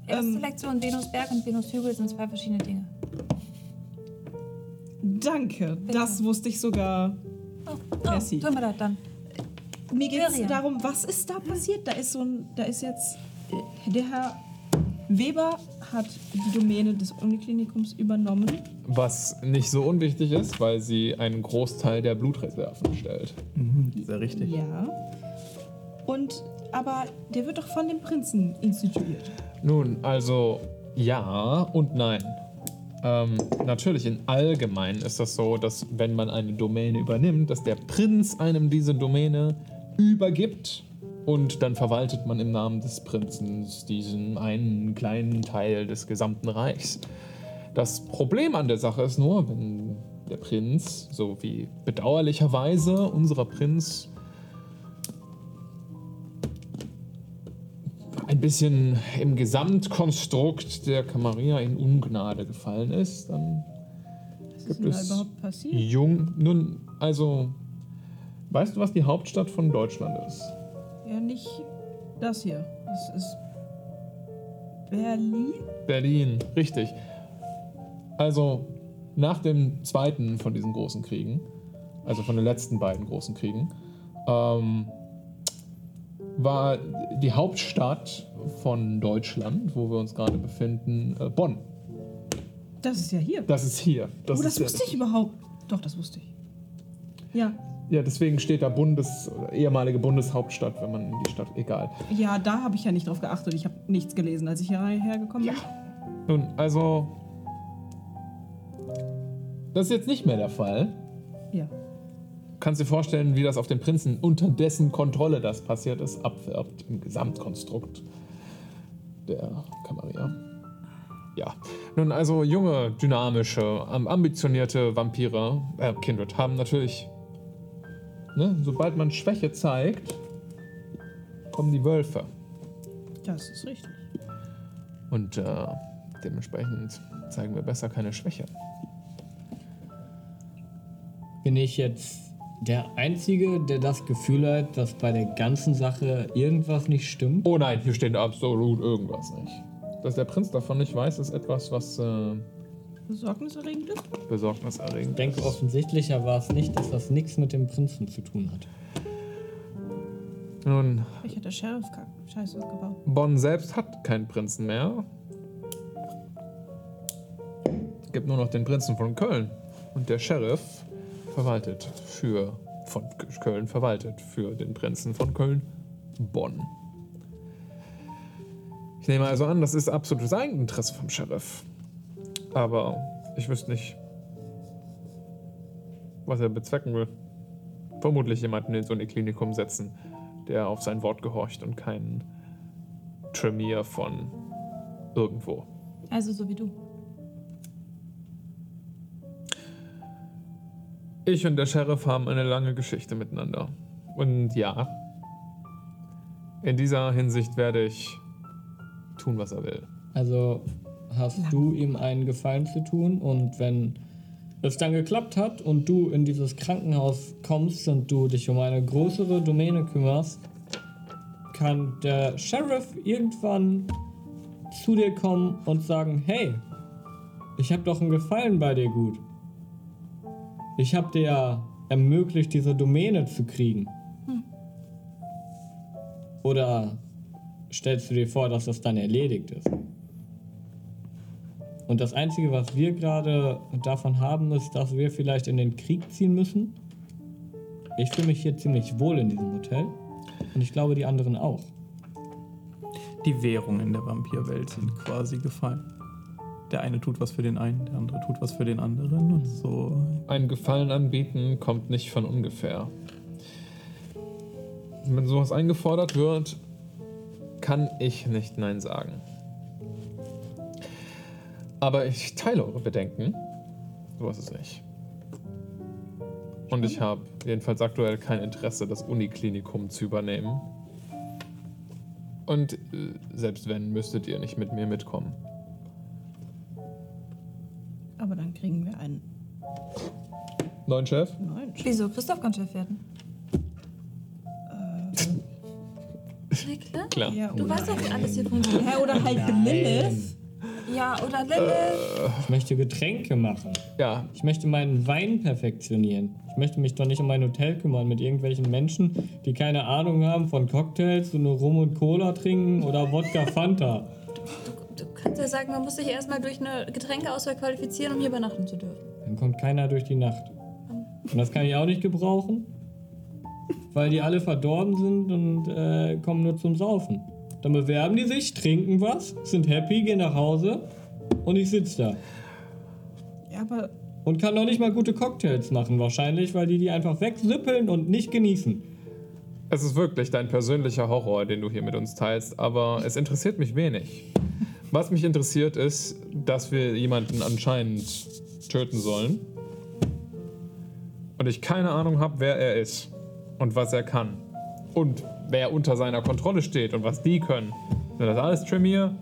Erste Ähm, Lektion: Venusberg und Venushügel sind zwei verschiedene Dinge. danke, das wusste ich sogar. Oh, Merci. oh, tun wir das dann. Mir geht es Miriam. darum, was ist da passiert? Da ist so ein, da ist jetzt äh, der Herr Weber hat die Domäne des Uniklinikums übernommen. Was nicht so unwichtig ist, weil sie einen Großteil der Blutreserven stellt. Sehr richtig. Ja. Und aber der wird doch von dem Prinzen instituiert. Nun, also ja und nein. Ähm, natürlich, in allgemein ist das so, dass wenn man eine Domäne übernimmt, dass der Prinz einem diese Domäne übergibt und dann verwaltet man im Namen des Prinzen diesen einen kleinen Teil des gesamten Reichs. Das Problem an der Sache ist nur, wenn der Prinz, so wie bedauerlicherweise unserer Prinz, ein bisschen im Gesamtkonstrukt der Camarilla in Ungnade gefallen ist, dann Was Gibt ist denn da es- überhaupt passiert? jung. Nun, also, weißt du, was die Hauptstadt von Deutschland ist? Ja, nicht das hier. Das ist Berlin. Berlin, richtig. Also nach dem zweiten von diesen großen Kriegen, also von den letzten beiden großen Kriegen, ähm, war die Hauptstadt von Deutschland, wo wir uns gerade befinden, äh, Bonn. Das ist ja hier. Das ist hier. Das oh, das ist wusste ich überhaupt. Doch, das wusste ich. Ja, Ja, deswegen steht da Bundes, oder ehemalige Bundeshauptstadt, wenn man in die Stadt, egal. ja, da habe ich ja nicht drauf geachtet. Ich habe nichts gelesen, als ich hierher gekommen bin. Nun, also. Das ist jetzt nicht mehr der Fall. Ja. Kannst dir vorstellen, wie das auf den Prinzen, unter dessen Kontrolle das passiert ist, abwirbt im Gesamtkonstrukt der Camarilla. Ja. Nun, also junge, dynamische, am- ambitionierte Vampire, äh, Kindred, haben natürlich. Ne, sobald man Schwäche zeigt, kommen die Wölfe. Das ist richtig. Und äh, dementsprechend zeigen wir besser keine Schwäche. Bin ich jetzt der Einzige, der das Gefühl hat, dass bei der ganzen Sache irgendwas nicht stimmt? Oh nein, hier steht absolut irgendwas nicht. Dass der Prinz davon nicht weiß, ist etwas, was äh, Besorgniserregend ist? besorgniserregend Ich denke, ist. offensichtlicher war es nicht, dass das nichts mit dem Prinzen zu tun hat. Nun, Ich hätte Sheriff Scheiße gebaut. Bonn selbst hat keinen Prinzen mehr. Gibt nur noch den Prinzen von Köln. Und der Sheriff verwaltet für von Köln verwaltet für den Prinzen von Köln Bonn. Ich nehme also an, das ist absolutes Eigeninteresse vom Sheriff. Aber ich wüsste nicht, was er bezwecken will. Vermutlich jemanden in so ein Klinikum setzen, der auf sein Wort gehorcht und keinen Tremere von irgendwo. Also so wie du. Ich und der Sheriff haben eine lange Geschichte miteinander. Und ja, in dieser Hinsicht werde ich tun, was er will. Also hast du ihm einen Gefallen zu tun und wenn es dann geklappt hat und du in dieses Krankenhaus kommst und du dich um eine größere Domäne kümmerst, kann der Sheriff irgendwann zu dir kommen und sagen, hey, ich habe doch einen Gefallen bei dir gut. Ich habe dir ja ermöglicht, diese Domäne zu kriegen. Oder stellst du dir vor, dass das dann erledigt ist? Und das Einzige, was wir gerade davon haben, ist, dass wir vielleicht in den Krieg ziehen müssen. Ich fühle mich hier ziemlich wohl in diesem Hotel. Und ich glaube, die anderen auch. Die Währungen der Vampirwelt sind quasi gefallen. Der eine tut was für den einen, der andere tut was für den anderen und so. Ein Gefallen anbieten kommt nicht von ungefähr. Wenn sowas eingefordert wird, kann ich nicht Nein sagen. Aber ich teile eure Bedenken. So ist es nicht. Und ich habe jedenfalls aktuell kein Interesse, das Uniklinikum zu übernehmen. Und äh, selbst wenn, müsstet ihr nicht mit mir mitkommen. Aber dann kriegen wir einen Neuen Chef? neuen. Wieso? Christoph kann Chef werden. Na klar. Klar. Oh Ja, Du weißt doch, wie alles hier funktioniert. Hä, oder halt Lilith. Ja, oder Lilith. Ich möchte Getränke machen. Ja, Ich möchte meinen Wein perfektionieren. Ich möchte mich doch nicht um mein Hotel kümmern mit irgendwelchen Menschen, die keine Ahnung haben von Cocktails und nur Rum und Cola trinken oder Wodka Fanta. Du, du Der sagt, man muss sich erstmal durch eine Getränkeauswahl qualifizieren, um hier übernachten zu dürfen. Dann kommt keiner durch die Nacht. Und das kann ich auch nicht gebrauchen, weil die alle verdorben sind und äh, kommen nur zum Saufen. Dann bewerben die sich, trinken was, sind happy, gehen nach Hause und ich sitze da. Ja, aber Und kann noch nicht mal gute Cocktails machen, wahrscheinlich, weil die die einfach wegsippeln und nicht genießen. Es ist wirklich dein persönlicher Horror, den du hier mit uns teilst, aber es interessiert mich wenig. Was mich interessiert ist, dass wir jemanden anscheinend töten sollen. Und ich keine Ahnung habe, wer er ist und was er kann. Und wer unter seiner Kontrolle steht und was die können. Sind das alles Tremere?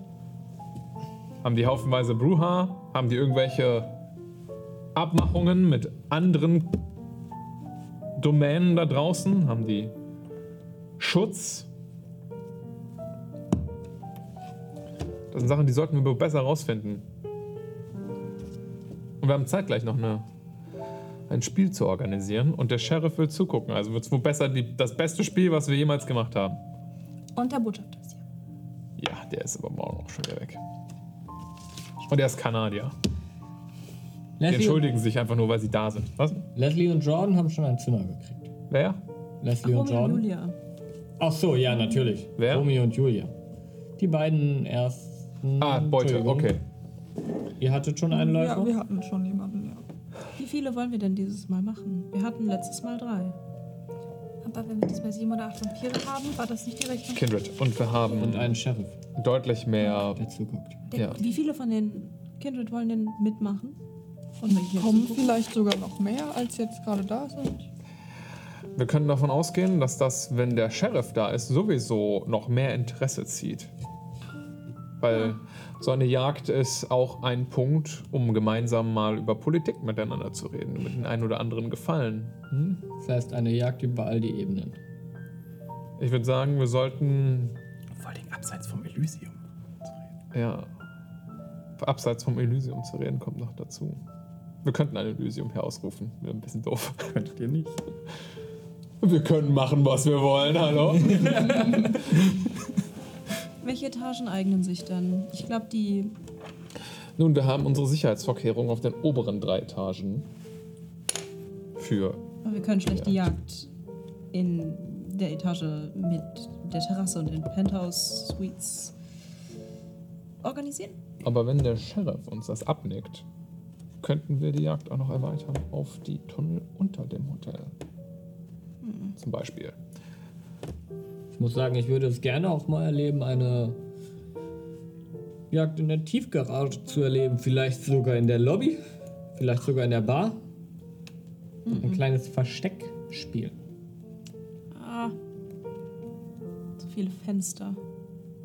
Haben die haufenweise Bruha? Haben die irgendwelche Abmachungen mit anderen Domänen da draußen? Haben die Schutz. Das sind Sachen, die sollten wir besser rausfinden. Und wir haben zeitgleich noch eine, ein Spiel zu organisieren und der Sheriff will zugucken. Also wird es wohl besser die, das beste Spiel, was wir jemals gemacht haben. Und der Botschafter ist hier. Ja, der ist aber morgen auch schon wieder weg. Und er ist Kanadier. Die Leslie und, entschuldigen sich einfach nur, weil sie da sind. Was? Leslie und Jordan haben schon ein Zimmer gekriegt. Wer? Leslie und Romeo und Jordan. Julia. Ach so, ja, natürlich. Wer? Romeo und Julia. Die beiden ersten. Ah, Beute, Entschuldigung. okay. Ihr hattet schon einen Läufer? Ja, wir hatten schon jemanden, ja. Wie viele wollen wir denn dieses Mal machen? Wir hatten letztes Mal drei. Aber wenn wir diesmal sieben oder acht Vampire haben, war das nicht die Rechnung. Kindred. Und wir Und haben einen Sheriff, deutlich mehr. der zuguckt. Ja. Wie viele von den Kindred wollen denn mitmachen? Kommen vielleicht sogar noch mehr, als jetzt gerade da sind. Wir können davon ausgehen, dass das, wenn der Sheriff da ist, sowieso noch mehr Interesse zieht. Weil so eine Jagd ist auch ein Punkt, um gemeinsam mal über Politik miteinander zu reden, mit den ein oder anderen Gefallen. Das heißt, eine Jagd über all die Ebenen. Ich würde sagen, wir sollten Vor allem abseits vom Elysium. ja abseits vom Elysium zu reden, kommt noch dazu. Wir könnten ein Elysium hier ausrufen. Wäre ein bisschen doof. Könntet ihr nicht? Wir können machen, was wir wollen, hallo? Welche Etagen eignen sich denn? Ich glaube, die. Nun, wir haben unsere Sicherheitsvorkehrungen auf den oberen drei Etagen für Wir können schlecht die Jagd in der Etage mit der Terrasse und den Penthouse Suites organisieren. Aber wenn der Sheriff uns das abnickt, könnten wir die Jagd auch noch erweitern auf die Tunnel unter dem Hotel. Zum Beispiel. Ich muss sagen, ich würde es gerne auch mal erleben, eine Jagd in der Tiefgarage zu erleben. Vielleicht sogar in der Lobby, vielleicht sogar in der Bar. Ein kleines Versteckspiel. Ah. So viele Fenster.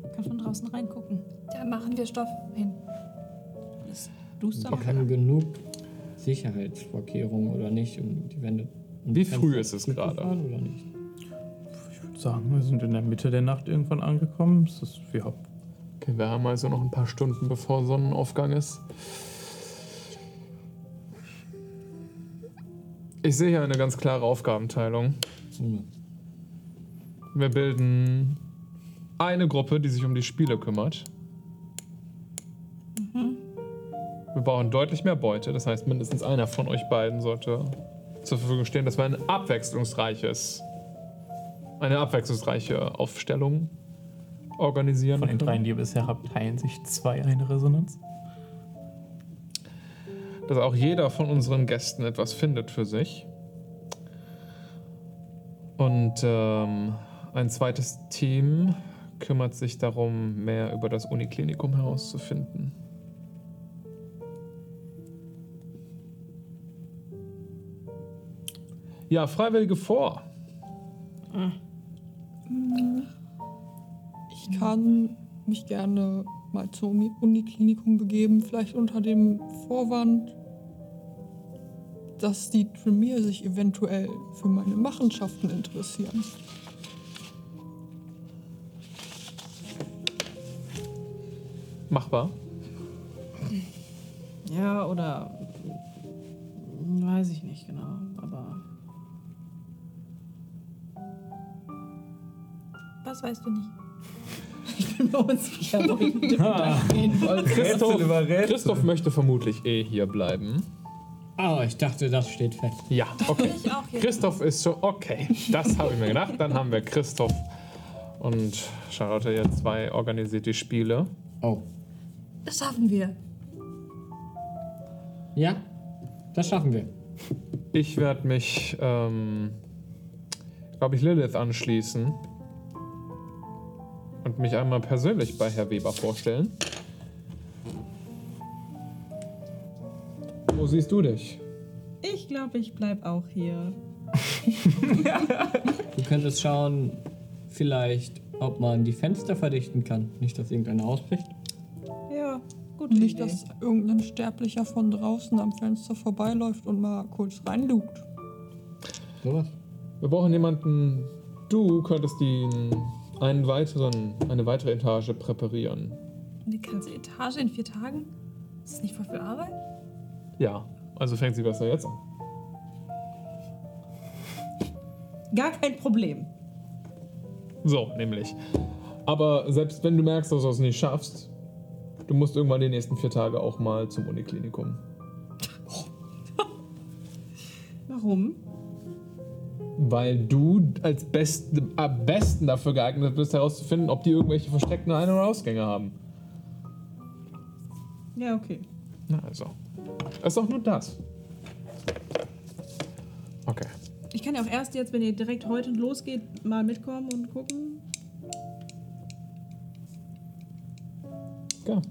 Man kann von draußen reingucken. Da machen wir Stoff hin. Alles duster. Wir haben genug Sicherheitsvorkehrungen oder nicht, um die Wände. um Wie die Fenster früh ist es zuzufahren gerade? Oder nicht? Ich würde sagen, wir sind in der Mitte der Nacht irgendwann angekommen. Es ist, wir haben Okay, wir haben also noch ein paar Stunden, bevor Sonnenaufgang ist. Ich sehe hier eine ganz klare Aufgabenteilung. Wir bilden eine Gruppe, die sich um die Spiele kümmert. Wir brauchen deutlich mehr Beute, das heißt, mindestens einer von euch beiden sollte zur Verfügung stehen, dass wir ein abwechslungsreiches, eine abwechslungsreiche Aufstellung organisieren. von den können. dreien, die ihr bisher habt, teilen sich zwei eine Resonanz. dass auch jeder von unseren Gästen etwas findet für sich. Und ähm, ein zweites Team kümmert sich darum, mehr über das Uniklinikum herauszufinden. Ja, Freiwillige vor. Ich kann mich gerne mal zum Uniklinikum begeben, vielleicht unter dem Vorwand, dass die Tremere sich eventuell für meine Machenschaften interessieren. Machbar. Ja, oder. Weiß ich nicht genau, aber. Was weißt du nicht? Ich bin mir unsicher, wo ich mit dem Gedanken gehen wollte. Christoph, Überrät. Christoph möchte vermutlich eh hier bleiben. Ah, ich dachte, das steht fest. Ja, okay. Ich auch hier. Christoph ist so, okay, das habe ich mir gedacht. Dann haben wir Christoph und Charlotte jetzt zwei organisiert die Spiele. Oh. Das schaffen wir. Ja, das schaffen wir. Ich werde mich, ähm, glaube ich, Lilith anschließen und mich einmal persönlich bei Herr Weber vorstellen. Wo siehst du dich? Ich glaube, ich bleib auch hier. Du könntest schauen, vielleicht, ob man die Fenster verdichten kann. Nicht, dass irgendeiner ausbricht. Ja, gute Nicht, Idee. dass irgendein Sterblicher von draußen am Fenster vorbeiläuft und mal kurz reinlugt. Sowas. Wir brauchen jemanden. Du könntest den einen weiteren, eine weitere Etage präparieren. Eine ganze Etage in vier Tagen? Ist das nicht voll viel Arbeit? Ja, also fängt sie besser jetzt an. Gar kein Problem. So, nämlich. Aber selbst wenn du merkst, dass du es nicht schaffst, du musst irgendwann die nächsten vier Tage auch mal zum Uniklinikum. Warum? Weil du als Best, am besten dafür geeignet bist, herauszufinden, ob die irgendwelche versteckten Ein- oder Ausgänge haben. Ja, okay. Na also. Das ist doch nur das. Okay. Ich kann ja auch erst jetzt, wenn ihr direkt heute losgeht, mal mitkommen und gucken. Ja.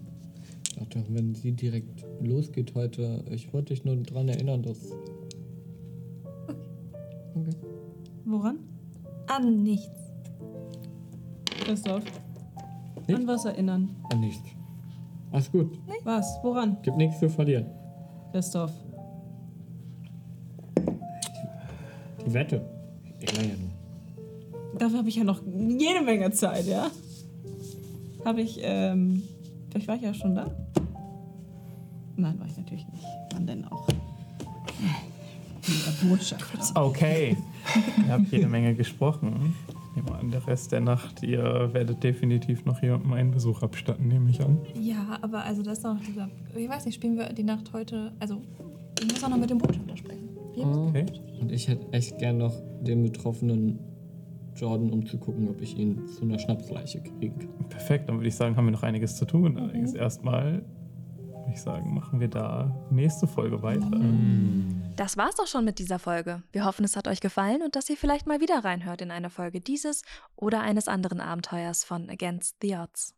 Ich dachte, wenn sie direkt losgeht heute, ich wollte dich nur daran erinnern, dass. Okay. Woran? An nichts. Christoph. Nicht? An was erinnern? An nichts. Alles gut. Was? Woran? Gibt nichts zu verlieren. Christoph. Die Wette. Ich erinnere ja nur. Dafür habe ich ja noch jede Menge Zeit, ja? Habe ich, ähm, vielleicht war ich ja schon da? Nein, war ich natürlich nicht. Wann denn auch? Äh, Der Botschafter. Okay. Ihr habt jede Menge gesprochen. Nehmen an, der Rest der Nacht, ihr werdet definitiv noch jemandem einen Besuch abstatten, nehme ich an. Ja, aber also das ist doch noch dieser. Ich weiß nicht, spielen wir die Nacht heute. Also, ich muss auch noch mit dem Botschafter sprechen. Wir müssen- Okay. Und ich hätte echt gern noch den betroffenen Jordan, um zu gucken, ob ich ihn zu einer Schnapsleiche kriegen kann. Perfekt, dann würde ich sagen, haben wir noch einiges zu tun. Allerdings erstmal, würde ich sagen, machen wir da nächste Folge weiter. Das war's auch schon mit dieser Folge. Wir hoffen, es hat euch gefallen und dass ihr vielleicht mal wieder reinhört in eine Folge dieses oder eines anderen Abenteuers von Against the Odds.